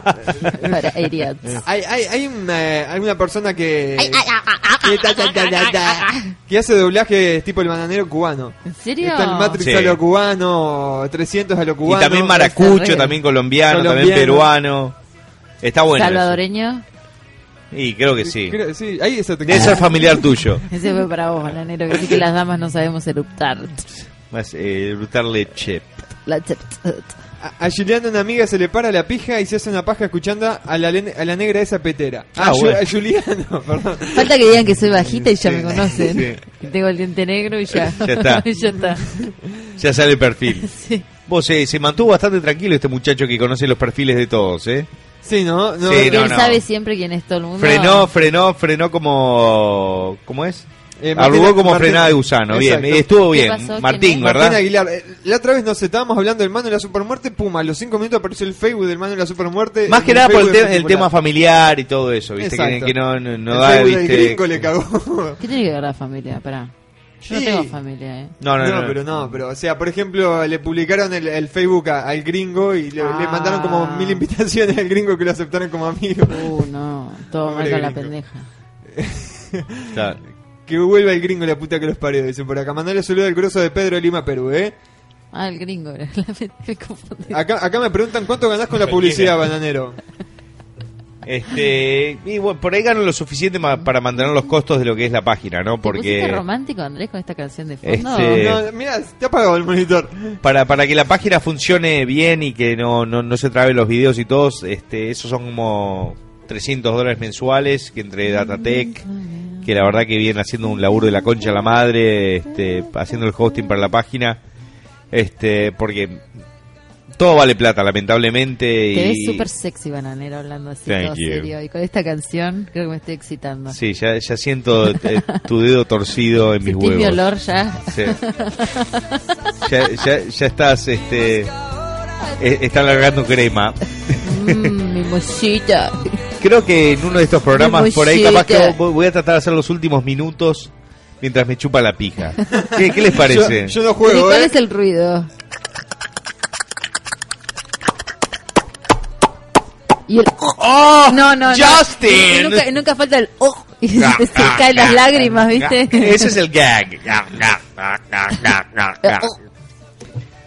D: Para idiots.
B: hay, hay, hay una, alguna persona que. que, ta, ta, ta, ta, ta, que hace doblaje tipo el bananero cubano.
D: ¿En serio?
B: Está el Matrix
C: Sí.
B: a lo cubano, 300 a lo
C: Y
B: cubano.
C: también maracucho,
D: Ferrer.
C: también colombiano, también
B: Colombiano.
C: peruano. Está bueno. eso.
D: ¿Salvadoreño?
C: Y creo que sí.
B: Creo- sí, ahí esa
C: Debe ser familiar tuyo.
E: Ese fue para vos, bananero, que sí que las damas no sabemos eruptar.
C: Más eh, brutal leche.
E: La
B: A, a Juliana, una amiga, se le para la pija y se hace una paja escuchando a la, len- a la negra esa petera.
C: Ah,
B: a, Ju-
C: bueno.
B: a Juliano, perdón.
E: Falta que digan que soy bajita y ya me conocen.
C: Sí.
E: Que tengo el diente negro y ya.
C: Ya está.
E: Ya está.
C: Ya sale el perfil.
E: Sí.
C: Vos eh, se mantuvo bastante tranquilo este muchacho que conoce los perfiles de todos, ¿eh?
B: Sí, ¿no? no
C: Sí,
D: Él
C: no, no.
D: sabe siempre quién es todo el mundo.
C: Frenó, frenó, frenó como... ¿Cómo es?
B: Eh, Martín-
C: Arrugó como
B: Martín-
C: frenada de gusano. Bien,
B: Exacto.
C: estuvo
D: ¿Qué
C: bien.
D: pasó?
C: Martín,
D: ¿Quién es?
C: ¿verdad?
B: Martín Aguilar, eh, la otra vez nos estábamos hablando del mano de la supermuerte, puma, a los cinco minutos apareció el Facebook del mano de la supermuerte.
C: Más que
B: el
C: nada por el,
B: Facebook en
C: te- el tema
B: particular.
C: familiar y todo eso, ¿viste? Que,
B: Exacto.
C: que no, no, no
B: El
C: da,
B: Facebook del
C: ¿viste?
B: gringo le cagó.
E: ¿Qué tiene que ver la familia? Pará. Yo
B: Sí.
E: no tengo familia, ¿eh?
C: No, no, no. no.
B: pero no, pero, o sea, por ejemplo, le publicaron el, el Facebook a- al gringo y le, le
E: Ah.
B: mandaron como mil invitaciones al gringo que lo aceptaron como amigo.
E: Uh, no. Todo mal
B: Pobre
E: con la
B: gringo.
E: pendeja.
C: Claro.
B: Que vuelva el gringo la puta que los parió, dicen por acá. Mandale saludo al grosso de Pedro de Lima, Perú, ¿eh?
E: Ah, el gringo. era. La pendeja, me confundí.
B: Acá, acá me preguntan cuánto ganás con la publicidad, bananero.
C: Este, y bueno, por ahí gano lo suficiente ma- para mantener los costos de lo que es la página, ¿no?
E: ¿Te pusiste
C: Porque
E: romántico, Andrés, con esta canción de fondo?
C: Este- Eh.
B: No, mirá, te ha apagado el monitor.
C: para, para que la página funcione bien y que no, no, no se traben los videos y todos, este, esos son como 300 dólares mensuales que entre Datatec,
D: Mm.
C: que la verdad que vienen haciendo un laburo de la concha a la madre, este, haciendo el hosting para la página, este, porque todo vale plata, lamentablemente.
E: Te ves
C: y,
E: súper sexy, bananero, hablando así
C: Thank
E: todo
C: you.
E: serio. Y con esta canción creo que me estoy excitando.
C: Sí, ya, ya siento eh, tu dedo torcido en mis
E: Sentí mi
C: huevos.
E: olor ya.
C: Sí. ya, ya, ya estás, este, e- están largando crema.
E: Mm, mi mochita.
C: Creo que en uno de estos programas
E: Muy
C: por ahí capaz que
E: chica.
C: vo- voy a tratar de hacer los últimos minutos mientras me chupa la pija. ¿Qué, qué les parece?
B: Yo, yo no ¿eh?
D: Pero ¿y
B: juego,
D: ¿Cuál
B: ¿eh?
D: es el ruido?
J: Y el
C: ¡Oh!
J: no, no, no.
C: ¡Justin! Ah,
J: Nunca, nunca falta el oh y se caen las lágrimas, ¿viste?
C: Ese ah, es el gag.
J: Oh.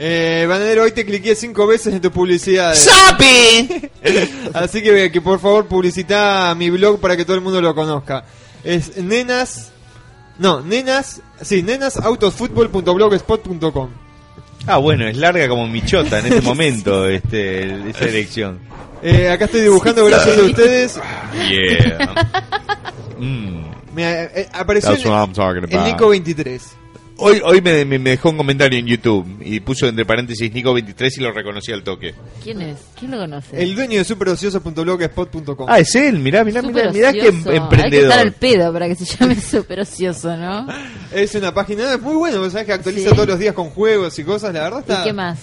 B: Eh, Banadero, hoy te cliqué cinco veces en tu publicidad.
C: ¡Sapi!
B: Así que, que por favor publicita mi blog para que todo el mundo lo conozca. Es nenas. No, nenas. Sí, nenasautosfutbol.blogspot.com.
C: Ah, bueno, es larga como michota en este momento, este, el- esa elección.
B: Eh, acá estoy dibujando gracias a ustedes.
C: Yeah. Mm,
B: Me, eh, eh, apareció
C: that's
B: el,
C: what I'm talking
B: el
C: about.
B: Nico 23.
C: Hoy, hoy me, me- me dejó un comentario en YouTube y puso entre paréntesis Nico 23 y lo reconocí al toque.
D: ¿Quién es? ¿Quién lo conoce?
B: El dueño de superocioso.blogspot.com.
C: Ah, es él, mirá, mirá, mirá, mirá qué em-
D: Superocioso. Hay que estar al
C: emprendedor.
D: pedo para que se llame super ocioso, ¿no?
B: Es una página es muy buena, vos sabés que actualiza
D: Sí.
B: todos los días con juegos y cosas, la verdad
C: Ah.
B: está...
D: ¿Y qué más?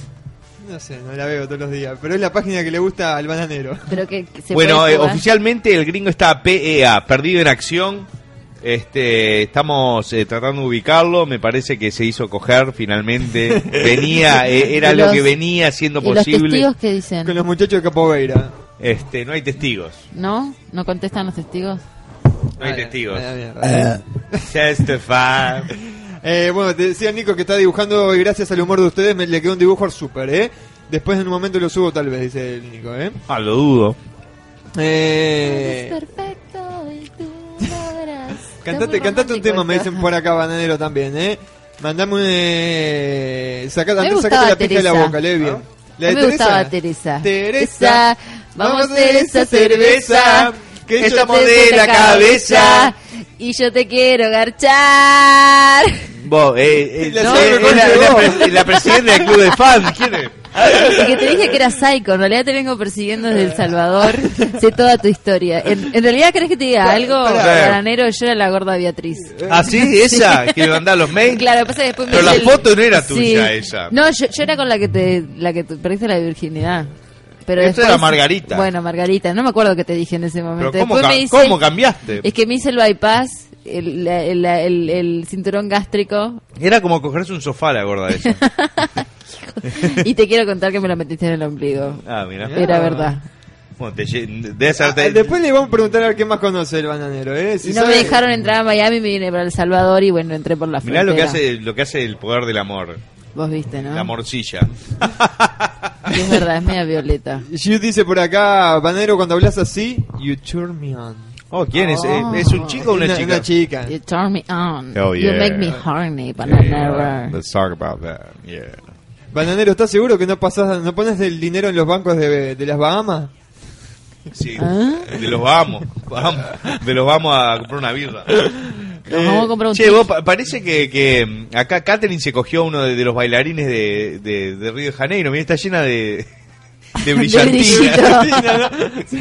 B: No sé, no la veo todos los días, pero es la página que le gusta al bananero.
D: Pero que, que se
C: Bueno,
D: puede
C: eh,
D: jugar.
C: oficialmente el gringo está PEA, perdido en acción. Este, estamos eh, tratando de ubicarlo, me parece que se hizo coger finalmente. Venía, eh, era
D: Y
C: lo
D: los-
C: que venía siendo
D: ¿Y los
C: posible.
D: testigos qué
B: Con
D: dicen?
B: los muchachos de Capoveira.
C: Este, no hay testigos.
D: ¿No? ¿No contestan los testigos?
C: No hay testigos.
B: Ah, mierda.
C: Testify.
B: Eh, bueno, te decía Nico que está dibujando y gracias al humor de ustedes me, le quedó un dibujo súper, ¿eh? Después en un momento lo subo tal vez, dice el Nico, ¿eh?
C: Ah, lo dudo.
B: Eh,
J: perfecto y tú logras.
B: Cantate, cantate un tema, me dicen por acá, bananero también, ¿eh? Mandame un. Eh, saca,
D: Me
B: antes
D: gustaba
B: sacate la pija de la
D: Teresa.
B: boca, lee bien. ¿La
D: A
B: de
D: mí me gustaba Teresa.
B: Teresa.
D: vamos Teresa, cerveza.
B: Que
C: Esta
B: yo
C: mo-
B: te...
C: de la cabeza.
D: Y yo te quiero garchar.
C: Vos, eh, eh,
B: La
C: no,
B: sabe
C: eh,
B: mejor
C: la,
B: que
C: la
B: vos.
C: pre- la presidenta del club de fans, ¿quién es?
D: Y que te dije que era psycho. En realidad te vengo persiguiendo desde El Salvador. Sé toda tu historia. En, en realidad, ¿crees que te diga algo?
C: Pará.
D: Bananero, yo era la gorda Beatriz.
C: Ah, sí, esa, que le mandaba los mails.
D: Claro, lo que pasa es que después me
C: Pero la
D: hice el-
C: foto no era tuya, esa.
D: No, yo, yo era con la que te la que te perdiste la virginidad. Pero
C: Esa
D: después-
C: era Margarita.
D: Bueno, Margarita, no me acuerdo qué te dije en ese momento.
C: Pero ¿cómo,
D: Después
C: ca-
D: me hice-
C: cómo cambiaste?
D: Es que me hice el bypass, el, la- el- la- el- el cinturón gástrico,
C: Era como cogerse un sofá la gorda esa.
D: y te quiero contar que me lo metiste en el ombligo.
C: Ah, mira.
D: Era verdad.
C: Bueno, te lle- debes haberte-
B: Ah, Después le vamos a preguntar a ver qué más conoce el bananero, ¿eh? Si
D: Y no
B: sabe-
D: me dejaron entrar a Miami, me vine para El Salvador y bueno, entré por la
C: Mirá
D: frontera. ¿Ah?
C: lo que, hace, lo que hace el poder del amor,
D: Vos viste, ¿no?
C: la morcilla.
D: Y Es verdad, es media violeta.
B: Jude dice por acá, bananero, cuando hablas así, you turn me on.
C: Oh, ¿quién es? Eh, ¿Es un chico o una, chica?
B: Una chica.
D: You turn me on.
C: Oh,
D: You
C: yeah.
D: make me horny, but I
C: Yeah,
D: never.
C: let's talk about that. Yeah.
B: Bananero, ¿estás seguro que no pasas, no pones el dinero en los bancos de, de las Bahamas?
C: Sí,
D: ¿Ah?
C: de los vamos, vamos, de los vamos a comprar una birra.
D: Nos vamos a comprar un
C: Che, vos, pa- parece que, que mm, acá Catherine se cogió uno de, de los bailarines de, de, de Río de Janeiro. Mira, está llena de, de brillantina.
D: brillito.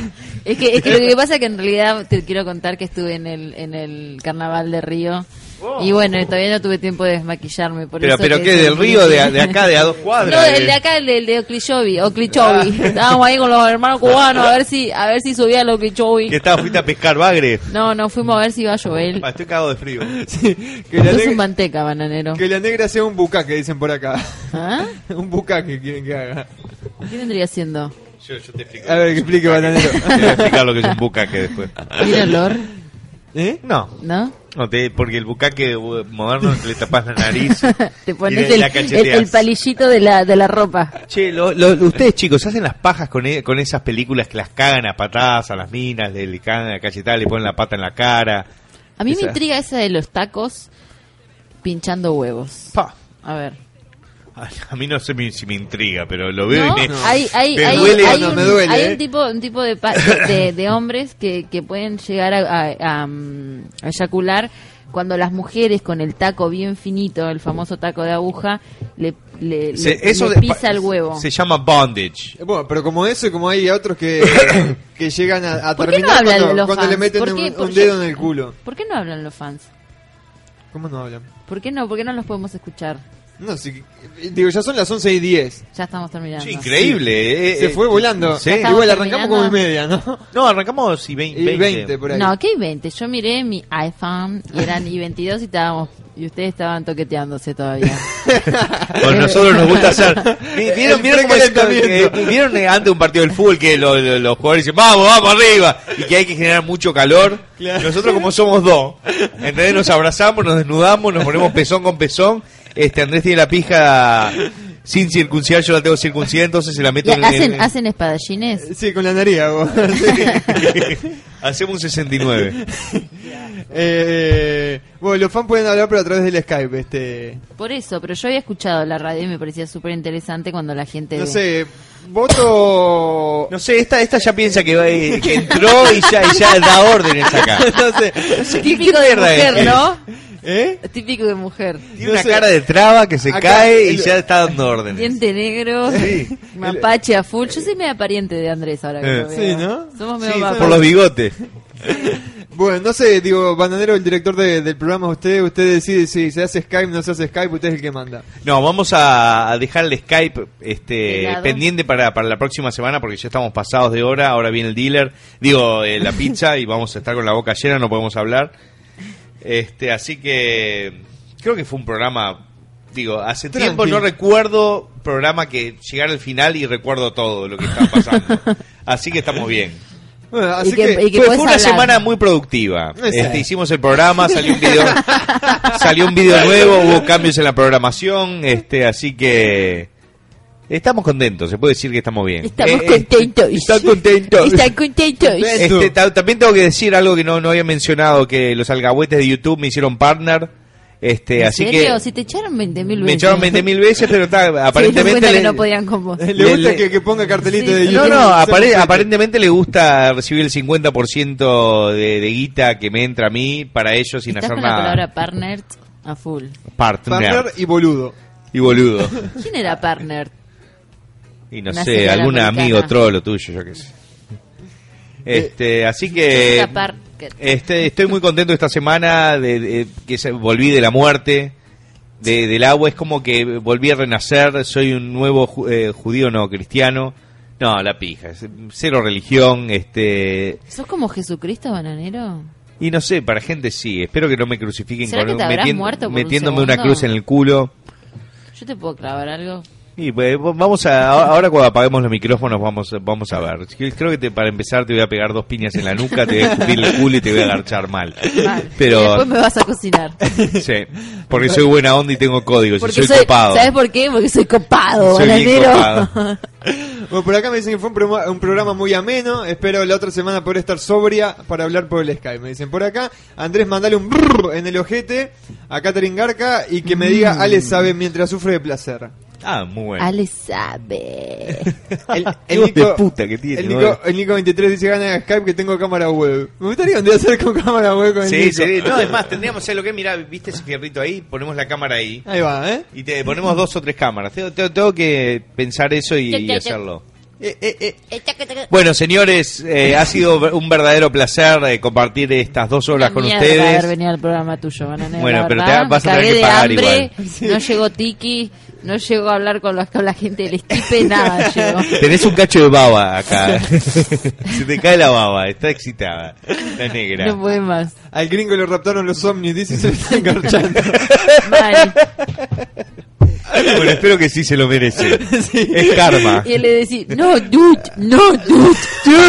D: es, que, es que lo que pasa es que en realidad te quiero contar que estuve en el, en el carnaval de Río. Y bueno, todavía no tuve tiempo de desmaquillarme. Por
C: Oh. pero,
D: eso
C: pero
D: que-
C: ¿qué? ¿Del río? ¿De, de acá? ¿De Ah. a dos
D: No,
C: cuadras?
D: el de acá, el de, el de Oclichobi, Oclichobi. Estábamos ahí con los hermanos cubanos a ver si, a ver si subía el
C: Que
D: Oclichobi.
C: estaba, fuiste a pescar bagre.
D: No, no, fuimos a ver si iba a llover.
C: Ah, estoy cagado de frío.
B: Que la,
D: Esto es un
B: neg-
D: manteca, bananero.
B: que la negra sea un bucaque, dicen por acá.
D: ¿Ah?
B: un bucaque quieren que haga.
D: ¿Qué vendría siendo?
C: Yo, yo te explico.
B: A ver, que explique, bananero.
C: Te voy a explicar lo que es un bucaque después.
D: Tiene olor,
B: ¿Eh?
C: No.
D: ¿no?
C: no te- porque el bucaque eh, moderno le tapas la nariz.
D: Te
C: y
D: pones
C: le-
D: el,
C: la
D: el,
C: cacheteas.
D: el palillito de la, de la ropa.
C: Che, lo- lo- ustedes chicos hacen las pajas con, e- con esas películas que las cagan a patadas a las minas, le, le cagan la cachetada, le ponen la pata en la cara.
D: A mí
C: Esa.
D: me intriga esa de los tacos pinchando huevos.
C: Pa.
D: A ver.
C: A, a mí no sé mi- si me intriga, pero lo veo
D: ¿No?
C: y me,
D: Hay, hay,
C: me
D: hay,
C: duele.
D: hay
B: no,
D: un,
B: me duele,
D: hay
B: ¿eh?
D: un tipo, un tipo de, pa- de, de hombres que, que pueden llegar a, a- a, mm, a eyacular cuando las mujeres con el taco bien finito, el famoso taco de aguja, le, le,
C: Se-
D: le- le
C: de-
D: pisa el huevo.
C: Se llama bondage.
B: Bueno, pero como eso y como hay otros que, que llegan a, a
D: ¿Por qué no
B: terminar
D: hablan
B: cuando,
D: los
B: cuando
D: fans?
B: le meten
D: ¿Por
B: un,
D: qué?
B: un
D: Por-
B: dedo en el culo.
D: ¿Por qué no hablan los fans?
B: ¿Cómo no hablan?
D: ¿Por qué no? ¿Por qué no los podemos escuchar?
B: No, si, digo, ya son las 11 y 10.
D: Ya estamos terminando.
C: Che, increíble. eh,
B: Se
C: eh,
B: fue volando.
C: Sí.
D: estamos
B: Igual arrancamos como y media,
D: terminando.
B: ¿no?
C: No, arrancamos y vein-
B: Y 20 por ahí.
D: No, ¿qué i20? Yo miré mi iPhone y eran i22 y estábamos Y ustedes estaban toqueteándose todavía.
C: Con nosotros nos gusta hacer. Vi- ¿Vieron, vieron, cómo es-
B: precalentamiento.
C: eh, vieron, eh, antes de un partido del fútbol que lo- lo- los jugadores dicen, vamos, vamos arriba? Y que hay que generar mucho calor. Nosotros, como somos dos, ¿entendés? Nos abrazamos, nos desnudamos, nos ponemos pezón con pezón. Este Andrés tiene la pija sin circunciar, yo la tengo circuncidada, entonces se la
D: Y
C: meto en
D: hacen,
C: en-
D: hacen espadachines.
B: Sí, con la nariz. hago. Sí.
C: Hacemos un 69.
B: Eh, bueno, los fans pueden hablar, pero a través del Skype. Este,
D: Por eso, pero yo había escuchado la radio y me parecía súper interesante cuando la gente...
B: no sé, voto.
C: No sé, esta, esta ya piensa que, va- eh, que entró y ya, y ya da órdenes acá.
B: No sé.
C: ¿Qué-
D: Típico
C: qué
D: de
C: mierda es?
D: mujer, ¿no?
B: ¿Eh?
D: Típico de mujer.
C: Tiene
B: No
C: una
B: sé.
C: cara de traba que se
B: Acá,
C: cae y
B: el-
C: ya está dando órdenes.
D: Diente negro, mapache a full. Yo soy media pariente de Andrés ahora que
C: Eh.
D: lo veo.
B: Sí, ¿no?
D: Somos medio
C: Sí,
D: papas.
C: por los bigotes.
B: Bueno, no sé, digo, Bananero, el director de- del programa, usted usted decide si se hace Skype, no se hace Skype, usted es el que manda.
C: No, vamos a a dejar el Skype
D: De
C: este,
D: lado.
C: pendiente para, para la próxima semana porque ya estamos pasados de hora. Ahora viene el dealer, digo, eh, la pizza y vamos a estar con la boca llena, no podemos hablar. Este, así que creo que fue un programa, digo, hace
B: Tranqui.
C: tiempo no recuerdo programa que llegara al final y recuerdo todo lo que estaba pasando. así que estamos bien.
B: Bueno, así
D: Y que-
B: que,
D: y que-
C: Fue,
D: podés
C: fue una
D: hablar.
C: semana muy productiva.
B: Exacto.
C: Este, hicimos el programa, salió un video, salió un video nuevo, hubo cambios en la programación, este, así que estamos contentos. Se puede decir que estamos bien. Eh,
D: Estamos
C: eh,
D: contentos.
C: están contentos.
D: Están contentos.
C: Este, ta- también tengo que decir algo que no, no había mencionado que los alcahuetes de YouTube me hicieron partner, este,
D: ¿En
C: así
D: serio?
C: que
D: Si te echaron 20.000 veces.
C: me echaron 20 mil veces, pero ta-
D: Se dieron
C: aparentemente
D: cuenta que
C: le-
D: no podían con vos.
B: le gusta
C: le-
B: que, que ponga cartelito
D: Sí.
B: de
C: No,
B: YouTube.
C: no,
B: Se
C: apare-
B: puede-
C: aparentemente le gusta recibir el 50% de, de guita que me entra a mí para ellos sin
D: Estás
C: hacer
D: con la
C: nada.
D: palabra partner a full.
C: Partner.
B: Partner y boludo.
C: Y boludo.
D: ¿Quién
C: Ah,
D: era
C: eh,
D: partner?
C: Y no
D: Una
C: sé,
D: señal
C: algún
D: americana.
C: amigo trolo tuyo, yo qué sé. Este, así que
D: Jessica Parker.
C: este, estoy muy contento esta semana de, de- que se- volví de la muerte, de- del agua. Es como que volví a renacer. Soy un nuevo ju- eh, judío, no cristiano. No, la pija. Cero religión. Este,
D: ¿Sos como Jesucristo bananero?
C: Y no sé, para gente sí. Espero que no me crucifiquen
D: ¿Será que te habrás muerto por un
C: metiéndome una
D: segundo?
C: cruz en el culo.
D: Yo te puedo clavar algo.
C: Y pues, vamos a ahora cuando apaguemos los micrófonos vamos vamos a ver. Creo que te- para empezar te voy a pegar dos piñas en la nuca, te voy a escupir el culo y te voy a agarchar mal.
D: Mal. Y
C: Pero
D: después me vas a cocinar.
C: sí, porque soy buena onda y tengo códigos y
D: Porque
C: soy,
D: soy-
C: copado.
D: ¿Sabes por qué? Porque soy copado,
C: Soy bien
D: bananero.
C: copado.
B: Bueno, por acá me dicen que fue un, promo- un programa muy ameno. Espero la otra semana poder estar sobria para hablar por el Skype. Me dicen por acá, Andrés, mandale un brrr en el ojete a Catherine Garca y que me
C: Mm.
B: diga, Ale sabe mientras sufre de placer.
C: Ah, muy bueno.
D: Ale sabe.
B: El, el
C: Hijos de
B: Nico-
C: puta que tiene,
B: el
C: ¿no?
B: Nico, el Nico 23 dice gana Skype que tengo cámara web. Me gustaría un día hacer con cámara web con el
C: Sí,
B: Nico.
C: sí, no, es más, tendríamos que hacer lo que mira, viste ese fierrito ahí, ponemos la cámara ahí
B: Ahí va, ¿eh?
C: y te ponemos dos o tres cámaras. Tengo, tengo- tengo que pensar eso y- y hacerlo.
B: Eh, eh, eh.
C: Bueno, señores, eh, ha sido un verdadero placer eh, compartir estas dos horas con
D: Mierda haber
C: ustedes.
D: venido al programa tuyo, bananero.
C: Bueno,
D: la
C: pero te
D: verdad.
C: ha- vas a
D: Me
C: tener
D: cagué
C: que
D: de
C: pagar
D: hambre,
C: igual.
D: No llegó Tiki, no llegó a hablar con la, con la gente del esquipe, nada llegó.
C: Tenés un cacho de baba acá. Se te cae la baba, está excitada. La negra.
D: No puede más.
B: Al gringo lo raptaron los ovnis, dice se lo está engarchando.
D: Mal.
C: Bueno, espero que sí se lo merece. Es karma.
D: Y él le decía, no, dude, no, dude.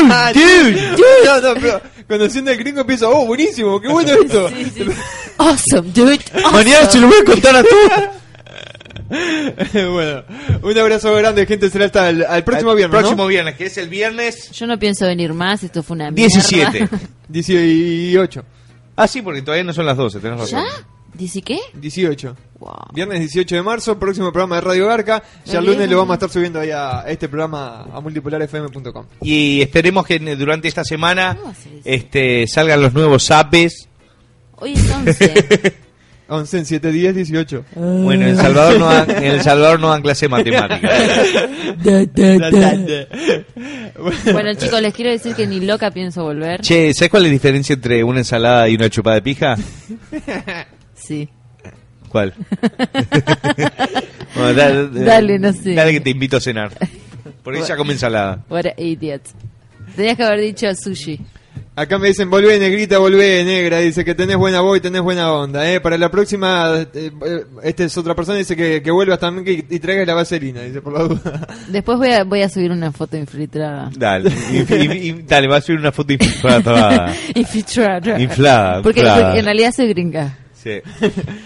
B: Ah, No, no, pero conociendo al gringo pienso, oh, buenísimo, qué bueno esto.
D: Awesome, dude.
C: Mañana se lo voy a contar a todos.
B: bueno, un abrazo grande, gente. Será hasta el al próximo viernes.
C: Próximo
B: ¿no?
C: viernes, que es el viernes
D: Yo no pienso venir más, esto fue una mierda.
C: 17.
B: 18.
C: Ah, sí, porque todavía no son las 12, tenés razón.
D: ¿Ya? ¿Dice qué?
B: 18.
D: Wow.
B: Viernes 18 de marzo, próximo programa de Radio Garca. Ya el
D: Bien.
B: lunes lo vamos a estar subiendo ahí a a este programa a multipolarfm.com.
C: Y esperemos que en- durante esta semana
D: ¿Cómo hacer eso?
C: este, salgan los nuevos apes.
D: Hoy es 11.
B: 11 en 7 días, 18.
C: Bueno, en El Salvador no dan, en El Salvador no dan clase de matemáticas.
D: bueno, chicos, les quiero decir que ni loca pienso volver.
C: Che, ¿sabes cuál es la diferencia entre una ensalada y una chupada de pija?
D: Sí.
C: ¿Cuál? Bueno, da- da-
D: Dale, no sé.
C: Dale que te invito a cenar. Por ahí ya come ensalada.
D: What an idiot. Tenías que haber dicho sushi.
B: Acá me dicen, volvé negrita, volvé negra. Dice que tenés buena voz y tenés buena onda. ¿eh? Para la próxima, eh, eh, esta es otra persona, dice que, que vuelvas también que- y traigas la vaselina. Dice, por la duda.
D: Después voy a, voy a subir una foto infiltrada.
C: Dale, inf- inf- dale, va a subir una foto infiltrada.
D: Infiltrada.
C: Inflada,
D: Porque,
C: inflada.
D: porque en realidad soy gringa.
C: Sí.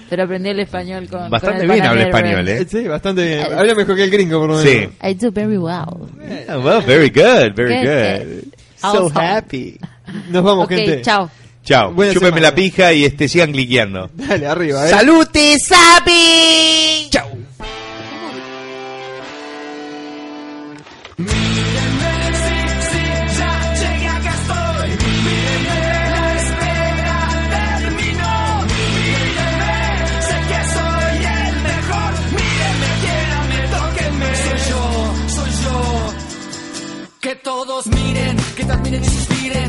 D: Pero aprendí el español con.
C: Bastante
D: con el
C: bien habla
D: Panamera.
C: español, ¿eh?
B: Sí, bastante bien. Habla mejor que el gringo, por lo menos.
C: Sí.
D: I do very well.
C: Yeah, Oh, well, very good, very
D: Good,
C: good.
D: Awesome.
C: happy.
B: Nos vamos,
D: ok,
B: gente.
D: chao.
C: Chao,
B: Buena
C: chúpenme
B: semana.
C: la pija y este, sigan cliqueando.
B: Dale, arriba, ¿eh?
K: Salute, Sapi.
I: Que todos miren, que te admiren y suspiren,